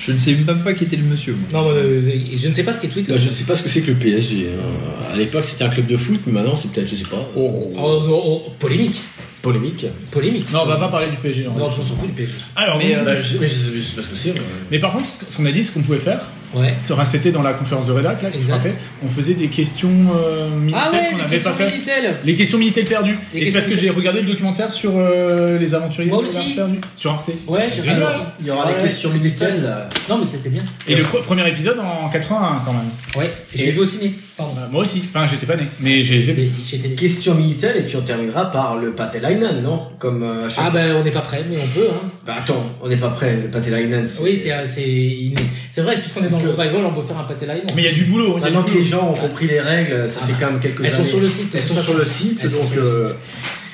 [SPEAKER 9] Je ne sais même pas qui était le monsieur. moi.
[SPEAKER 7] Non, euh, je ne sais pas ce qu'est Twitter.
[SPEAKER 1] Bah, je sais pas ce que c'est que le PSG. hein. À l'époque c'était un club de foot, mais maintenant c'est peut-être je sais pas.
[SPEAKER 7] Oh, oh, oh, polémique.
[SPEAKER 9] Polémique.
[SPEAKER 7] Polémique.
[SPEAKER 3] Non, on va pas parler du PSG. non.
[SPEAKER 7] Non, on s'en fout du PSG.
[SPEAKER 3] Alors,
[SPEAKER 7] Mais,
[SPEAKER 3] mais,
[SPEAKER 7] euh,
[SPEAKER 9] Bah, je, mais je sais- je sais pas ce que c'est. moi.
[SPEAKER 1] euh,
[SPEAKER 3] mais par contre, ce que- ce qu'on a dit, ce qu'on pouvait faire,
[SPEAKER 7] Ouais.
[SPEAKER 3] ça, enfin, c'était dans la conférence de rédac, là, que je
[SPEAKER 7] Exact.
[SPEAKER 3] rappelais, on faisait des questions euh, Minitel
[SPEAKER 7] Ah ouais,
[SPEAKER 3] qu'on
[SPEAKER 7] les
[SPEAKER 3] n'avait pas
[SPEAKER 7] questions
[SPEAKER 3] fait.
[SPEAKER 7] Minitel.
[SPEAKER 3] Les questions Minitel perdues.
[SPEAKER 7] Les
[SPEAKER 3] Et c'est parce que j'ai
[SPEAKER 7] questions-
[SPEAKER 3] regardé le documentaire sur euh, les aventuriers
[SPEAKER 7] Moi
[SPEAKER 3] de l'Orient
[SPEAKER 7] aussi.
[SPEAKER 3] perdu sur Arte.
[SPEAKER 7] Ouais, j'ai
[SPEAKER 9] Alors,
[SPEAKER 7] regardé.
[SPEAKER 9] il y aura
[SPEAKER 1] hein.
[SPEAKER 7] Ouais,
[SPEAKER 9] des questions
[SPEAKER 7] c'était
[SPEAKER 9] Minitel.
[SPEAKER 7] fun.
[SPEAKER 9] là.
[SPEAKER 7] Non, mais c'était bien.
[SPEAKER 3] Et le pre- premier épisode en 81 quand même.
[SPEAKER 7] Ouais, j'ai
[SPEAKER 9] Et-
[SPEAKER 7] vu au ciné. Pardon.
[SPEAKER 3] Bah, moi aussi. Enfin, j'étais pas né, mais j'ai j'ai vu.
[SPEAKER 7] Mais j'étais-
[SPEAKER 9] Question Minitel, et puis on terminera par le pâté Linen, non Comme euh, à chaque-
[SPEAKER 7] Ah ben, on n'est pas prêt, mais on peut. Hein.
[SPEAKER 9] Bah attends, on n'est pas prêt, le pâté Linen. c'est-
[SPEAKER 7] Oui, c'est c'est inné. C'est vrai, puisqu'on est dans le
[SPEAKER 9] Parce que-
[SPEAKER 7] revival, on peut faire un pâté line.
[SPEAKER 3] Mais il y a du boulot. il y a
[SPEAKER 9] Maintenant
[SPEAKER 3] du
[SPEAKER 9] que
[SPEAKER 3] boulot.
[SPEAKER 9] les gens ont compris les règles, ça
[SPEAKER 7] Ah
[SPEAKER 9] fait
[SPEAKER 7] bah.
[SPEAKER 9] quand même quelques
[SPEAKER 7] Elles sont
[SPEAKER 9] années.
[SPEAKER 7] sur le site.
[SPEAKER 9] Elles sont sur le site,
[SPEAKER 7] Elles sont
[SPEAKER 9] donc
[SPEAKER 7] sur le
[SPEAKER 9] euh,
[SPEAKER 7] site.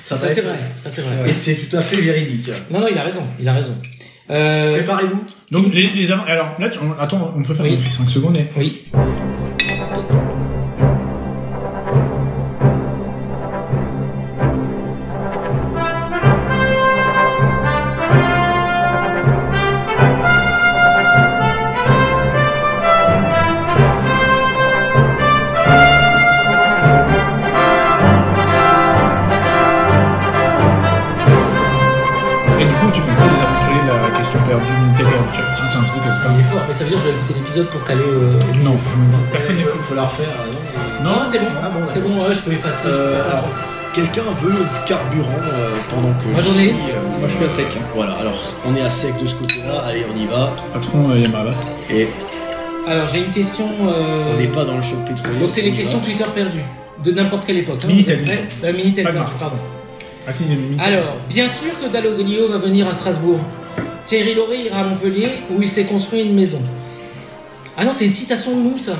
[SPEAKER 9] ça,
[SPEAKER 7] Ça,
[SPEAKER 9] va
[SPEAKER 7] c'est
[SPEAKER 9] être-
[SPEAKER 7] vrai. Ça, c'est
[SPEAKER 9] Et
[SPEAKER 7] vrai.
[SPEAKER 9] c'est tout à fait véridique.
[SPEAKER 7] Non, non, il a raison. Il a raison. Euh,
[SPEAKER 9] Préparez-vous.
[SPEAKER 3] Donc les, les avant- alors là, tu- on- attends, on peut faire
[SPEAKER 7] Oui.
[SPEAKER 3] 5 secondes. eh.
[SPEAKER 7] oui.
[SPEAKER 3] Et du coup, tu peux essayer d'habituer la question perdue, l'unité perdue. Tiens, C'est un truc, c'est
[SPEAKER 7] Il
[SPEAKER 3] pas
[SPEAKER 7] est fort. Mais ça veut dire que je vais éviter l'épisode pour caler. euh,
[SPEAKER 3] Non, personne n'est
[SPEAKER 9] Il faut la refaire. euh, non
[SPEAKER 7] Non, c'est bon.
[SPEAKER 9] Ah bon,
[SPEAKER 7] c'est bon, ouais, je peux effacer. je peux
[SPEAKER 9] Euh,
[SPEAKER 7] faire la
[SPEAKER 9] alors,
[SPEAKER 7] trompe.
[SPEAKER 9] Quelqu'un veut du carburant euh, pendant que
[SPEAKER 7] Moi,
[SPEAKER 9] je
[SPEAKER 7] j'en ai.
[SPEAKER 9] suis, euh,
[SPEAKER 11] Moi je suis à sec.
[SPEAKER 9] Voilà, alors on est à sec de ce côté-là. Allez, on y va.
[SPEAKER 3] patron euh, Yamabas.
[SPEAKER 9] Et
[SPEAKER 7] Alors, j'ai une question. euh,
[SPEAKER 9] on n'est pas dans le choc pétrolier.
[SPEAKER 7] Donc, c'est
[SPEAKER 9] on
[SPEAKER 7] les
[SPEAKER 9] y va.
[SPEAKER 7] questions Twitter perdues. De n'importe quelle époque. hein.
[SPEAKER 3] Minitel.
[SPEAKER 7] Ouais, euh, Minitel,
[SPEAKER 3] Pas de
[SPEAKER 7] pardon,
[SPEAKER 3] marque.
[SPEAKER 7] pardon.
[SPEAKER 3] Ah si, il y a Mimi.
[SPEAKER 7] Alors, bien sûr que Daloglio va venir à Strasbourg. Thierry Lauré ira à Montpellier où il s'est construit une maison. Ah non, c'est une citation de nous, ça.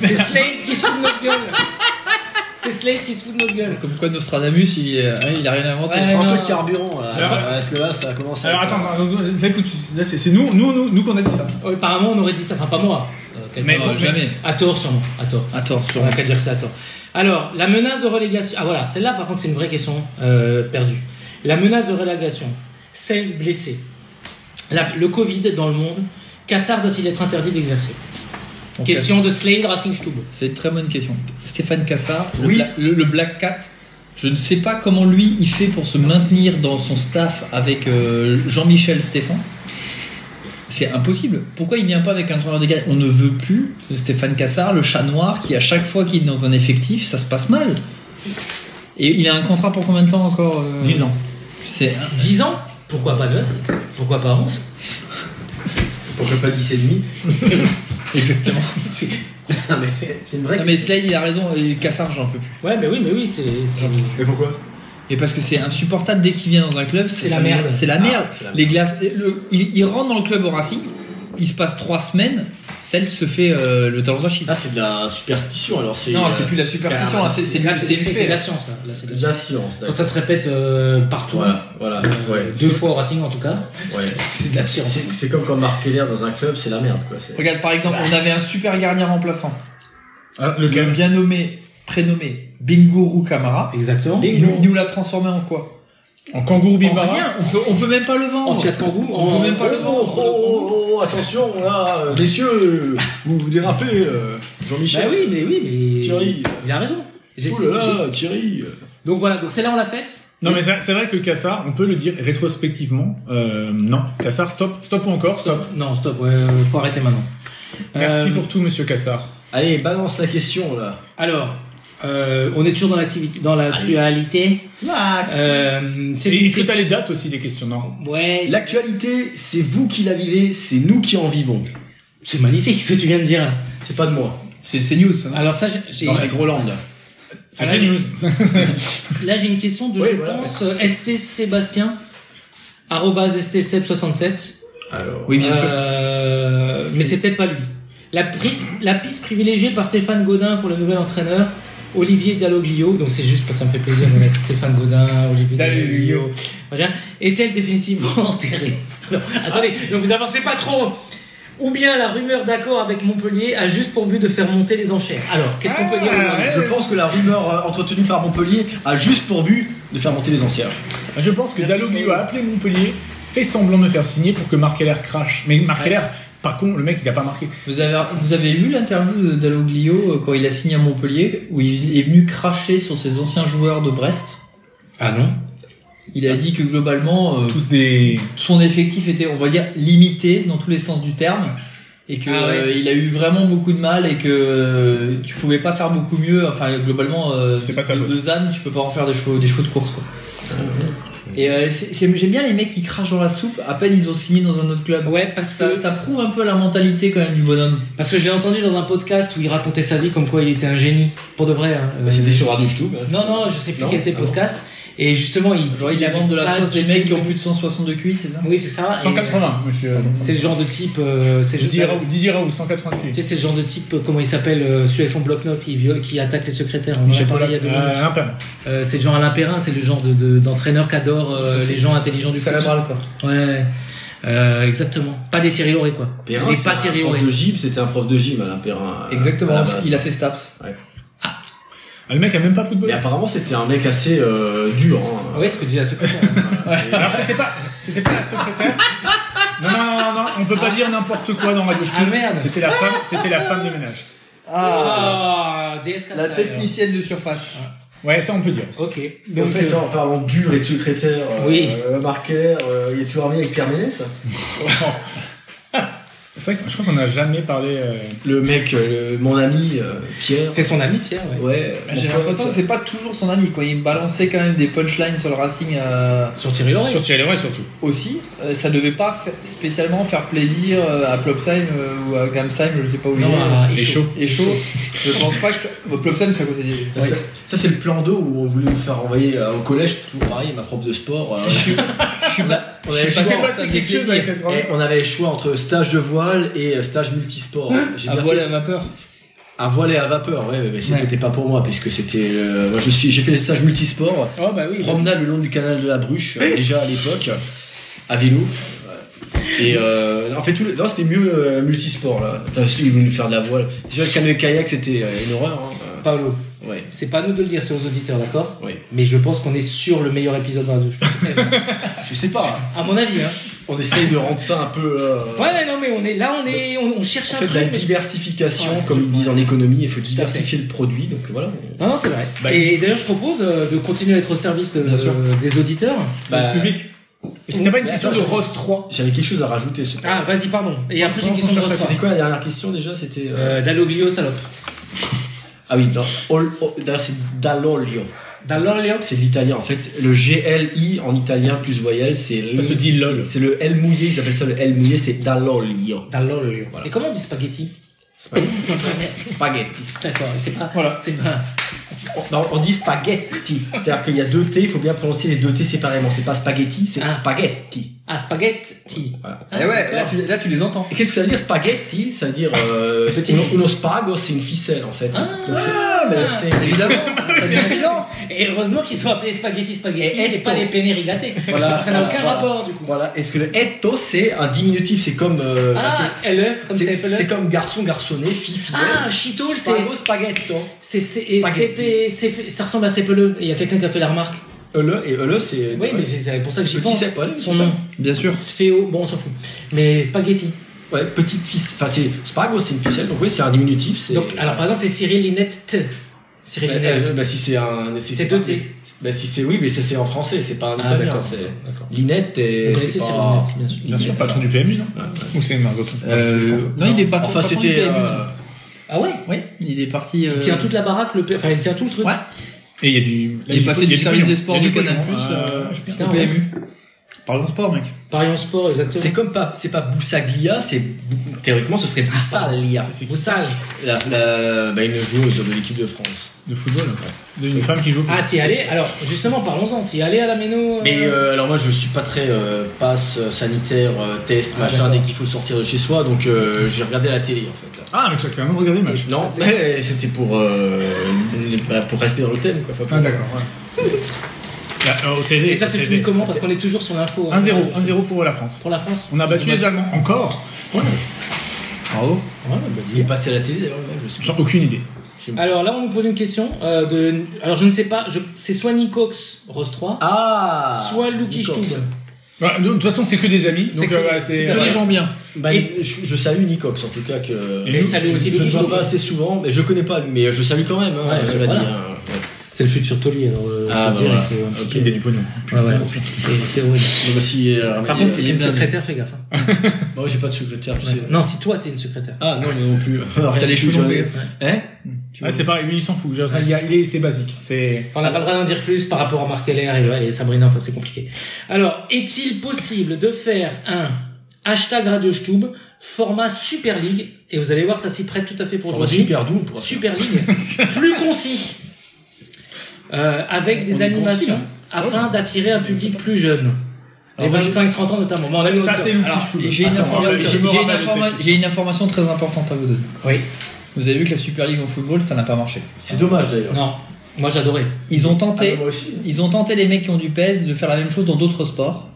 [SPEAKER 7] C'est Slade qui se fout de notre gueule. C'est Slade qui se fout de notre gueule.
[SPEAKER 11] Comme quoi Nostradamus, il,
[SPEAKER 9] euh,
[SPEAKER 11] est- hein, il a rien inventé.
[SPEAKER 7] Ouais,
[SPEAKER 9] Un
[SPEAKER 7] non.
[SPEAKER 9] peu de carburant. là,
[SPEAKER 3] Alors-
[SPEAKER 9] euh, Parce que là, ça commence à.
[SPEAKER 3] Alors
[SPEAKER 9] être-
[SPEAKER 3] attends, attends, attends, là, il faut que tu- là, c'est c'est nous, nous, nous, nous qu'on a dit ça.
[SPEAKER 7] Euh, Apparemment, on aurait dit ça. Enfin, pas moi. Euh, quelqu'un
[SPEAKER 11] Mais
[SPEAKER 7] d'autre,
[SPEAKER 11] non, jamais.
[SPEAKER 7] À tort, sûrement. À tort.
[SPEAKER 11] Attends, sur
[SPEAKER 7] On va pas dire ça à tort. Alors, la menace de relégation. Ah voilà, celle-là, par contre, c'est une vraie question euh, perdue. La menace de relégation. 16 blessés. La- le Covid dans le monde. Cassard doit-il être interdit d'exercer
[SPEAKER 11] on
[SPEAKER 7] Question de Slade Racing Stube.
[SPEAKER 11] casse. C'est une très bonne question. Stéphane Cassard, le,
[SPEAKER 9] Oui.
[SPEAKER 11] Bla- le, le Black Cat. Je ne sais pas comment lui il fait pour se maintenir dans son staff avec euh, Jean-Michel Stéphane. C'est impossible. Pourquoi il vient pas avec un tourneur de gars On ne veut plus de Stéphane Cassard, le chat noir, qui à chaque fois qu'il est dans un effectif, ça se passe mal. Et il a un contrat pour combien de temps encore euh
[SPEAKER 3] 10 ans.
[SPEAKER 11] C'est hein,
[SPEAKER 7] 10 ans Pourquoi pas 9 Pourquoi pas 11
[SPEAKER 9] Pourquoi pas 10 et demi
[SPEAKER 11] exactement.
[SPEAKER 9] Non, mais c'est c'est une vraie.
[SPEAKER 11] Non, mais Slade il a raison, et Cassard j'en peux plus.
[SPEAKER 7] Ouais, mais oui, mais oui, c'est. c'est-
[SPEAKER 9] Mais pourquoi
[SPEAKER 11] Et parce que c'est insupportable dès qu'il vient dans un club, c'est
[SPEAKER 7] la
[SPEAKER 11] ça-
[SPEAKER 7] merde.
[SPEAKER 11] C'est la
[SPEAKER 9] Ah,
[SPEAKER 11] merde.
[SPEAKER 9] c'est la merde.
[SPEAKER 11] Les glaces, euh, le- il, il rentre dans le club au Racing, il se passe trois semaines, celle se fait euh, le talent d'Achille.
[SPEAKER 9] Ah, c'est de la superstition alors. c'est
[SPEAKER 11] non,
[SPEAKER 9] euh,
[SPEAKER 11] c'est plus la superstition,
[SPEAKER 9] c'est-
[SPEAKER 11] hein, c'est c'est du-
[SPEAKER 7] Là,
[SPEAKER 11] c'est du
[SPEAKER 7] c'est c'est
[SPEAKER 11] fait.
[SPEAKER 7] de la science, là. Là, c'est de la
[SPEAKER 9] de
[SPEAKER 7] science.
[SPEAKER 9] la science.
[SPEAKER 7] Quand
[SPEAKER 9] d'accord.
[SPEAKER 7] ça se répète euh, partout,
[SPEAKER 9] Voilà, voilà.
[SPEAKER 7] euh,
[SPEAKER 9] Ouais.
[SPEAKER 7] deux fois au Racing en tout cas,
[SPEAKER 9] ouais.
[SPEAKER 7] c'est de la science.
[SPEAKER 9] C'est c'est comme quand Marc Keller dans un club, c'est la merde quoi. c'est-
[SPEAKER 11] Regarde par exemple,
[SPEAKER 3] Bah.
[SPEAKER 11] on avait un super gardien remplaçant,
[SPEAKER 1] Ah,
[SPEAKER 11] le bien nommé, prénommé Binguru Kamara.
[SPEAKER 7] Exactement.
[SPEAKER 11] Il nous, il nous l'a transformé en quoi
[SPEAKER 3] En kangourou
[SPEAKER 11] En
[SPEAKER 3] Bibara.
[SPEAKER 11] rien, on peut, on peut même pas le vendre.
[SPEAKER 7] En Fiat Kangoo,
[SPEAKER 11] on peut
[SPEAKER 7] en-
[SPEAKER 11] même pas le
[SPEAKER 9] Oh, oh,
[SPEAKER 11] vendre.
[SPEAKER 9] oh, oh, oh, attention là, euh, messieurs, vous vous dérapez, euh,
[SPEAKER 7] Bah
[SPEAKER 9] Jean-Michel.
[SPEAKER 7] oui, mais oui, mais.
[SPEAKER 9] Thierry.
[SPEAKER 7] Il a raison. J'essaie-
[SPEAKER 9] Oh là
[SPEAKER 7] j'ai-
[SPEAKER 9] là, Thierry. euh.
[SPEAKER 7] Donc voilà, donc celle-là on l'a faite.
[SPEAKER 3] Non mais c'est c'est vrai que Kassar, on peut le dire rétrospectivement. Euh, non, Kassar, stop, stop ou encore stop.
[SPEAKER 7] Non, stop, ouais, euh, faut arrêter maintenant.
[SPEAKER 3] Merci
[SPEAKER 7] Euh,
[SPEAKER 3] pour tout, Monsieur Kassar.
[SPEAKER 9] Allez, balance la question là.
[SPEAKER 7] Alors, euh, on est toujours dans l'activité, dans l'actualité. Euh, c'est
[SPEAKER 3] Et
[SPEAKER 7] une
[SPEAKER 3] Est-ce que t'as
[SPEAKER 7] question-
[SPEAKER 3] les dates aussi des questions Non.
[SPEAKER 7] Ouais,
[SPEAKER 9] L'actualité, c'est vous qui la vivez, c'est nous qui en vivons.
[SPEAKER 7] c'est magnifique ce que tu viens de dire.
[SPEAKER 9] C'est pas de moi.
[SPEAKER 11] C'est c'est news. hein.
[SPEAKER 7] Alors ça, j'ai- j'ai-
[SPEAKER 9] Non, c'est Groland.
[SPEAKER 3] Ça,
[SPEAKER 7] Ah,
[SPEAKER 3] C'est
[SPEAKER 7] là,
[SPEAKER 3] news.
[SPEAKER 7] là j'ai une question de,
[SPEAKER 9] Oui,
[SPEAKER 7] je
[SPEAKER 9] voilà,
[SPEAKER 7] pense, euh, ST Sébastien, arrobase stcep67.
[SPEAKER 9] Alors.
[SPEAKER 11] Oui, bien sûr.
[SPEAKER 7] Euh, mais c'est peut-être pas lui. La, prise- la piste privilégiée par Stéphane Godin pour le nouvel entraîneur, Olivier Dalloglio, donc c'est juste parce que ça me fait plaisir de mettre Stéphane Godin, Olivier Dalloglio, machin, est-elle définitivement enterrée Non, Attendez,
[SPEAKER 9] Ah.
[SPEAKER 7] ne vous avancez pas trop Ou bien la rumeur d'accord avec Montpellier a juste pour but de faire monter les enchères. Alors, qu'est-ce qu'on peut dire aujourd'hui
[SPEAKER 9] Je pense que la rumeur euh, entretenue par Montpellier a juste pour but de faire monter les anciens.
[SPEAKER 1] Ah,
[SPEAKER 3] Je pense que
[SPEAKER 7] Merci
[SPEAKER 3] Dalloglio
[SPEAKER 7] pour-
[SPEAKER 3] a appelé Montpellier, fait semblant de me faire signer pour que Marc Keller crache. Mais Marc
[SPEAKER 7] Ouais.
[SPEAKER 3] Keller, pas con, le mec il a pas marqué.
[SPEAKER 11] Vous avez, vous avez lu l'interview de Dalloglio euh, quand il a signé à Montpellier, où il est venu cracher sur ses anciens joueurs de Brest
[SPEAKER 7] Ah non
[SPEAKER 9] Il a dit que globalement, euh,
[SPEAKER 12] Tous des.
[SPEAKER 9] son effectif était, on va dire, limité dans tous les sens du terme. Et que
[SPEAKER 7] Ah ouais.
[SPEAKER 9] euh, il a eu vraiment beaucoup de mal et que euh, tu pouvais pas faire beaucoup mieux. Enfin, globalement, euh,
[SPEAKER 1] C'est pas sa
[SPEAKER 9] de,
[SPEAKER 1] faute.
[SPEAKER 9] de Zan, tu peux pas en faire des chevaux, des chevaux de course, quoi. Et euh, c'est- c'est- j'aime bien les mecs qui crachent dans la soupe à peine ils ont signé dans un autre club.
[SPEAKER 7] Ouais, parce
[SPEAKER 9] Ça,
[SPEAKER 7] que,
[SPEAKER 9] ça prouve un peu la mentalité quand même du bonhomme.
[SPEAKER 7] parce que je l'ai entendu dans un podcast où il racontait sa vie comme quoi il était un génie. Pour de vrai. hein.
[SPEAKER 3] Bah, C'était sur Radio Stube.
[SPEAKER 7] Non, non, je sais plus
[SPEAKER 3] Non
[SPEAKER 7] quel était le
[SPEAKER 3] Ah bon.
[SPEAKER 7] podcast. Et justement, il.
[SPEAKER 9] Genre, il la
[SPEAKER 7] avait
[SPEAKER 9] vente de la
[SPEAKER 7] pas
[SPEAKER 9] sauce des
[SPEAKER 7] du
[SPEAKER 9] mecs
[SPEAKER 7] tout-
[SPEAKER 9] qui ont plus de 160 de QI, c'est ça Ah,
[SPEAKER 7] Oui, c'est ça. et
[SPEAKER 1] 180, monsieur.
[SPEAKER 7] C'est le genre de type. euh, c'est le-
[SPEAKER 1] Didier Raoult, Didier Raoult,
[SPEAKER 7] Tu
[SPEAKER 1] 188.
[SPEAKER 7] sais, c'est le genre de type, euh, comment il s'appelle, euh, celui avec son bloc-notes qui, viole- qui attaque les secrétaires. On en a parlé il y a deux minutes.
[SPEAKER 1] Euh, Impérial.
[SPEAKER 7] Euh, c'est le genre Alain Perrin, c'est le genre de- de- d'entraîneur de, qu'adorent euh,
[SPEAKER 9] C'est-
[SPEAKER 7] les gens intelligents du foot.
[SPEAKER 9] Cérébral, quoi.
[SPEAKER 7] Ouais, euh, exactement. Pas des Thierry Auré, quoi.
[SPEAKER 3] Perrin,
[SPEAKER 7] des
[SPEAKER 3] c'est
[SPEAKER 7] pas
[SPEAKER 3] un
[SPEAKER 7] Thierry
[SPEAKER 3] prof
[SPEAKER 7] Auré.
[SPEAKER 3] de gym, c'était un prof de gym, Alain Perrin. euh, à
[SPEAKER 9] Ah, Exactement,
[SPEAKER 3] la base.
[SPEAKER 9] il a fait Staps.
[SPEAKER 1] Ah, le mec a même pas
[SPEAKER 3] Mais
[SPEAKER 1] footballé.
[SPEAKER 3] apparemment, c'était un mec assez euh, dur. hein.
[SPEAKER 7] Ouais, ce que disait la secrétaire.
[SPEAKER 1] Alors c'était pas, c'était pas la secrétaire. Non, non, non, non, non, on peut pas dire n'importe quoi dans Radio Stube.
[SPEAKER 7] Ah, merde.
[SPEAKER 1] C'était la femme, c'était la femme de ménage.
[SPEAKER 7] Ah, DS
[SPEAKER 9] La
[SPEAKER 7] Castagne,
[SPEAKER 9] technicienne de surface.
[SPEAKER 1] Ouais, ça on peut dire.
[SPEAKER 7] alors. Ok.
[SPEAKER 3] Et en
[SPEAKER 7] Donc,
[SPEAKER 3] fait,
[SPEAKER 7] euh,
[SPEAKER 3] en parlant dur et de secrétaire, euh,
[SPEAKER 7] Oui.
[SPEAKER 3] euh, Marc Keller, euh, il est toujours ami avec Pierre Ménès
[SPEAKER 1] C'est vrai que je crois qu'on n'a jamais parlé. euh,
[SPEAKER 3] Le mec, euh, le- mon ami, euh, Pierre.
[SPEAKER 7] c'est son ami Pierre, ouais.
[SPEAKER 3] Ouais, mon
[SPEAKER 9] J'ai
[SPEAKER 3] pote.
[SPEAKER 9] l'impression que c'est pas toujours son ami, quoi. Il balançait quand même des punchlines sur le Racing euh,
[SPEAKER 7] Sur Thierry Auré.
[SPEAKER 1] Sur Thierry Leroy surtout.
[SPEAKER 9] aussi. Euh, ça devait pas fa- spécialement faire plaisir euh, à Plopsheim euh, ou à Gamsheim, je sais pas où
[SPEAKER 7] Non, à
[SPEAKER 9] il est.
[SPEAKER 7] Echo.
[SPEAKER 9] Et chaud. Je pense pas que. Ça... Bon, Plopsheim, c'est à côté des.
[SPEAKER 3] Bah, Ça, c'est- Ça, c'est le plan d'eau où on voulait me faire envoyer euh, au collège, toujours pareil, ma prof de sport. euh, on, avait le
[SPEAKER 9] Je sais
[SPEAKER 3] choix,
[SPEAKER 9] pas si c'est quelque chose avec cette
[SPEAKER 3] Eh, on avait le choix entre stage de voile et euh, stage multisport.
[SPEAKER 7] Ah,
[SPEAKER 3] J'ai
[SPEAKER 9] À
[SPEAKER 3] bien
[SPEAKER 9] voile
[SPEAKER 3] fait-
[SPEAKER 9] à vapeur.
[SPEAKER 3] à voile et à vapeur, ouais, mais- mais c'était pas pour moi, puisque c'était. euh, moi, je suis, j'ai fait les stages multisports.
[SPEAKER 7] Oh, bah oui.
[SPEAKER 3] promenade le long du canal de la Bruche, euh, déjà à l'époque, à vélo. Et euh, en fait, tout le- non, c'était mieux euh, multisport là. Putain, si, Ils voulaient nous faire de la voile. Déjà, le canoë kayak, c'était euh, une horreur. hein.
[SPEAKER 7] Paolo,
[SPEAKER 3] Euh, Ouais,
[SPEAKER 7] c'est pas à nous de le dire, c'est aux auditeurs, d'accord
[SPEAKER 3] ouais.
[SPEAKER 7] Mais je pense qu'on est sur le meilleur épisode de Radio Stube. Ah,
[SPEAKER 3] Je sais pas.
[SPEAKER 7] Eh ben, à mon avis, hein.
[SPEAKER 3] On essaye de rendre ça un peu. euh,
[SPEAKER 7] Ouais, non, mais on est là, on est, on, on cherche
[SPEAKER 3] En
[SPEAKER 7] un
[SPEAKER 3] fait,
[SPEAKER 7] truc.
[SPEAKER 3] la
[SPEAKER 7] mais je-
[SPEAKER 3] diversification,
[SPEAKER 7] Ouais,
[SPEAKER 3] comme
[SPEAKER 7] je-
[SPEAKER 3] ils disent en économie, il faut
[SPEAKER 7] à fait.
[SPEAKER 3] diversifier le produit. Donc voilà. on-
[SPEAKER 7] Non, non, c'est vrai.
[SPEAKER 1] Bah,
[SPEAKER 7] et d'ailleurs, je propose euh, de continuer à être au service de-
[SPEAKER 3] Bien sûr.
[SPEAKER 7] euh, des auditeurs.
[SPEAKER 3] Bah,
[SPEAKER 1] public. Et C'était pas une question de Rose 3.
[SPEAKER 3] J'avais quelque chose à rajouter. ce
[SPEAKER 7] Ah, vas-y, pardon. Et après, j'ai une
[SPEAKER 1] Non,
[SPEAKER 7] question de
[SPEAKER 1] on cherche
[SPEAKER 7] Rostra.
[SPEAKER 3] C'était quoi la dernière question déjà C'était. euh,
[SPEAKER 7] Euh, Dalloglio, salope.
[SPEAKER 3] Ah oui, non, Ol- Ol- d'ailleurs, c'est Dall'Olio.
[SPEAKER 7] Dalloglio
[SPEAKER 3] C'est l'italien en fait. Le GLI en italien plus voyelle, c'est le-
[SPEAKER 1] Ça se dit lol.
[SPEAKER 3] C'est le L mouillé, ils appellent ça le L mouillé, c'est Dall'Olio.
[SPEAKER 7] Dalloglio.
[SPEAKER 3] Voilà.
[SPEAKER 7] Et comment on dit spaghetti
[SPEAKER 3] Spaghetti.
[SPEAKER 7] D'accord, c'est pas.
[SPEAKER 1] Voilà.
[SPEAKER 7] C'est pas.
[SPEAKER 3] On- non, on dit spaghetti. C'est-à-dire qu'il y a deux T, il faut bien prononcer les deux T séparément. C'est pas spaghetti, c'est
[SPEAKER 7] Ah.
[SPEAKER 3] spaghetti. Euh,
[SPEAKER 7] Ah, spaghetti.
[SPEAKER 3] Voilà.
[SPEAKER 9] Et Eh ouais, là tu, là, tu les entends.
[SPEAKER 3] Et qu'est-ce que ça veut dire spaghetti Ça veut dire. Euh,
[SPEAKER 7] Petit.
[SPEAKER 3] uno, uno spago, c'est une ficelle en
[SPEAKER 7] Ah,
[SPEAKER 3] fait. Donc c'est-
[SPEAKER 9] mais
[SPEAKER 3] c'est-
[SPEAKER 9] Évidemment, c'est bien évident.
[SPEAKER 7] Et heureusement qu'ils sont appelés spaghetti spaghetti
[SPEAKER 3] Et
[SPEAKER 7] et, pas
[SPEAKER 3] etto.
[SPEAKER 7] les penne riglatés.
[SPEAKER 3] Voilà,
[SPEAKER 7] ça n'a
[SPEAKER 3] voilà,
[SPEAKER 7] aucun
[SPEAKER 3] voilà.
[SPEAKER 7] rapport du coup.
[SPEAKER 3] Voilà. Est-ce que le etto, c'est un diminutif C'est comme. euh,
[SPEAKER 7] Ah, LE,
[SPEAKER 3] c'est-
[SPEAKER 7] comme
[SPEAKER 3] c'est
[SPEAKER 7] c'est
[SPEAKER 3] c'est
[SPEAKER 7] appelé.
[SPEAKER 3] comme garçon, garçonné, fille, fille.
[SPEAKER 7] Ah, Chitol, c'est.
[SPEAKER 3] spaghetto.
[SPEAKER 7] c'est- c'est- et
[SPEAKER 3] Spaghetti.
[SPEAKER 7] c'est- c'est- Ça ressemble à Cepeleux. Il y a quelqu'un qui a fait la remarque.
[SPEAKER 3] Ele E, et Ele, c'est.
[SPEAKER 7] Oui, mais c'est c'est pour ça que j'y
[SPEAKER 3] Petit
[SPEAKER 7] pense.
[SPEAKER 3] Cepeleux,
[SPEAKER 7] Son
[SPEAKER 3] c'est
[SPEAKER 7] nom.
[SPEAKER 9] Bien sûr.
[SPEAKER 7] Sphéo, bon, on s'en fout. Mais spaghetti.
[SPEAKER 3] Ouais, petite ficelle. Enfin, c'est Spago, c'est une ficelle, donc oui, c'est un diminutif. c'est- euh,
[SPEAKER 7] Donc, alors par exemple, c'est Cyril Linette T. Cyril
[SPEAKER 3] Bah,
[SPEAKER 7] Linette.
[SPEAKER 3] euh, bah, si c'est un. Si
[SPEAKER 7] C'est
[SPEAKER 3] pas-
[SPEAKER 7] deux T.
[SPEAKER 3] Bah, si c'est oui, mais c'est c'est en français, c'est pas un
[SPEAKER 7] Ah,
[SPEAKER 3] italien.
[SPEAKER 7] d'accord.
[SPEAKER 3] c'est-
[SPEAKER 7] D'accord.
[SPEAKER 3] Linette
[SPEAKER 7] Vous
[SPEAKER 3] et.
[SPEAKER 7] connaissez
[SPEAKER 3] c'est
[SPEAKER 7] Cyril
[SPEAKER 3] pas-
[SPEAKER 7] Linette, bien sûr.
[SPEAKER 1] Bien sûr, patron du PMU, non Ou c'est un autre
[SPEAKER 9] Euh, non, il est parti.
[SPEAKER 3] Enfin,
[SPEAKER 9] patron du
[SPEAKER 3] c'était.
[SPEAKER 9] PMU.
[SPEAKER 3] euh,
[SPEAKER 7] Ah ouais
[SPEAKER 9] Oui, il est parti.
[SPEAKER 7] Il
[SPEAKER 9] euh,
[SPEAKER 7] tient toute la baraque, le... p- enfin il tient tout le truc.
[SPEAKER 9] Ouais.
[SPEAKER 1] Et il y a du.
[SPEAKER 9] Il est passé du service des sports de Canal Plus
[SPEAKER 3] euh,
[SPEAKER 9] euh,
[SPEAKER 3] Ah,
[SPEAKER 7] putain,
[SPEAKER 1] euh,
[SPEAKER 9] au
[SPEAKER 7] ouais.
[SPEAKER 9] PMU. Parlons sport, mec.
[SPEAKER 7] Paris en sport,
[SPEAKER 3] C'est
[SPEAKER 7] exactement.
[SPEAKER 3] comme pas, c'est pas Boussaglia, c'est théoriquement ce serait Boussalia.
[SPEAKER 7] Vous savez.
[SPEAKER 3] La, la, bah, une joueuse de l'équipe de France.
[SPEAKER 1] De football. Une femme qui joue. au foot.
[SPEAKER 7] Ah, t'y es allé Alors, justement, parlons-en. T'y es allé à la méno euh,
[SPEAKER 3] Mais euh, alors moi je suis pas très euh, passe euh, sanitaire, euh, test,
[SPEAKER 7] Ah,
[SPEAKER 3] machin
[SPEAKER 7] d'accord.
[SPEAKER 3] dès qu'il faut sortir de chez soi, donc euh, j'ai regardé la télé en fait.
[SPEAKER 1] Ah, mais tu as quand même regardé le match.
[SPEAKER 3] Non,
[SPEAKER 7] Ça, c'est-
[SPEAKER 3] mais c'était pour euh, bah, pour rester dans le thème quoi. Enfin, pour-
[SPEAKER 1] Ah, d'accord, ouais. Là, euh, au TV.
[SPEAKER 7] Et ça, c'est
[SPEAKER 1] au
[SPEAKER 7] fini
[SPEAKER 1] TV.
[SPEAKER 7] comment Parce qu'on est toujours sur l'info. hein.
[SPEAKER 1] 1-0, 1-0 pour la France.
[SPEAKER 7] Pour la France
[SPEAKER 1] On a battu les Allemands. Encore
[SPEAKER 3] Bravo.
[SPEAKER 7] Ouais, bah, dis
[SPEAKER 3] Il est
[SPEAKER 7] donc.
[SPEAKER 3] passé à la télé d'ailleurs le match, je sais pas.
[SPEAKER 1] J'en ai aucune idée.
[SPEAKER 7] Alors là, on nous pose une question. euh, de... Alors, je ne sais pas. Je... C'est soit Nicox, Rose 3,
[SPEAKER 3] Ah
[SPEAKER 7] soit Lucky
[SPEAKER 3] Nicox.
[SPEAKER 7] Stube.
[SPEAKER 1] Voilà, de toute façon, c'est que des amis.
[SPEAKER 7] C'est
[SPEAKER 1] Donc,
[SPEAKER 7] que-
[SPEAKER 1] euh, voilà, c'est.
[SPEAKER 9] Que les gens bien.
[SPEAKER 3] Bah,
[SPEAKER 7] Et-
[SPEAKER 3] je, je salue Nicox en tout cas que.
[SPEAKER 1] Et
[SPEAKER 7] salut
[SPEAKER 3] je,
[SPEAKER 7] aussi
[SPEAKER 3] je
[SPEAKER 7] Lucky
[SPEAKER 3] ne vois
[SPEAKER 7] Stube.
[SPEAKER 3] pas assez souvent, mais je le connais pas, mais je salue quand même. Hein,
[SPEAKER 7] Ouais,
[SPEAKER 3] cela
[SPEAKER 7] voilà.
[SPEAKER 3] dit, hein. Ouais.
[SPEAKER 7] C'est le futur Toli, alors. euh,
[SPEAKER 13] Ah,
[SPEAKER 7] faut
[SPEAKER 13] bah
[SPEAKER 7] dire,
[SPEAKER 13] voilà.
[SPEAKER 7] il faut un
[SPEAKER 13] Euh,
[SPEAKER 7] petit
[SPEAKER 13] puis il y a
[SPEAKER 7] peu-
[SPEAKER 13] du pognon.
[SPEAKER 7] Ouais, ouais, c'est c'est horrible.
[SPEAKER 13] Non, bah, si, euh,
[SPEAKER 7] Par
[SPEAKER 13] il-
[SPEAKER 7] contre, si
[SPEAKER 13] il-
[SPEAKER 7] t'es une
[SPEAKER 13] il-
[SPEAKER 7] secrétaire, fais gaffe. hein.
[SPEAKER 13] Moi, j'ai pas de secrétaire, tu
[SPEAKER 7] Ouais.
[SPEAKER 13] sais.
[SPEAKER 7] Non, si toi t'es une secrétaire.
[SPEAKER 13] Ah, non, mais non plus.
[SPEAKER 9] T'as les
[SPEAKER 13] Plus
[SPEAKER 9] cheveux
[SPEAKER 13] jamais.
[SPEAKER 9] longs,
[SPEAKER 13] Hein
[SPEAKER 3] Ouais, c'est pareil, lui il s'en fout. Genre, ça, il y a- il est- C'est basique. C'est.
[SPEAKER 7] On n'a pas le droit d'en dire plus par rapport à Marc Heller et, et Sabrina, enfin c'est compliqué. Alors, est-il possible de faire un hashtag Radio Stub format Super League Et vous allez voir, ça s'y prête tout à fait pour
[SPEAKER 13] Format
[SPEAKER 7] aujourd'hui.
[SPEAKER 13] Super doux pour
[SPEAKER 7] Super League, plus concis, euh, avec des
[SPEAKER 9] On est concis,
[SPEAKER 7] animations
[SPEAKER 9] hein.
[SPEAKER 7] afin d'attirer un public plus jeune. Les
[SPEAKER 9] Alors, moi,
[SPEAKER 7] 25-30 ans notamment. Bon, on a mis
[SPEAKER 3] Ça,
[SPEAKER 7] auteur.
[SPEAKER 3] c'est le
[SPEAKER 7] Alors,
[SPEAKER 3] fichu.
[SPEAKER 9] J'ai une,
[SPEAKER 3] Attends,
[SPEAKER 9] informa-
[SPEAKER 3] regarde,
[SPEAKER 9] j'ai-
[SPEAKER 3] je me
[SPEAKER 9] j'ai une
[SPEAKER 3] rappelle,
[SPEAKER 9] informa-
[SPEAKER 3] c'est-
[SPEAKER 9] j'ai une information très importante à vous donner.
[SPEAKER 7] Oui.
[SPEAKER 9] Vous avez vu que la Super League en football, ça n'a pas marché.
[SPEAKER 13] C'est dommage d'ailleurs.
[SPEAKER 7] Non, moi j'adorais.
[SPEAKER 9] Ils ont tenté,
[SPEAKER 13] Ah, moi aussi.
[SPEAKER 9] ils ont tenté les mecs qui ont du pèse de faire la même chose dans d'autres sports.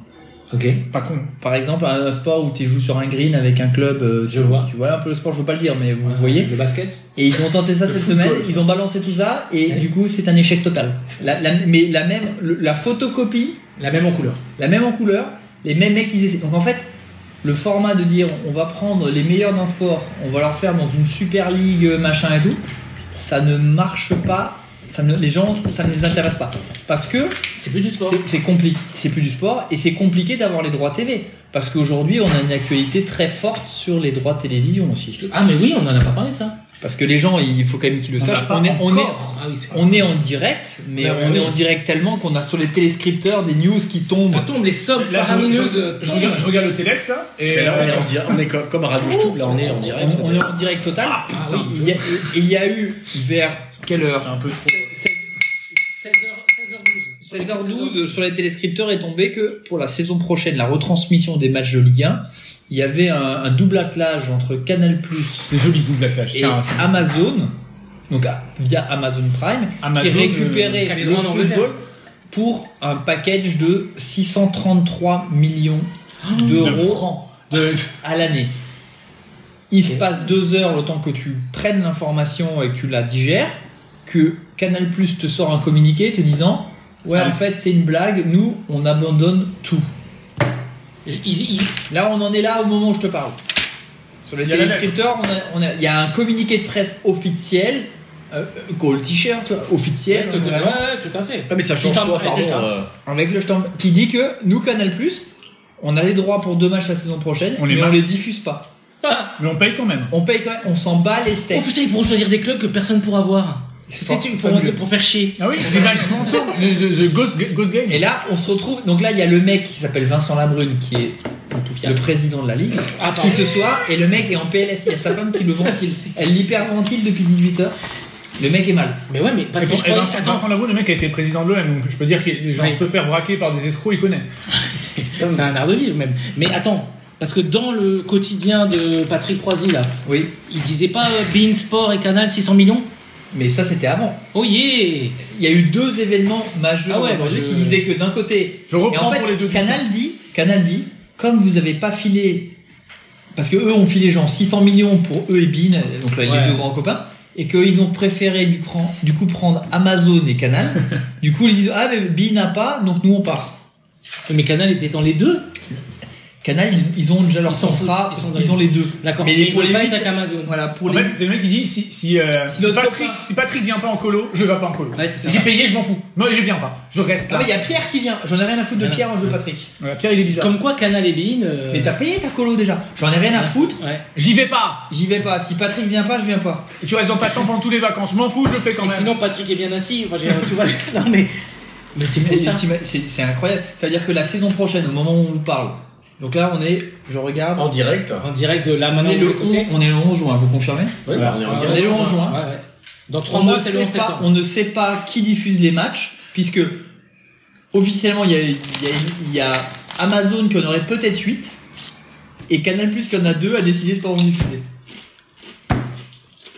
[SPEAKER 7] Ok.
[SPEAKER 3] Pas con.
[SPEAKER 9] Par exemple, un, un sport où tu joues sur un green avec un club. euh,
[SPEAKER 7] Je vois.
[SPEAKER 9] Tu vois un peu le sport, je veux pas le dire, mais vous voyez.
[SPEAKER 7] Le basket
[SPEAKER 9] Et ils ont tenté ça cette semaine, ils ont balancé tout ça, et
[SPEAKER 7] Ouais.
[SPEAKER 9] du coup, c'est un échec total. La- la- mais la même, le- la photocopie
[SPEAKER 7] La même en couleur.
[SPEAKER 9] la même en couleur, les mêmes mecs ils essaient. Donc en fait, le format de dire on va prendre les meilleurs d'un sport, on va leur faire dans une super ligue machin et tout, ça ne marche pas. Ça ne, les gens, ça ne les intéresse pas. Parce que
[SPEAKER 7] C'est plus du sport.
[SPEAKER 9] c'est- c'est compliqué, c'est plus du sport et c'est compliqué d'avoir les droits TV. Parce qu'aujourd'hui, on a une actualité très forte sur les droits télévision aussi.
[SPEAKER 7] Ah mais oui, on en a pas parlé de ça.
[SPEAKER 9] Parce que les gens, il faut quand même qu'ils le
[SPEAKER 7] On
[SPEAKER 9] sachent.
[SPEAKER 7] n'a pas
[SPEAKER 9] On est, on, est,
[SPEAKER 7] encore. Ah oui, c'est
[SPEAKER 9] on est en direct, mais
[SPEAKER 7] Ah,
[SPEAKER 9] on
[SPEAKER 7] oui.
[SPEAKER 9] est en direct tellement qu'on a sur les téléscripteurs des news qui tombent.
[SPEAKER 7] Ça tombe, les sommes
[SPEAKER 3] Là, je,
[SPEAKER 7] faramineuses
[SPEAKER 3] je- je
[SPEAKER 7] tombent.
[SPEAKER 3] regarde, je regarde le Telex là. Et
[SPEAKER 13] Mais là, on est
[SPEAKER 3] euh,
[SPEAKER 13] en direct. On est comme, comme à Radio Stoup, là, on est en direct. Ah,
[SPEAKER 9] On, on est en direct total. Ah
[SPEAKER 7] putain.
[SPEAKER 9] Oui, il, y a, il y a eu vers quelle heure
[SPEAKER 3] un peu trop.
[SPEAKER 7] 16h12.
[SPEAKER 9] 16h12 sur les téléscripteurs est tombé que pour la saison prochaine, la retransmission des matchs de Ligue 1, il y avait un, un double attelage entre Canal Plus
[SPEAKER 3] C'est joli, double affichage.
[SPEAKER 9] et Amazon, donc ah, via Amazon Prime,
[SPEAKER 3] Amazon,
[SPEAKER 9] qui récupérait
[SPEAKER 7] euh,
[SPEAKER 9] le
[SPEAKER 7] Calédoine en
[SPEAKER 9] football
[SPEAKER 7] réserve.
[SPEAKER 9] pour un package de 633 millions d'euros à l'année. Il se passe deux heures le temps que tu prennes l'information et que tu la digères, que Canal Plus te sort un communiqué te disant Ouais, en fait, c'est une blague, nous, on abandonne tout.
[SPEAKER 7] Il- il-
[SPEAKER 9] Là, on en est là au moment où je te parle. Sur les
[SPEAKER 3] Il y a la
[SPEAKER 9] téléscripteurs, on a- on a- il y a un communiqué de presse officiel, euh, euh, gold t-shirt, tu vois,
[SPEAKER 7] Ouais,
[SPEAKER 9] officiel,
[SPEAKER 7] tout à-
[SPEAKER 9] vraiment,
[SPEAKER 7] ouais, tout à fait.
[SPEAKER 13] Ah, mais ça change
[SPEAKER 7] Putain,
[SPEAKER 13] pas,
[SPEAKER 7] ouais,
[SPEAKER 13] pardon.
[SPEAKER 7] je t'en-
[SPEAKER 13] euh,
[SPEAKER 9] avec le stand, qui dit que nous, Canal Plus, on a les droits pour deux matchs la saison prochaine,
[SPEAKER 3] On les
[SPEAKER 9] mais on
[SPEAKER 3] marque.
[SPEAKER 9] les diffuse pas.
[SPEAKER 3] Mais on paye quand même.
[SPEAKER 9] On paye quand même, on s'en bat les
[SPEAKER 7] Oh
[SPEAKER 9] steaks.
[SPEAKER 7] putain, ils pourront choisir des clubs que personne pourra voir. C'est une pour,
[SPEAKER 3] fabuleux.
[SPEAKER 7] pour faire chier.
[SPEAKER 3] Ah oui, les matchs mentaux. Le, le- le Ghost, Ghost Game.
[SPEAKER 9] Et là, on se retrouve. Donc là, il y a le mec qui s'appelle Vincent Labrune, qui est le président de la ligue,
[SPEAKER 7] Ah, pardon.
[SPEAKER 9] qui ce soir, et le mec est en PLS. Il y a sa femme qui le ventile. Elle l'hyperventile depuis 18h. Le mec est mal.
[SPEAKER 7] Mais ouais, mais parce
[SPEAKER 3] Et,
[SPEAKER 7] que
[SPEAKER 3] pour-
[SPEAKER 7] je
[SPEAKER 3] et
[SPEAKER 7] crois.
[SPEAKER 3] Vincent,
[SPEAKER 7] eh ben, Attends,
[SPEAKER 3] Vincent Labrune, le mec a été président de l'OM, donc je peux dire que genre,
[SPEAKER 7] Oui.
[SPEAKER 3] se faire braquer par des escrocs, il connaît.
[SPEAKER 7] c'est un art de vivre même. Mais attends, parce que dans le quotidien de Patrick Croisy là,
[SPEAKER 9] Oui.
[SPEAKER 7] il disait pas euh, Bein Sport et Canal 600 millions
[SPEAKER 9] Mais ça, c'était avant.
[SPEAKER 7] Oh yeah
[SPEAKER 9] Il y a eu deux événements majeurs
[SPEAKER 7] Ah ouais,
[SPEAKER 9] aujourd'hui
[SPEAKER 7] je-
[SPEAKER 9] qui disaient que d'un côté,
[SPEAKER 3] Je
[SPEAKER 9] et
[SPEAKER 3] reprends
[SPEAKER 9] en fait,
[SPEAKER 3] pour les deux.
[SPEAKER 9] Canal dit, Canal dit, comme vous avez pas filé, parce que eux ont filé genre 600 millions pour eux et Bean, donc là,
[SPEAKER 7] Ouais.
[SPEAKER 9] les deux grands copains, et qu'ils ont préféré du, cran- du coup prendre Amazon et Canal. du coup, ils disent ah mais Bean n'a pas, donc nous on part.
[SPEAKER 7] Mais Canal était dans les deux
[SPEAKER 9] Canal, ils, ils ont déjà leur
[SPEAKER 7] Ils s'en
[SPEAKER 9] contrat,
[SPEAKER 7] foutent,
[SPEAKER 9] ils,
[SPEAKER 7] ils sont dans
[SPEAKER 9] ont les deux.
[SPEAKER 7] D'accord,
[SPEAKER 9] Mais
[SPEAKER 7] mais
[SPEAKER 9] les
[SPEAKER 7] il voulait pas
[SPEAKER 9] polémiques-
[SPEAKER 7] être avec Amazon.
[SPEAKER 9] Voilà pour
[SPEAKER 3] En
[SPEAKER 9] les.
[SPEAKER 3] fait, c'est le mec qui dit si, si, euh, si,
[SPEAKER 9] notre
[SPEAKER 3] Patrick,
[SPEAKER 9] copain-
[SPEAKER 3] si Patrick vient pas en colo, je vais pas en colo.
[SPEAKER 7] Ouais, c'est ça.
[SPEAKER 3] J'ai payé, je m'en fous. Moi, je viens pas. Je reste
[SPEAKER 9] Ah
[SPEAKER 3] là.
[SPEAKER 9] mais il y a Pierre qui vient. J'en ai rien à foutre de
[SPEAKER 7] Voilà.
[SPEAKER 9] Pierre en jeu Patrick.
[SPEAKER 3] Ouais, Pierre, il est bizarre.
[SPEAKER 7] Comme quoi, Canal et Bein. euh,
[SPEAKER 9] Mais t'as payé ta colo déjà. J'en ai rien à foutre.
[SPEAKER 7] Ouais.
[SPEAKER 3] J'y vais pas.
[SPEAKER 9] J'y vais pas. Si Patrick vient pas, je viens pas.
[SPEAKER 3] Et tu restes dans ta chambre pendant toutes les vacances. Je m'en fous, je le fais quand
[SPEAKER 7] Et
[SPEAKER 3] même.
[SPEAKER 7] sinon, Patrick est bien assis. Enfin, j'ai- tu vois, non, mais. Mais c'est fou
[SPEAKER 9] Et
[SPEAKER 7] ça.
[SPEAKER 9] t'ima- C'est c'est incroyable. Ça veut dire que la saison prochaine, au moment où on vous parle, donc là on est, je regarde,
[SPEAKER 13] En direct
[SPEAKER 7] En direct de là
[SPEAKER 9] on,
[SPEAKER 7] maintenant
[SPEAKER 9] est
[SPEAKER 7] de
[SPEAKER 9] le
[SPEAKER 7] l'autre côté.
[SPEAKER 9] 11, on est le 11 juin, vous confirmez
[SPEAKER 13] Oui,
[SPEAKER 14] Voilà.
[SPEAKER 13] on est en
[SPEAKER 9] On
[SPEAKER 13] direct.
[SPEAKER 9] est le 11 juin.
[SPEAKER 7] Ouais, ouais. Dans trois
[SPEAKER 9] On
[SPEAKER 7] mois,
[SPEAKER 9] ne,
[SPEAKER 7] c'est le
[SPEAKER 9] sait
[SPEAKER 7] 11
[SPEAKER 9] pas,
[SPEAKER 7] septembre.
[SPEAKER 9] on ne sait pas qui diffuse les matchs, puisque officiellement il y a, il y a- il y a Amazon qui en aurait peut-être 8, et Canal Plus qui en a 2 a décidé de pas en diffuser.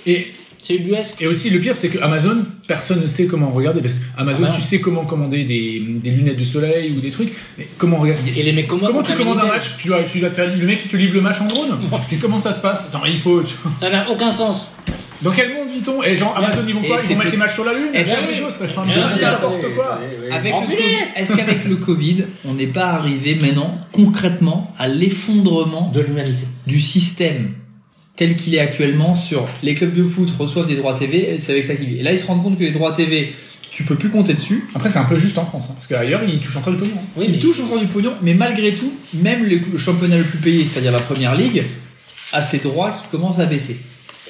[SPEAKER 3] Et,
[SPEAKER 7] C'est l'US.
[SPEAKER 3] et aussi, le pire, c'est que Amazon, personne ne sait comment regarder. Parce que Amazon,
[SPEAKER 7] Ah bah.
[SPEAKER 3] tu sais comment commander des, des lunettes de soleil ou des trucs. Mais comment regarder
[SPEAKER 7] Et les mecs comme moi,
[SPEAKER 3] Comment
[SPEAKER 7] quand
[SPEAKER 3] tu
[SPEAKER 7] t'as
[SPEAKER 3] commandes un
[SPEAKER 7] Minitel,
[SPEAKER 3] match tu dois, tu dois te faire le mec qui te livre le match en drone Et Comment ça se passe Attends, il faut. tu-
[SPEAKER 7] Ça n'a aucun sens.
[SPEAKER 3] Dans quel monde vit-on Et genre Amazon ils vont
[SPEAKER 9] Et
[SPEAKER 3] quoi Ils
[SPEAKER 9] c'est
[SPEAKER 3] vont mettre
[SPEAKER 9] que-
[SPEAKER 3] les matchs sur la lune
[SPEAKER 9] Et c'est
[SPEAKER 3] Faire des
[SPEAKER 7] que-
[SPEAKER 3] choses, parce que-
[SPEAKER 7] Je
[SPEAKER 3] N'importe
[SPEAKER 7] veux dire,
[SPEAKER 3] n'importe quoi
[SPEAKER 9] Avec le
[SPEAKER 7] Enculé
[SPEAKER 9] Covid- Est-ce qu'avec le Covid, on n'est pas arrivé maintenant concrètement à l'effondrement
[SPEAKER 7] De l'humanité.
[SPEAKER 9] du système tel qu'il est actuellement sur les clubs de foot reçoivent des droits TV, c'est avec ça qu'ils vivent. Et là, ils se rendent compte que les droits TV tu peux plus compter dessus.
[SPEAKER 1] Après, c'est un peu juste en France, hein, parce qu'ailleurs, ils touchent encore du pognon. hein.
[SPEAKER 7] Oui,
[SPEAKER 9] il
[SPEAKER 7] mais-
[SPEAKER 9] touche encore du pognon, mais malgré tout, même le, le championnat le plus payé, c'est-à-dire la première ligue, a ses droits qui commencent à baisser.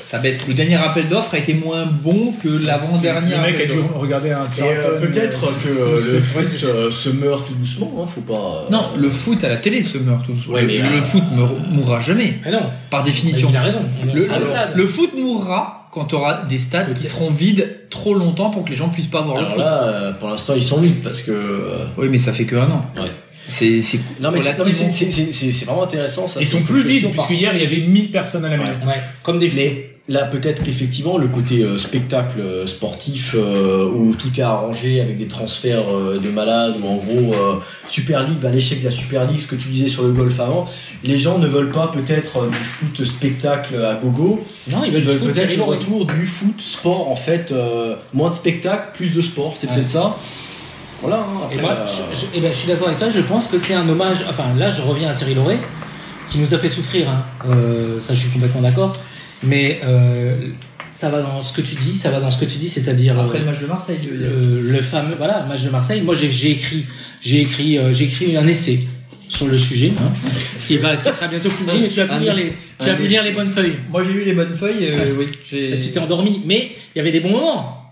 [SPEAKER 9] Ça baisse. Le dernier appel d'offres a été moins bon que l'avant-dernier.
[SPEAKER 1] Le mec a
[SPEAKER 9] appel
[SPEAKER 1] dû
[SPEAKER 9] d'offres.
[SPEAKER 1] regarder un
[SPEAKER 3] Et euh,
[SPEAKER 1] Charlton, euh,
[SPEAKER 3] peut-être que euh,
[SPEAKER 1] c'est-
[SPEAKER 3] le
[SPEAKER 1] c'est-
[SPEAKER 3] foot
[SPEAKER 1] c'est-
[SPEAKER 3] euh, se meurt tout doucement, hein, faut pas. euh,
[SPEAKER 9] Non, le foot à la télé se meurt tous.
[SPEAKER 3] Ouais, mais,
[SPEAKER 9] le
[SPEAKER 3] euh,
[SPEAKER 9] foot meurt- mourra jamais,
[SPEAKER 7] Ah non,
[SPEAKER 9] par
[SPEAKER 7] mais
[SPEAKER 9] définition.
[SPEAKER 7] il a raison. On est
[SPEAKER 9] Le,
[SPEAKER 7] au
[SPEAKER 9] le-
[SPEAKER 7] Ah, stade.
[SPEAKER 9] le foot mourra quand tu auras des stades qui seront vides trop longtemps pour que les gens puissent pas voir
[SPEAKER 3] Alors
[SPEAKER 9] le foot.
[SPEAKER 3] là, euh, pour l'instant, ils sont vides parce que. euh,
[SPEAKER 9] Oui, mais ça fait que un an.
[SPEAKER 3] Ouais.
[SPEAKER 9] C'est c'est
[SPEAKER 3] Non, mais c'est- non, mais
[SPEAKER 9] relativement-
[SPEAKER 3] c'est c'est- c'est- c'est- c'est vraiment intéressant ça.
[SPEAKER 1] Ils
[SPEAKER 3] c'est
[SPEAKER 1] sont
[SPEAKER 3] une
[SPEAKER 1] plus vides,
[SPEAKER 3] question par-
[SPEAKER 1] puisque hier, il y avait 1000 personnes à la maison.
[SPEAKER 7] Ouais, comme des filles.
[SPEAKER 3] Mais là, peut-être qu'effectivement, le côté euh, spectacle euh, sportif euh, où tout est arrangé avec des transferts euh, de malades ou en gros euh, Super League, bah, l'échec de la Super League, ce que tu disais sur le golf avant, les gens ne veulent pas peut-être euh, du foot spectacle à gogo,
[SPEAKER 7] Non, ils
[SPEAKER 3] ils
[SPEAKER 7] veulent du
[SPEAKER 3] veulent
[SPEAKER 7] foot,
[SPEAKER 3] peut-être
[SPEAKER 7] Thierry
[SPEAKER 3] le
[SPEAKER 7] Loret.
[SPEAKER 3] retour du foot sport en fait, euh, moins de spectacle, plus de sport, c'est
[SPEAKER 7] Ouais.
[SPEAKER 3] peut-être ça. Voilà, hein,
[SPEAKER 7] Et
[SPEAKER 3] après,
[SPEAKER 7] moi,
[SPEAKER 3] euh,
[SPEAKER 7] je, je- eh ben, je suis d'accord avec toi, je pense que c'est un hommage. Enfin, là, je reviens à Thierry Loret, qui nous a fait souffrir, hein. Euh, ça, je suis complètement d'accord. Mais euh, ça va dans ce que tu dis, ça va dans ce que tu dis, c'est-à-dire.
[SPEAKER 9] Après
[SPEAKER 7] euh,
[SPEAKER 9] le match de Marseille, je veux dire.
[SPEAKER 7] Euh, le fameux voilà match de Marseille. Moi j'ai j'ai écrit j'ai écrit euh, j'ai écrit un essai sur le sujet hein, qui va qui sera bientôt publié. Mais tu as
[SPEAKER 9] Un-
[SPEAKER 7] pu lire les tu
[SPEAKER 9] un
[SPEAKER 7] as pu lire
[SPEAKER 9] essai.
[SPEAKER 7] les bonnes feuilles.
[SPEAKER 9] Moi j'ai lu les bonnes feuilles, euh, oui. j'ai-
[SPEAKER 7] Bah, Tu t'es endormi. Mais il y avait des bons moments.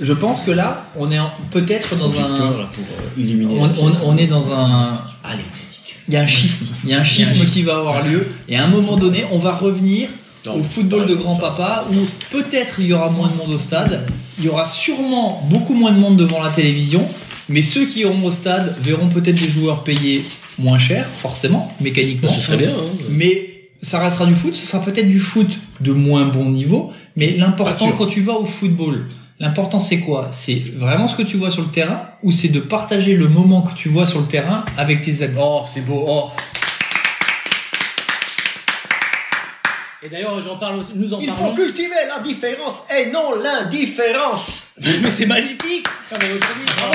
[SPEAKER 9] Je pense que là, on est en- peut-être dans
[SPEAKER 3] projecteur,
[SPEAKER 9] un.
[SPEAKER 3] là, pour euh, illuminer.
[SPEAKER 9] On,
[SPEAKER 3] la
[SPEAKER 9] on-
[SPEAKER 3] pièce.
[SPEAKER 9] on est dans un.
[SPEAKER 3] Ah, les moustiques.
[SPEAKER 9] Il y a un schisme. Il y a un schisme qui va avoir lieu. Et à un moment donné, on va revenir
[SPEAKER 3] Non,
[SPEAKER 9] au football
[SPEAKER 3] pas
[SPEAKER 9] de
[SPEAKER 3] raison,
[SPEAKER 9] grand-papa où peut-être il y aura moins de monde au stade. Il y aura sûrement beaucoup moins de monde devant la télévision. Mais ceux qui iront au stade verront peut-être des joueurs payés moins cher, forcément, mécaniquement.
[SPEAKER 7] ce serait bien. hein.
[SPEAKER 9] Mais ça restera du foot, ce sera peut-être du foot de moins bon niveau, mais l'important quand tu vas au football, l'important c'est quoi C'est vraiment ce que tu vois sur le terrain ou c'est de partager le moment que tu vois sur le terrain avec tes amis
[SPEAKER 3] Oh, c'est beau. Oh.
[SPEAKER 7] Et d'ailleurs j'en parle aussi. Nous en
[SPEAKER 3] Il faut
[SPEAKER 7] parlons.
[SPEAKER 3] cultiver la différence et non l'indifférence.
[SPEAKER 7] Mais c'est magnifique. Non, Ah, mais aujourd'hui, bravo.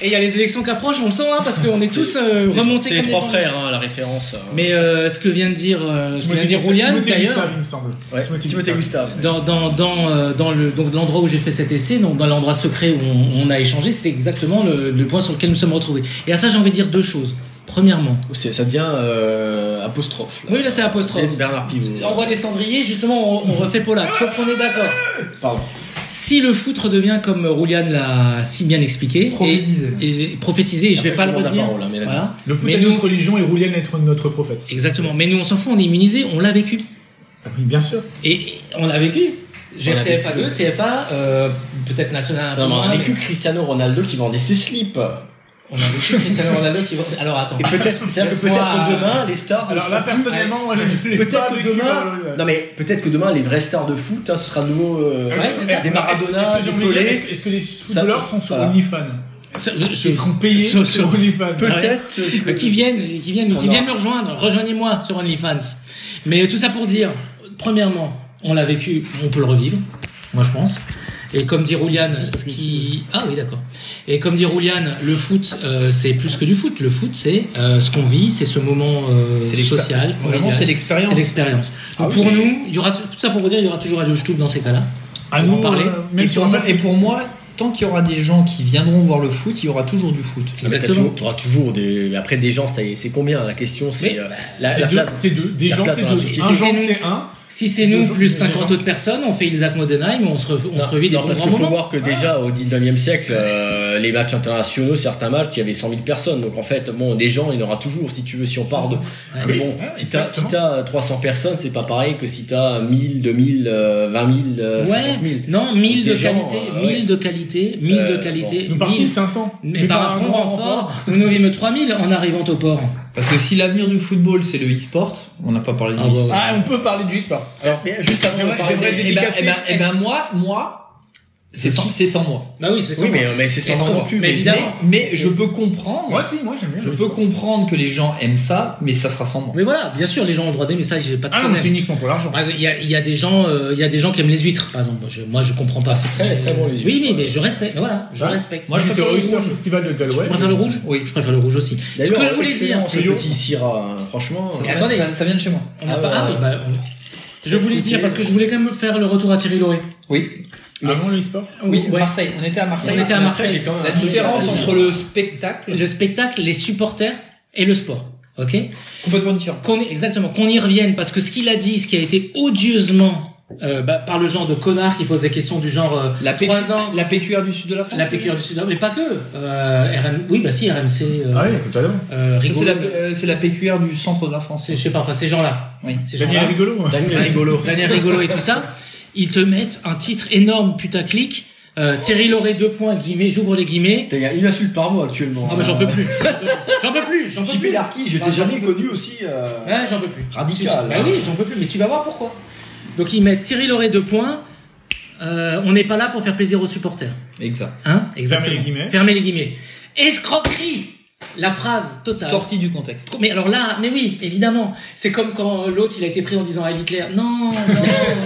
[SPEAKER 7] Et il y a les élections qui approchent, on le sent, hein, parce qu'on est tous euh, remontés
[SPEAKER 3] C'est
[SPEAKER 7] comme
[SPEAKER 3] les
[SPEAKER 7] des
[SPEAKER 3] trois
[SPEAKER 7] bandits.
[SPEAKER 3] frères, hein, la référence. hein.
[SPEAKER 7] Mais euh, ce que vient de dire, euh, ce que vient de dire Rouliane,
[SPEAKER 1] Timothée
[SPEAKER 7] d'ailleurs,
[SPEAKER 1] Gustave, il me semble.
[SPEAKER 3] Ouais,
[SPEAKER 1] Timothy
[SPEAKER 3] Timothée Gustave.
[SPEAKER 7] dans, dans, dans, euh, dans le, donc, l'endroit où j'ai fait cet essai, donc dans l'endroit secret où on, on a échangé, c'est exactement le, le point sur lequel nous sommes retrouvés. Et à ça, j'ai envie de dire deux choses. Premièrement,
[SPEAKER 3] C'est- Ça devient euh, apostrophe.
[SPEAKER 7] oui, là c'est apostrophe.
[SPEAKER 3] Bernard Pivot.
[SPEAKER 7] On voit des cendriers, justement, on, on refait Polak. Faut qu'on est d'accord.
[SPEAKER 3] Pardon.
[SPEAKER 7] Si le foot redevient comme Rouliane l'a si bien expliqué, et, et- et prophétisé, et je
[SPEAKER 3] Après,
[SPEAKER 7] vais pas
[SPEAKER 3] je
[SPEAKER 7] le
[SPEAKER 3] demande la
[SPEAKER 7] redire.
[SPEAKER 3] parole, hein, mais vas-y.
[SPEAKER 7] Voilà.
[SPEAKER 1] Le foot
[SPEAKER 7] Mais
[SPEAKER 1] est
[SPEAKER 7] nous-
[SPEAKER 1] notre religion et Roulien est notre prophète.
[SPEAKER 7] Exactement. Mais nous, on s'en fout, on est immunisé, on l'a vécu.
[SPEAKER 1] Ah Oui, bien sûr.
[SPEAKER 7] Et et on l'a vécu.
[SPEAKER 3] On l'a
[SPEAKER 7] GCFA
[SPEAKER 3] vécu.
[SPEAKER 7] 2, CFA, euh, peut-être national un peu
[SPEAKER 3] Non, mais on
[SPEAKER 7] moins,
[SPEAKER 3] a
[SPEAKER 7] mais
[SPEAKER 3] vécu Cristiano Ronaldo qui vendait ses slips.
[SPEAKER 7] on a vécu Cristiano Ronaldo qui va- Alors attends.
[SPEAKER 3] Et peut-être, c'est que
[SPEAKER 7] Laisse-moi-
[SPEAKER 3] peut-être demain, les stars.
[SPEAKER 1] Alors là, personnellement, moi, je ne l'ai pas
[SPEAKER 3] Peut-être que
[SPEAKER 1] vécu dans
[SPEAKER 3] demain,
[SPEAKER 9] euh,
[SPEAKER 1] le- Ah
[SPEAKER 3] non mais peut-être que demain les vraies stars de foot, hein, ce sera de nouveau euh,
[SPEAKER 7] Ouais, c'est ça.
[SPEAKER 3] des Maradona,
[SPEAKER 1] Est-ce que j'ai
[SPEAKER 3] des
[SPEAKER 1] envie de dire,
[SPEAKER 3] Pelé.
[SPEAKER 1] Est-ce que- est-ce que les
[SPEAKER 3] Ça-
[SPEAKER 1] footballeurs sont sur
[SPEAKER 3] voilà.
[SPEAKER 1] OnlyFans
[SPEAKER 7] Je- je-
[SPEAKER 1] Ils seront payés sur,
[SPEAKER 7] sur- sur-
[SPEAKER 1] OnlyFans.
[SPEAKER 7] Peut-
[SPEAKER 3] Peut-être que-
[SPEAKER 7] Euh, qui viennent, qui viennent, qui
[SPEAKER 3] Non.
[SPEAKER 7] viennent me rejoindre. Rejoignez-moi sur OnlyFans. Mais tout ça pour dire, premièrement, on l'a vécu, on peut le revivre, moi je pense. Et comme dit Rouliane, ce qui ah oui d'accord. Et comme dit Rouliane, le foot euh, c'est plus que du foot. Le foot c'est euh, ce qu'on vit, c'est ce moment euh,
[SPEAKER 9] C'est l'expé-
[SPEAKER 7] social.
[SPEAKER 9] Vraiment,
[SPEAKER 7] convivial.
[SPEAKER 9] c'est l'expérience.
[SPEAKER 7] C'est l'expérience. Donc pour nous, il y aura tout ça pour vous dire, il y aura toujours Radio Youtube dans ces cas-là.
[SPEAKER 1] À
[SPEAKER 7] Pour en
[SPEAKER 1] nous,
[SPEAKER 7] parler.
[SPEAKER 1] euh,
[SPEAKER 9] Et
[SPEAKER 1] même si
[SPEAKER 9] pour
[SPEAKER 1] on
[SPEAKER 9] moi-
[SPEAKER 1] n'a pas
[SPEAKER 9] et pour moi, tant qu'il y aura des gens qui viendront voir le foot, il y aura toujours du foot.
[SPEAKER 3] Non, mais t'as
[SPEAKER 7] Exactement.
[SPEAKER 3] toujours- T'auras toujours des. Après des gens, c'est c'est combien La question c'est
[SPEAKER 7] Mais-
[SPEAKER 3] euh, la,
[SPEAKER 1] Bah, c'est
[SPEAKER 3] la
[SPEAKER 1] deux,
[SPEAKER 3] place.
[SPEAKER 1] c'est deux, des
[SPEAKER 3] la
[SPEAKER 1] gens
[SPEAKER 3] place
[SPEAKER 1] c'est
[SPEAKER 3] dans la
[SPEAKER 1] deux,
[SPEAKER 3] société.
[SPEAKER 1] un
[SPEAKER 7] Si
[SPEAKER 1] genre
[SPEAKER 7] c'est
[SPEAKER 1] c'est un,
[SPEAKER 7] Si c'est nous
[SPEAKER 1] Toujours,
[SPEAKER 7] plus
[SPEAKER 1] toujours,
[SPEAKER 7] 50 autres personnes, on fait Isaac Modenheim, on se, re- on se revit des
[SPEAKER 3] non,
[SPEAKER 7] bons
[SPEAKER 3] parce
[SPEAKER 7] grands
[SPEAKER 3] qu'il faut
[SPEAKER 7] moments.
[SPEAKER 3] voir
[SPEAKER 1] Ah.
[SPEAKER 3] que déjà au 19e siècle, euh, les matchs internationaux, certains matchs, il y avait 100 000 personnes. Donc en fait, bon, des gens, il y en aura toujours si tu veux, si on part de.
[SPEAKER 7] Ouais.
[SPEAKER 3] Mais bon,
[SPEAKER 1] Ouais,
[SPEAKER 3] si t'as si
[SPEAKER 1] exactement.
[SPEAKER 9] euh,
[SPEAKER 3] t'as 300 personnes, c'est pas pareil que si t'as 1000, 2000, euh, 20 000, euh, 50 000.
[SPEAKER 7] Ouais, non, 1000 de,
[SPEAKER 3] Des gens,
[SPEAKER 7] qualité,
[SPEAKER 3] euh,
[SPEAKER 7] 1000
[SPEAKER 3] ouais.
[SPEAKER 7] de qualité, 1000 de
[SPEAKER 3] Euh,
[SPEAKER 7] qualité,
[SPEAKER 1] nous partîmes
[SPEAKER 7] 1000.
[SPEAKER 1] 500.
[SPEAKER 7] Mais, par un grand renfort, nous nous vîmes 3000 en arrivant au port.
[SPEAKER 9] Parce que si l'avenir du football c'est le e-sport, on n'a pas parlé de
[SPEAKER 7] Ah
[SPEAKER 9] e-sport.
[SPEAKER 7] ouais.
[SPEAKER 1] Ah, on peut parler du e-sport.
[SPEAKER 3] Alors, mais juste avant de
[SPEAKER 1] J'aimerais-
[SPEAKER 3] parler.
[SPEAKER 1] j'aimerais
[SPEAKER 9] Eh ben,
[SPEAKER 1] dédicacer-
[SPEAKER 9] eh ben, eh ben,
[SPEAKER 1] est-ce-
[SPEAKER 9] moi, moi, c'est sans, c'est sans moi.
[SPEAKER 7] Bah oui, c'est ça.
[SPEAKER 3] Oui, mais, mais c'est
[SPEAKER 7] Est-ce
[SPEAKER 3] sans
[SPEAKER 7] qu'on
[SPEAKER 3] moi.
[SPEAKER 7] pue, mais évidemment.
[SPEAKER 9] Mais je peux comprendre.
[SPEAKER 1] Moi si, moi j'aime bien.
[SPEAKER 9] Je
[SPEAKER 1] le
[SPEAKER 9] peux
[SPEAKER 1] e-sport.
[SPEAKER 9] comprendre que les gens aiment ça, mais ça sera sans moi.
[SPEAKER 7] Mais voilà, bien sûr, les gens ont le droit d'aimer ça, j'ai pas de
[SPEAKER 1] Ah non, mais c'est
[SPEAKER 7] problème.
[SPEAKER 1] uniquement pour l'argent.
[SPEAKER 7] Par exemple, Il y, a, il y a des gens, euh, il y a des gens qui aiment les huîtres, par exemple. Moi, je, moi, je comprends pas. C'est
[SPEAKER 3] très- très bon, les
[SPEAKER 7] Oui,
[SPEAKER 3] huîtres. euh.
[SPEAKER 7] mais, mais je respecte. mais Voilà, je
[SPEAKER 1] Ouais.
[SPEAKER 7] respecte.
[SPEAKER 1] Moi,
[SPEAKER 9] je
[SPEAKER 1] j'étais
[SPEAKER 9] préfère
[SPEAKER 1] au
[SPEAKER 9] le
[SPEAKER 1] Oyster
[SPEAKER 9] rouge.
[SPEAKER 1] Festival de
[SPEAKER 7] tu
[SPEAKER 1] Galway.
[SPEAKER 7] préfères le rouge Oui, je préfère le rouge aussi. Ce que je voulais dire.
[SPEAKER 3] excellent, ce petit Syrah,
[SPEAKER 9] euh,
[SPEAKER 3] hein, franchement.
[SPEAKER 9] Ça,
[SPEAKER 7] Mais
[SPEAKER 9] ça-
[SPEAKER 7] attendez.
[SPEAKER 9] ça, ça vient de chez moi.
[SPEAKER 7] On n'a
[SPEAKER 3] Ah
[SPEAKER 7] pas-
[SPEAKER 3] ouais.
[SPEAKER 7] ah oui, bah, on- Je voulais dire parce que je voulais quand même faire le retour à Thierry Loret.
[SPEAKER 9] Oui.
[SPEAKER 15] Avant le e-sport
[SPEAKER 11] Oui,
[SPEAKER 7] Ouais.
[SPEAKER 11] Marseille. On était à Marseille.
[SPEAKER 7] On était à
[SPEAKER 11] Mais après,
[SPEAKER 7] Marseille.
[SPEAKER 11] j'ai quand même
[SPEAKER 7] La
[SPEAKER 11] un truc
[SPEAKER 7] différence
[SPEAKER 11] assez-
[SPEAKER 7] entre
[SPEAKER 11] le spectacle.
[SPEAKER 7] Le spectacle, les supporters et le sport. Ok
[SPEAKER 11] Complètement différent.
[SPEAKER 7] Qu'on y- exactement, qu'on y revienne, parce que ce qu'il a dit, ce qui a été odieusement euh, bah, par le genre de connard qui pose des questions du genre euh,
[SPEAKER 11] La, P-
[SPEAKER 7] trois ans,
[SPEAKER 11] la PQR du sud de la France.
[SPEAKER 7] la PQR du Sud, mais pas que. Euh, RM, oui, bah si, RMC, euh,
[SPEAKER 15] Ah oui, écoute, alors.
[SPEAKER 7] euh,
[SPEAKER 11] Ça, C'est
[SPEAKER 7] rigolo.
[SPEAKER 11] la, euh, c'est la PQR du centre de la France.
[SPEAKER 7] C'est- Je sais pas, enfin ces gens-là.
[SPEAKER 11] Oui.
[SPEAKER 7] Ces gens-là.
[SPEAKER 15] Daniel est rigolo. hein. moi.
[SPEAKER 9] Daniel rigolo.
[SPEAKER 7] Daniel Rigolo et tout ça, ils te mettent un titre énorme putaclic. Euh, Thierry Lauré, deux points, guillemets, j'ouvre les guillemets.
[SPEAKER 9] T'as une insulte par mois actuellement.
[SPEAKER 7] Ah bah j'en peux plus. J'en peux plus, j'en peux
[SPEAKER 9] JP
[SPEAKER 7] plus.
[SPEAKER 9] Larky, je
[SPEAKER 7] Ah,
[SPEAKER 9] t'ai
[SPEAKER 7] j'en
[SPEAKER 9] jamais
[SPEAKER 7] peux plus.
[SPEAKER 9] connu aussi. euh,
[SPEAKER 7] Ouais, j'en peux plus.
[SPEAKER 9] Radical,
[SPEAKER 7] Bah
[SPEAKER 9] hein.
[SPEAKER 7] oui, j'en peux plus, mais tu vas voir pourquoi. Donc ils mettent Thierry Lauré, deux points. Euh, on n'est pas là pour faire plaisir aux supporters.
[SPEAKER 11] Exact.
[SPEAKER 7] Hein Exactement.
[SPEAKER 15] les guillemets.
[SPEAKER 7] Fermez les guillemets. Escroquerie La phrase totale.
[SPEAKER 11] Sortie du contexte.
[SPEAKER 7] Mais alors là, mais oui, évidemment, c'est comme quand l'autre il a été pris en disant à Hitler, non, non,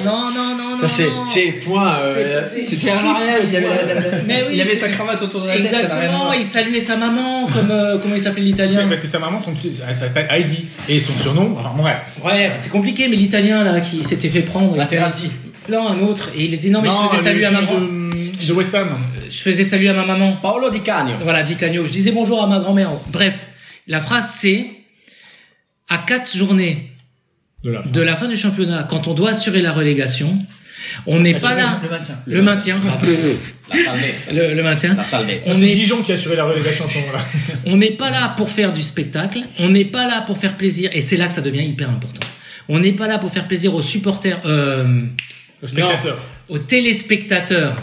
[SPEAKER 7] non, non, non, non.
[SPEAKER 9] Ça c'est
[SPEAKER 7] non.
[SPEAKER 9] c'est point. euh,
[SPEAKER 7] C'est- c'est-
[SPEAKER 11] C'était un mariage. Il y avait, la- la- la-
[SPEAKER 7] Mais oui,
[SPEAKER 11] il y avait
[SPEAKER 7] c'est-
[SPEAKER 11] sa cravate autour de la tête. ça n'a rien à
[SPEAKER 7] Exactement,
[SPEAKER 11] voir.
[SPEAKER 7] il saluait sa maman, comme euh, comment il s'appelait l'italien.
[SPEAKER 15] Parce que sa maman, son petit, elle s'appelle Heidi. Et son surnom, alors bref.
[SPEAKER 7] Ouais, c'est compliqué, mais l'italien là qui s'était fait prendre.
[SPEAKER 9] Ah,
[SPEAKER 7] il
[SPEAKER 11] Materazzi.
[SPEAKER 7] était- Non, un autre, et il a dit non, mais je faisais
[SPEAKER 15] le
[SPEAKER 7] salut à ma
[SPEAKER 15] fils
[SPEAKER 7] maman.
[SPEAKER 15] De, de West Ham.
[SPEAKER 7] Je faisais salut à ma maman.
[SPEAKER 9] Paolo Di Canio.
[SPEAKER 7] Voilà, dit Cagno. Je disais bonjour à ma grand-mère. Bref, la phrase c'est à quatre journées
[SPEAKER 15] De la.
[SPEAKER 7] de la fin du championnat, quand on doit assurer la relégation, on
[SPEAKER 9] Ah,
[SPEAKER 7] n'est pas là.
[SPEAKER 11] Le maintien.
[SPEAKER 7] Le maintien, pardon.
[SPEAKER 9] La salvette. ça.
[SPEAKER 7] le, le maintien.
[SPEAKER 9] La salvette.
[SPEAKER 7] On
[SPEAKER 15] C'est
[SPEAKER 7] est
[SPEAKER 15] Dijon qui a assuré la relégation à ce moment-là.
[SPEAKER 7] On n'est pas là pour faire du spectacle, on n'est pas là pour faire plaisir, et c'est là que ça devient hyper important. On n'est pas là pour faire plaisir aux supporters, euh,
[SPEAKER 15] Le spectateur.
[SPEAKER 7] aux téléspectateurs,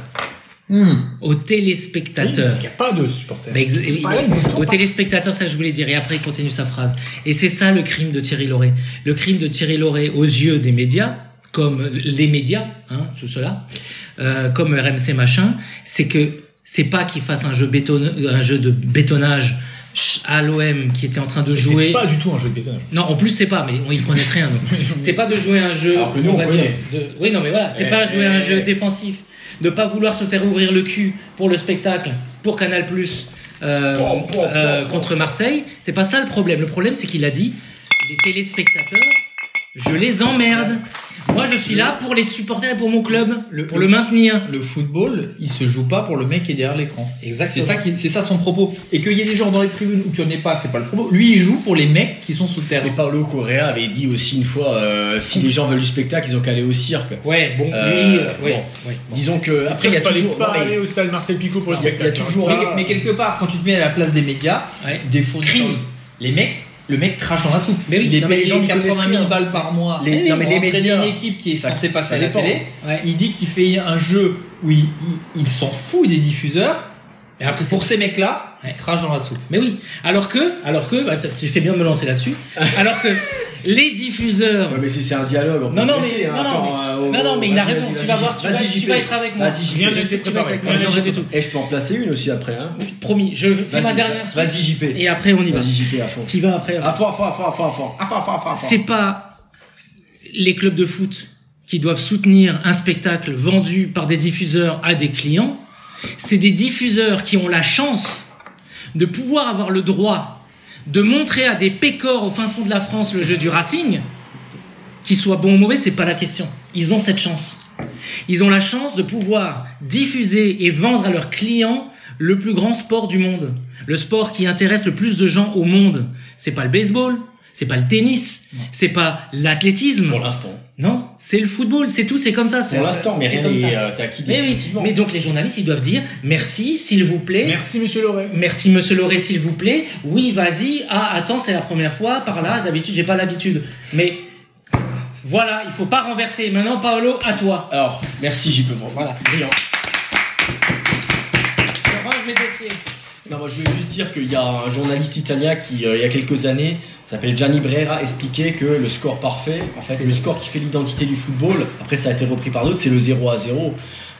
[SPEAKER 7] aux téléspectateurs.
[SPEAKER 15] Parce qu'il n'y a pas de supporter.
[SPEAKER 7] Bah, ex- oui,
[SPEAKER 15] pareil, mais
[SPEAKER 7] mais
[SPEAKER 15] on
[SPEAKER 7] aux
[SPEAKER 15] entend pas.
[SPEAKER 7] téléspectateurs, ça je voulais dire, et après il continue sa phrase. Et c'est ça le crime de Thierry Lauré. Le crime de Thierry Lauré aux yeux des médias, comme les médias, hein, tout cela, euh, comme RMC machin, c'est que c'est pas qu'il fasse un jeu, béton, un jeu de bétonnage ch- à l'OM qui était en train de
[SPEAKER 15] C'est
[SPEAKER 7] jouer.
[SPEAKER 15] pas du tout un jeu de bétonnage.
[SPEAKER 7] Non, en plus c'est pas, mais ils connaissent rien. donc. C'est pas de jouer un jeu.
[SPEAKER 9] Alors que nous, on
[SPEAKER 7] va
[SPEAKER 9] connaît. Eh,
[SPEAKER 7] dire, de- Oui, non, mais voilà, c'est pas jouer un jeu défensif, de pas vouloir se faire ouvrir le cul pour le spectacle, pour Canal Plus euh, contre Marseille. C'est pas ça le problème. Le problème, c'est qu'il a dit les téléspectateurs, je les emmerde. Moi, je suis là pour les supporter et pour mon club,
[SPEAKER 11] Le-
[SPEAKER 7] pour le maintenir.
[SPEAKER 11] Le football, il se joue pas pour le mec qui est derrière l'écran. C'est
[SPEAKER 7] Exactement.
[SPEAKER 11] ça, qui- c'est ça son propos. Et qu'il y ait des gens dans les tribunes où tu en es pas, c'est pas le propos. Lui, il joue pour les mecs qui sont sous terre.
[SPEAKER 9] Et Paolo Correa avait dit aussi une fois euh, si les gens veulent du spectacle, ils ont qu'à aller au cirque.
[SPEAKER 7] Ouais, bon,
[SPEAKER 9] Euh,
[SPEAKER 7] lui, euh, ouais,
[SPEAKER 9] bon.
[SPEAKER 7] ouais, bon.
[SPEAKER 9] Disons que
[SPEAKER 15] C'est
[SPEAKER 9] après
[SPEAKER 15] sûr
[SPEAKER 9] il y a
[SPEAKER 15] qu'il fallait
[SPEAKER 9] toujours.
[SPEAKER 15] pas
[SPEAKER 9] non, mais
[SPEAKER 15] aller au stade Marcel Picot pour le
[SPEAKER 9] Il y a- il y a
[SPEAKER 15] spectacle.
[SPEAKER 9] toujours-
[SPEAKER 11] Mais, mais quelque part, quand tu te mets à la place des médias,
[SPEAKER 7] hein. Ouais.
[SPEAKER 11] des fournisseurs,
[SPEAKER 7] Crime.
[SPEAKER 11] les mecs, le mec crache dans la soupe.
[SPEAKER 7] Mais oui,
[SPEAKER 11] il est
[SPEAKER 9] non, mais les gens
[SPEAKER 11] payé
[SPEAKER 9] n'y
[SPEAKER 11] 80
[SPEAKER 9] connaissent
[SPEAKER 11] 000
[SPEAKER 9] rien.
[SPEAKER 11] balles par mois.
[SPEAKER 9] Les-
[SPEAKER 11] pour
[SPEAKER 9] non, mais les
[SPEAKER 11] entraîner
[SPEAKER 9] médias,
[SPEAKER 11] une équipe qui est
[SPEAKER 9] ça-
[SPEAKER 11] censée passer
[SPEAKER 9] ça
[SPEAKER 11] à la
[SPEAKER 9] dépend.
[SPEAKER 11] télé.
[SPEAKER 7] Ouais.
[SPEAKER 11] Il dit qu'il fait un jeu où il, il- il s'en fout des diffuseurs.
[SPEAKER 7] Et après, c'est-
[SPEAKER 11] Pour ces mecs-là,
[SPEAKER 7] Ouais.
[SPEAKER 11] il crache dans la soupe.
[SPEAKER 7] Mais oui, alors que, alors que, bah, t- tu fais bien de me lancer là-dessus, alors que les diffuseurs,
[SPEAKER 9] Ouais, mais c'est c'est un dialogue. on peut
[SPEAKER 7] Non, non,
[SPEAKER 9] laisser,
[SPEAKER 7] mais-
[SPEAKER 9] hein,
[SPEAKER 7] non, non,
[SPEAKER 9] attends,
[SPEAKER 7] mais-
[SPEAKER 9] euh, oh,
[SPEAKER 7] non, non, mais il a
[SPEAKER 9] vas-y,
[SPEAKER 7] raison,
[SPEAKER 9] vas-y,
[SPEAKER 7] tu vas
[SPEAKER 9] vas-y,
[SPEAKER 7] voir, tu vas-
[SPEAKER 9] vas-y,
[SPEAKER 7] tu
[SPEAKER 9] JP.
[SPEAKER 7] vas être avec moi.
[SPEAKER 9] Vas-y, JP.
[SPEAKER 15] Rien
[SPEAKER 7] je
[SPEAKER 15] ne
[SPEAKER 7] sais
[SPEAKER 15] s'est
[SPEAKER 7] que tu vas être
[SPEAKER 15] préparé.
[SPEAKER 7] avec moi, non, rien du tout.
[SPEAKER 9] Et Eh, je peux en placer une aussi après. Hein.
[SPEAKER 7] Promis, je fais
[SPEAKER 9] Vas-y,
[SPEAKER 7] ma dernière.
[SPEAKER 9] Vas-y, JP.
[SPEAKER 7] Et après Ah, on y va.
[SPEAKER 9] Vas-y, JP à fond.
[SPEAKER 7] Tu vas après.
[SPEAKER 9] À fond, à fond, à fond, à fond, à fond. À fond, à fond, à fond, à fond.
[SPEAKER 7] C'est pas les clubs de foot qui doivent soutenir un spectacle vendu par des diffuseurs à des clients. C'est des diffuseurs qui ont la chance de pouvoir avoir le droit de montrer à des pécores au fin fond de la France le jeu du Racing, qu'ils soient bons ou mauvais, c'est pas la question. Ils ont cette chance. Ils ont la chance de pouvoir diffuser et vendre à leurs clients le plus grand sport du monde. Le sport qui intéresse le plus de gens au monde. C'est pas le baseball, c'est pas le tennis, c'est pas l'athlétisme.
[SPEAKER 9] Pour l'instant.
[SPEAKER 7] Non, c'est le football, c'est tout, c'est comme ça. c'est-
[SPEAKER 9] Pour l'instant, mais
[SPEAKER 7] c'est
[SPEAKER 9] rien
[SPEAKER 7] comme ça.
[SPEAKER 9] n'est euh, acquis
[SPEAKER 7] Mais oui,
[SPEAKER 9] définitivement.
[SPEAKER 7] mais donc les journalistes, ils doivent dire merci, s'il vous plaît.
[SPEAKER 15] Merci, monsieur Loret.
[SPEAKER 7] Merci monsieur Lauré s'il vous plaît. Oui, vas-y. Ah attends, c'est la première fois par là, d'habitude j'ai pas l'habitude. Mais voilà, il faut pas renverser. Maintenant Paolo, à toi.
[SPEAKER 9] Alors, merci, JP. Voilà, brillant.
[SPEAKER 7] Je range mes dossiers.
[SPEAKER 9] Non, moi je voulais juste dire qu'il y a un journaliste italien qui, euh, il y a quelques années, s'appelle Gianni Brera, expliquait que le score parfait, en fait, le score qui fait l'identité du football, après ça a été repris par d'autres, c'est le 0 à 0.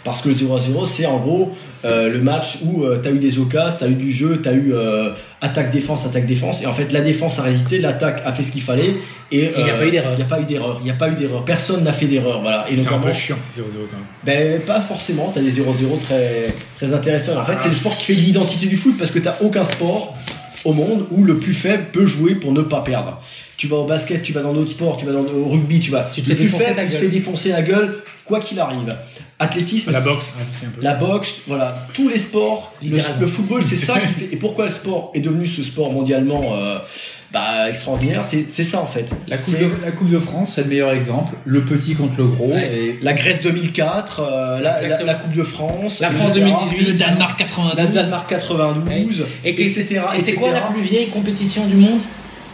[SPEAKER 9] Parce que le 0 à 0, c'est en gros euh, le match où tu t'as eu des occasions, t'as eu du jeu, t'as eu euh, attaque-défense, attaque-défense, et en fait la défense a résisté, l'attaque a fait ce qu'il fallait, et euh,
[SPEAKER 7] il y a pas eu d'erreur.
[SPEAKER 9] Il n'y a pas eu d'erreur, il n'y a pas eu d'erreur, personne n'a fait d'erreur, voilà. Et
[SPEAKER 15] C'est un
[SPEAKER 9] notamment-
[SPEAKER 15] peu chiant, 0-0 quand même.
[SPEAKER 9] ben, pas forcément, t'as des 0-0 très, très intéressants. En fait, c'est le sport qui fait l'identité du foot parce que t'as aucun sport au monde où le plus faible peut jouer pour ne pas perdre. Tu vas au basket, tu vas dans d'autres sports, tu vas dans au rugby, tu vas.
[SPEAKER 7] Tu te
[SPEAKER 9] le
[SPEAKER 7] fais
[SPEAKER 9] plus
[SPEAKER 7] défoncer
[SPEAKER 9] faible,
[SPEAKER 7] ta
[SPEAKER 9] il se
[SPEAKER 7] gueule.
[SPEAKER 9] fait défoncer la gueule, quoi qu'il arrive. Athlétisme,
[SPEAKER 1] La
[SPEAKER 9] c'est-
[SPEAKER 1] boxe. ouais, c'est un peu-
[SPEAKER 9] la boxe, voilà, tous les sports, le,
[SPEAKER 7] Littéralement.
[SPEAKER 9] le football, c'est ça qui fait. Et pourquoi le sport est devenu ce sport mondialement euh, bah, extraordinaire C'est c'est ça en fait.
[SPEAKER 3] La coupe,
[SPEAKER 9] C'est
[SPEAKER 3] de, la Coupe de France, c'est le meilleur exemple. Le petit contre le gros. et
[SPEAKER 9] la Grèce 2004, euh, la, la- la Coupe de France,
[SPEAKER 7] La France
[SPEAKER 9] etc.,
[SPEAKER 7] 2018,
[SPEAKER 16] Le Danemark
[SPEAKER 9] la
[SPEAKER 16] 92.
[SPEAKER 9] Danemark 92,
[SPEAKER 7] Et, que c'est-
[SPEAKER 9] etc.
[SPEAKER 7] et c'est quoi la
[SPEAKER 9] etc..
[SPEAKER 7] plus vieille compétition du monde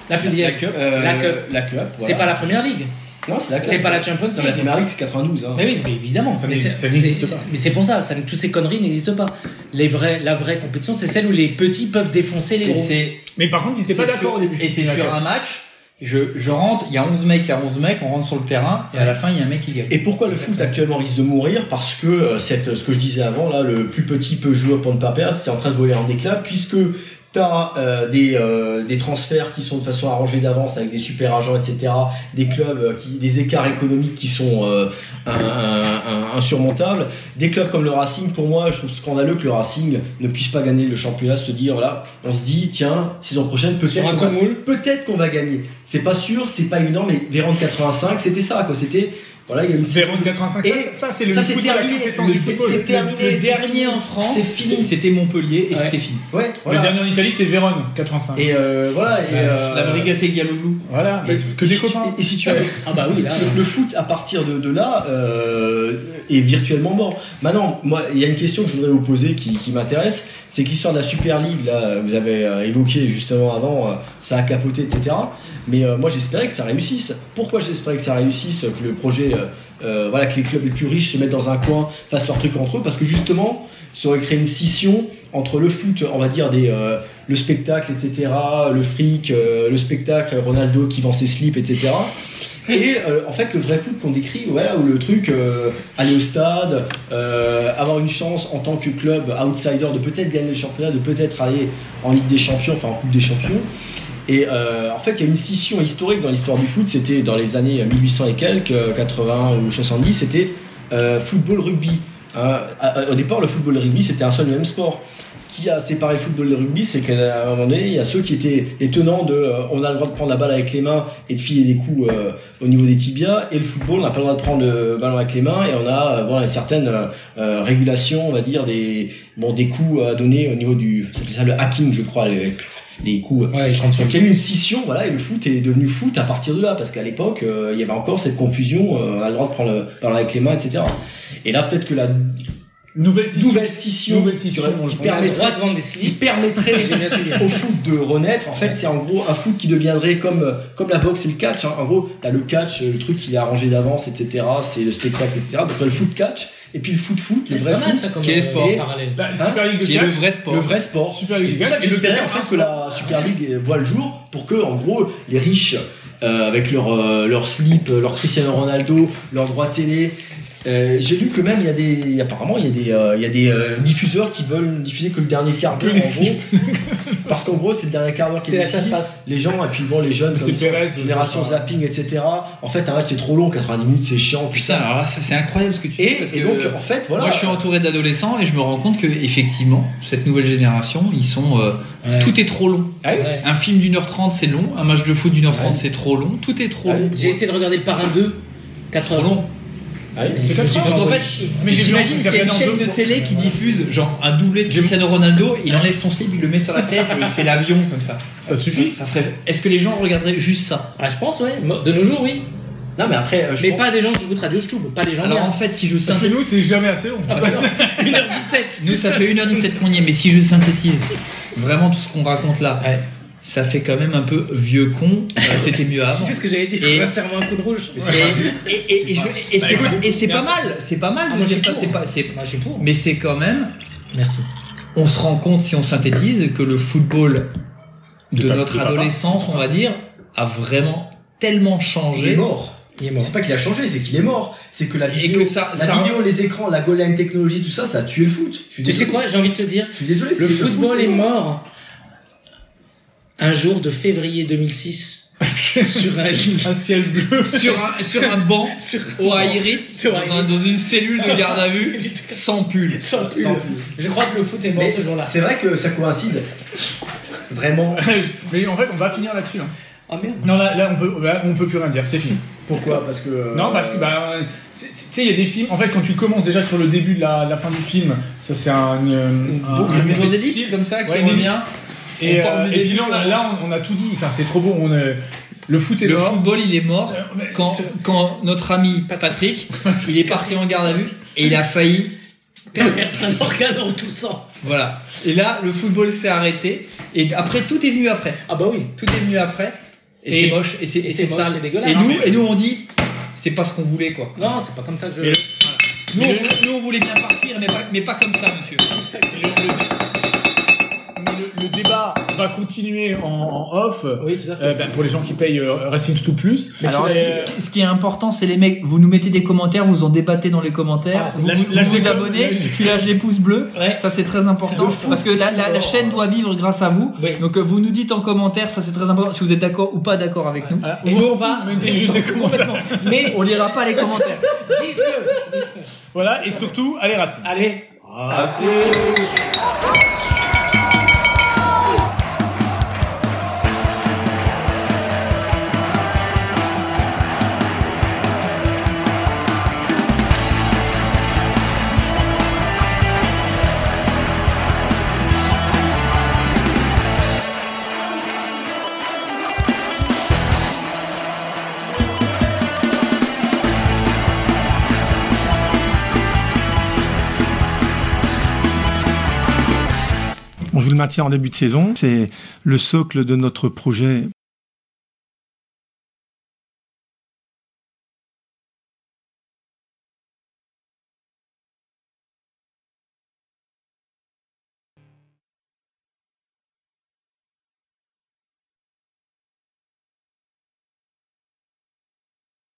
[SPEAKER 7] La plus vieille.
[SPEAKER 9] Cup, euh,
[SPEAKER 7] La Cup.
[SPEAKER 9] la Cup,
[SPEAKER 7] C'est
[SPEAKER 9] voilà.
[SPEAKER 7] pas la première ligue.
[SPEAKER 9] Non, c'est la Cup.
[SPEAKER 7] C'est pas la Champions
[SPEAKER 9] Non, la
[SPEAKER 7] League.
[SPEAKER 9] Première Ligue, c'est 92. hein.
[SPEAKER 7] Mais oui, mais évidemment.
[SPEAKER 1] Ça
[SPEAKER 7] mais
[SPEAKER 1] n'existe-
[SPEAKER 7] c'est-
[SPEAKER 1] ça n'existe
[SPEAKER 7] c'est-
[SPEAKER 1] pas.
[SPEAKER 7] mais c'est pour ça, ça- toutes ces conneries n'existent pas. Les vrais, la vraie compétition, c'est celle où les petits peuvent défoncer les
[SPEAKER 3] et
[SPEAKER 7] gros.
[SPEAKER 3] c'est
[SPEAKER 1] Mais par contre, ils étaient
[SPEAKER 3] C'est
[SPEAKER 1] pas d'accord
[SPEAKER 3] sur-
[SPEAKER 1] au début.
[SPEAKER 3] Et c'est sur
[SPEAKER 1] D'accord.
[SPEAKER 3] un match, je, je rentre, il y a 11 mecs, il y a 11 mecs, on rentre sur le terrain, et à la fin, il y a un mec qui gagne.
[SPEAKER 9] Et pourquoi le foot actuellement risque de mourir Parce que euh, cette, ce que je disais avant, là, le plus petit peut jouer pour ne pas perdre, c'est en train de voler en éclat, puisque t'as euh, des, euh, des transferts qui sont de façon arrangée d'avance avec des super agents, etc. Des clubs euh, qui, des écarts économiques qui sont euh, un- un- un- insurmontables. Des clubs comme le Racing, pour moi, je trouve scandaleux que le Racing ne puisse pas gagner le championnat. Se dire là, on se dit tiens, saison prochaine peut-être
[SPEAKER 7] Sur un
[SPEAKER 9] qu'on va-
[SPEAKER 7] Comoul.
[SPEAKER 9] peut-être qu'on va gagner. C'est pas sûr, c'est pas évident, mais Véran de 85, c'était ça quoi. C'était voilà, il y a une
[SPEAKER 1] 0 de 85.
[SPEAKER 9] Et
[SPEAKER 1] ça, ça, c'est le
[SPEAKER 9] ça, c'est
[SPEAKER 1] foot de la
[SPEAKER 9] terminé.
[SPEAKER 1] quintessence
[SPEAKER 9] Le-
[SPEAKER 1] du
[SPEAKER 9] c'est-
[SPEAKER 1] football.
[SPEAKER 9] c'est terminé.
[SPEAKER 3] Le dernier en France,
[SPEAKER 9] C'est fini.
[SPEAKER 3] c'était Montpellier, et
[SPEAKER 7] Ouais.
[SPEAKER 3] c'était fini.
[SPEAKER 9] Ouais,
[SPEAKER 1] Le
[SPEAKER 9] voilà.
[SPEAKER 1] dernier en Italie, c'est Vérone, 85.
[SPEAKER 9] Et euh, voilà. Et, euh,
[SPEAKER 3] La brigade Galoglou.
[SPEAKER 1] Voilà,
[SPEAKER 9] et-
[SPEAKER 1] Ah, que
[SPEAKER 9] et
[SPEAKER 1] des
[SPEAKER 9] si tu-
[SPEAKER 1] copains.
[SPEAKER 9] et- et si tu veux,
[SPEAKER 7] Ah bah oui, là.
[SPEAKER 9] le, le foot à partir de, de là euh, est virtuellement mort. Maintenant, moi, il y a une question que je voudrais vous poser qui, qui m'intéresse, c'est que l'histoire de la Super League, là, vous avez euh, évoqué justement avant, euh, ça a capoté, etc. Mais euh, moi, j'espérais que ça réussisse. Pourquoi j'espérais que ça réussisse, que le projet, euh, euh, voilà, que les clubs les plus riches se mettent dans un coin, fassent leur truc entre eux, parce que justement, ça aurait créé une scission entre le foot, on va dire des euh, le spectacle, etc., le fric, euh, le spectacle, Ronaldo qui vend ses slips, etc. Et euh, en fait, le vrai foot qu'on décrit, voilà, où le truc, euh, aller au stade, euh, avoir une chance en tant que club outsider de peut-être gagner le championnat, de peut-être aller en Ligue des Champions, enfin en Coupe des Champions. Et euh, en fait, il y a une scission historique dans l'histoire du foot. C'était dans les années 1800 et quelques, euh, 80 ou 70, c'était euh, football-rugby. Hein, à- à- au départ, le football et le rugby, c'était un seul et même sport. Ce qui a séparé le football et le rugby, c'est qu'à un moment donné, il y a ceux qui étaient les tenants de euh, on a le droit de prendre la balle avec les mains et de filer des coups euh, au niveau des tibias, et le football, on n'a pas le droit de prendre le ballon avec les mains, et on a euh, bon, certaines euh, régulations, on va dire, des, bon, des coups à donner au niveau du. Ça s'appelle ça le hacking, je crois, les, les coups. euh.
[SPEAKER 7] Ouais, ils rentrent sur le-
[SPEAKER 9] Donc il y a eu une scission, voilà, et le foot est devenu foot à partir de là, parce qu'à l'époque, euh, il y avait encore cette confusion, euh, on a le droit de prendre le ballon avec les mains, etc. Et là, peut-être que la
[SPEAKER 1] Nouvelle scission.
[SPEAKER 9] nouvelle scission,
[SPEAKER 1] Nouvelle scission,
[SPEAKER 9] qui
[SPEAKER 1] on le
[SPEAKER 7] On a le
[SPEAKER 9] permettrait-
[SPEAKER 7] droit de vendre des
[SPEAKER 9] qui
[SPEAKER 7] slips.
[SPEAKER 9] permettrait
[SPEAKER 7] J'ai bien suivi.
[SPEAKER 9] au foot de renaître, en fait, c'est en gros un foot qui deviendrait comme, euh, comme la boxe et le catch. hein. En gros, t'as le catch, le truc qui est arrangé d'avance, etc. C'est le spectacle, etc. Donc t'as le foot catch, et puis le foot foot, le
[SPEAKER 7] C'est
[SPEAKER 9] vrai
[SPEAKER 7] pas mal
[SPEAKER 9] foot,
[SPEAKER 7] ça comme
[SPEAKER 3] Quel
[SPEAKER 7] euh,
[SPEAKER 3] sport Bah,
[SPEAKER 7] parallèle.
[SPEAKER 1] La Super League de
[SPEAKER 3] Qui est le
[SPEAKER 1] catch,
[SPEAKER 3] vrai sport.
[SPEAKER 9] le vrai sport.
[SPEAKER 1] Super League
[SPEAKER 9] C'est
[SPEAKER 1] de
[SPEAKER 9] pour ça
[SPEAKER 1] catch,
[SPEAKER 9] que
[SPEAKER 1] et le
[SPEAKER 9] j'espérais en
[SPEAKER 1] deuxième,
[SPEAKER 9] fait que la Super League voit le jour pour que, en gros, les riches, euh, avec leur, euh, leur slip, euh, leur Cristiano Ronaldo, leur droit télé, euh, j'ai lu que même il y a des apparemment il y a des euh, il y a des euh, diffuseurs qui veulent diffuser que le dernier quart d'heure
[SPEAKER 1] Que les
[SPEAKER 9] en gros parce qu'en gros c'est le dernier quart d'heure qui est
[SPEAKER 7] C'est ça se
[SPEAKER 9] décisif
[SPEAKER 7] passe.
[SPEAKER 9] les gens et puis bon les jeunes
[SPEAKER 1] C'est
[SPEAKER 9] comme ça,
[SPEAKER 1] Perez,
[SPEAKER 9] génération
[SPEAKER 1] ça.
[SPEAKER 9] zapping etc en fait un match c'est trop long 90 minutes c'est chiant
[SPEAKER 3] Putain,
[SPEAKER 9] putain
[SPEAKER 3] alors là, ça, c'est incroyable ce que tu dis.
[SPEAKER 9] et,
[SPEAKER 3] parce
[SPEAKER 9] et
[SPEAKER 3] que
[SPEAKER 9] donc en fait voilà
[SPEAKER 3] Moi, je suis entouré d'adolescents et je me rends compte que, effectivement, cette nouvelle génération, ils sont. euh,
[SPEAKER 7] Ouais.
[SPEAKER 3] Tout est trop long.
[SPEAKER 9] Ah oui
[SPEAKER 7] Ouais.
[SPEAKER 3] Un film d'une heure trente, c'est long. Un match de foot d'une heure trente, c'est trop long. Tout est trop
[SPEAKER 9] Ah oui.
[SPEAKER 3] long.
[SPEAKER 7] J'ai essayé de regarder le parrain 2, 4
[SPEAKER 3] Trop
[SPEAKER 7] heures.
[SPEAKER 3] long.
[SPEAKER 9] Ah oui.
[SPEAKER 7] Et je me suis fait
[SPEAKER 3] Donc, en
[SPEAKER 7] envoyer.
[SPEAKER 3] fait,
[SPEAKER 1] Mais j'ai vu
[SPEAKER 3] j'imagine
[SPEAKER 1] un
[SPEAKER 3] c'est
[SPEAKER 1] truc
[SPEAKER 3] une
[SPEAKER 1] à
[SPEAKER 3] chaîne de
[SPEAKER 1] Fernando.
[SPEAKER 3] télé qui diffuse genre un doublé de Cristiano Ronaldo, il enlève son slip, il le met sur la tête et il fait l'avion comme ça.
[SPEAKER 1] Ça suffit.
[SPEAKER 3] Ça serait. Est-ce que les gens regarderaient juste ça
[SPEAKER 7] Ah, je pense, ouais. De nos jours, oui.
[SPEAKER 9] non mais après euh, je
[SPEAKER 7] Mais
[SPEAKER 9] pense-
[SPEAKER 7] pas des gens qui écoutent Radio Stube, pas des gens.
[SPEAKER 3] Alors
[SPEAKER 7] bien. Ah,
[SPEAKER 3] en fait, si je
[SPEAKER 1] Parce que
[SPEAKER 3] synthétise,
[SPEAKER 1] nous, c'est jamais assez long.
[SPEAKER 7] 1h17.
[SPEAKER 3] nous ça fait 1h17 qu'on y est, mais si je synthétise vraiment tout ce qu'on raconte là,
[SPEAKER 7] Ouais.
[SPEAKER 3] ça fait quand même un peu vieux con. euh, C'était mieux
[SPEAKER 7] Tu
[SPEAKER 3] avant.
[SPEAKER 7] sais ce que j'avais dit
[SPEAKER 3] Et-
[SPEAKER 7] Je serre-moi un coup de rouge.
[SPEAKER 3] Et, et- et je- et c'est
[SPEAKER 1] Bah, écoute,
[SPEAKER 3] et c'est pas
[SPEAKER 1] merci.
[SPEAKER 3] mal, c'est pas mal
[SPEAKER 7] Ah,
[SPEAKER 3] de
[SPEAKER 7] moi, je
[SPEAKER 3] dire
[SPEAKER 7] suis
[SPEAKER 3] ça,
[SPEAKER 7] pour.
[SPEAKER 3] c'est pas, c'est-
[SPEAKER 7] Moi, je suis pour.
[SPEAKER 3] mais c'est quand même
[SPEAKER 7] Merci.
[SPEAKER 3] on se rend compte, si on synthétise, que le football de
[SPEAKER 1] De pa-
[SPEAKER 3] notre
[SPEAKER 1] de papa.
[SPEAKER 3] adolescence, on va dire, a vraiment tellement
[SPEAKER 9] il est
[SPEAKER 3] changé.
[SPEAKER 9] mort
[SPEAKER 7] Il est mort.
[SPEAKER 9] C'est pas qu'il a changé, c'est qu'il est mort. C'est que la
[SPEAKER 3] Et
[SPEAKER 9] vidéo,
[SPEAKER 3] que ça-
[SPEAKER 9] la
[SPEAKER 3] ça-
[SPEAKER 9] vidéo, les écrans, la goal technologie, tout ça, ça a tué le foot. Je suis
[SPEAKER 7] Tu sais
[SPEAKER 9] désolé.
[SPEAKER 7] quoi J'ai envie de te dire.
[SPEAKER 9] Je suis désolé.
[SPEAKER 7] Le
[SPEAKER 9] c'est-
[SPEAKER 7] football est mort un jour de février 2006 sur un
[SPEAKER 9] Ah,
[SPEAKER 1] Un ciel bleu.
[SPEAKER 3] Sur un, sur un banc,
[SPEAKER 7] sur
[SPEAKER 3] au Aïritz,
[SPEAKER 7] Sur
[SPEAKER 3] dans,
[SPEAKER 7] Aïritz.
[SPEAKER 3] un- dans une cellule de garde à vue, sans pull.
[SPEAKER 7] sans pull.
[SPEAKER 9] sans plus.
[SPEAKER 7] Je crois que le foot est mort
[SPEAKER 9] Mais
[SPEAKER 7] ce jour-là.
[SPEAKER 9] c'est vrai que ça coïncide.
[SPEAKER 17] Vraiment.
[SPEAKER 1] Mais en fait, on va finir là-dessus. hein.
[SPEAKER 9] Ah merde.
[SPEAKER 1] Non, là, là, on peut, là, on peut plus rien dire. C'est fini.
[SPEAKER 17] Pourquoi Parce que. euh,
[SPEAKER 1] Non, parce que bah, c'est- c'est- tu sais, il y a des films. En fait, quand tu commences déjà sur le début de la, la fin du film, ça c'est un, euh, un,
[SPEAKER 9] boucle,
[SPEAKER 1] un
[SPEAKER 9] une
[SPEAKER 1] répétitif.
[SPEAKER 9] d'ellipse comme ça qui
[SPEAKER 1] Ouais, une
[SPEAKER 9] revient.
[SPEAKER 1] ellipse. Et,
[SPEAKER 9] On part
[SPEAKER 1] euh,
[SPEAKER 9] du
[SPEAKER 1] et
[SPEAKER 9] début,
[SPEAKER 1] puis là, on a,
[SPEAKER 9] on-
[SPEAKER 1] là, on, on a tout dit. Enfin, c'est trop beau. On, euh, le foot est
[SPEAKER 9] Le
[SPEAKER 1] mort.
[SPEAKER 9] football, il est mort
[SPEAKER 1] Euh, mais
[SPEAKER 9] quand,
[SPEAKER 1] sur-
[SPEAKER 9] quand notre ami Patrick, il est parti en garde à vue et il a failli.
[SPEAKER 3] un organe en tout ça.
[SPEAKER 9] Voilà. Et là, le football s'est arrêté. Et après, tout est venu après.
[SPEAKER 3] Ah bah oui.
[SPEAKER 9] Tout est venu après. Et,
[SPEAKER 3] Et-
[SPEAKER 9] c'est moche. Et c'est, et
[SPEAKER 3] et
[SPEAKER 9] c'est
[SPEAKER 3] c'est moche,
[SPEAKER 9] sale.
[SPEAKER 3] c'est dégueulasse.
[SPEAKER 9] Et nous, et nous, on dit, c'est pas ce qu'on voulait, quoi.
[SPEAKER 3] Non, c'est pas comme ça que je.
[SPEAKER 1] Mais-
[SPEAKER 9] Nous,
[SPEAKER 1] Mais
[SPEAKER 9] on
[SPEAKER 1] le-
[SPEAKER 9] voulait, nous, on voulait bien partir, mais pas, mais pas comme ça, monsieur.
[SPEAKER 1] Mais le, le débat va continuer en, en off.
[SPEAKER 3] Oui, tout à fait.
[SPEAKER 1] Euh, ben, pour les gens qui payent euh, Racing Tout Plus.
[SPEAKER 7] Alors,
[SPEAKER 1] Et,
[SPEAKER 7] ce, qui- ce qui est important, c'est les mecs, vous nous mettez des commentaires, vous en débattez dans les commentaires,
[SPEAKER 1] Ah, c'est
[SPEAKER 7] vous,
[SPEAKER 1] lâche-
[SPEAKER 7] vous,
[SPEAKER 1] lâche
[SPEAKER 7] vous
[SPEAKER 1] les
[SPEAKER 7] abonnez,
[SPEAKER 1] pouces bleus.
[SPEAKER 7] tu lâches les pouces bleus,
[SPEAKER 3] Ouais.
[SPEAKER 7] ça c'est très important, parce que la, la- la chaîne doit vivre grâce à vous,
[SPEAKER 3] Oui.
[SPEAKER 7] donc euh, vous nous dites en commentaire, ça c'est très important, si vous êtes d'accord ou pas d'accord avec nous,
[SPEAKER 1] Ah, on
[SPEAKER 3] Et nous,
[SPEAKER 1] s'en
[SPEAKER 3] on va-
[SPEAKER 1] fout, mettez juste des commentaires.
[SPEAKER 3] Mais
[SPEAKER 7] on lira pas les commentaires.
[SPEAKER 3] dites-le.
[SPEAKER 1] Voilà, et surtout, allez Racing.
[SPEAKER 3] Allez.
[SPEAKER 18] Bon, je vous le maintiens en début de saison. C'est le socle de notre projet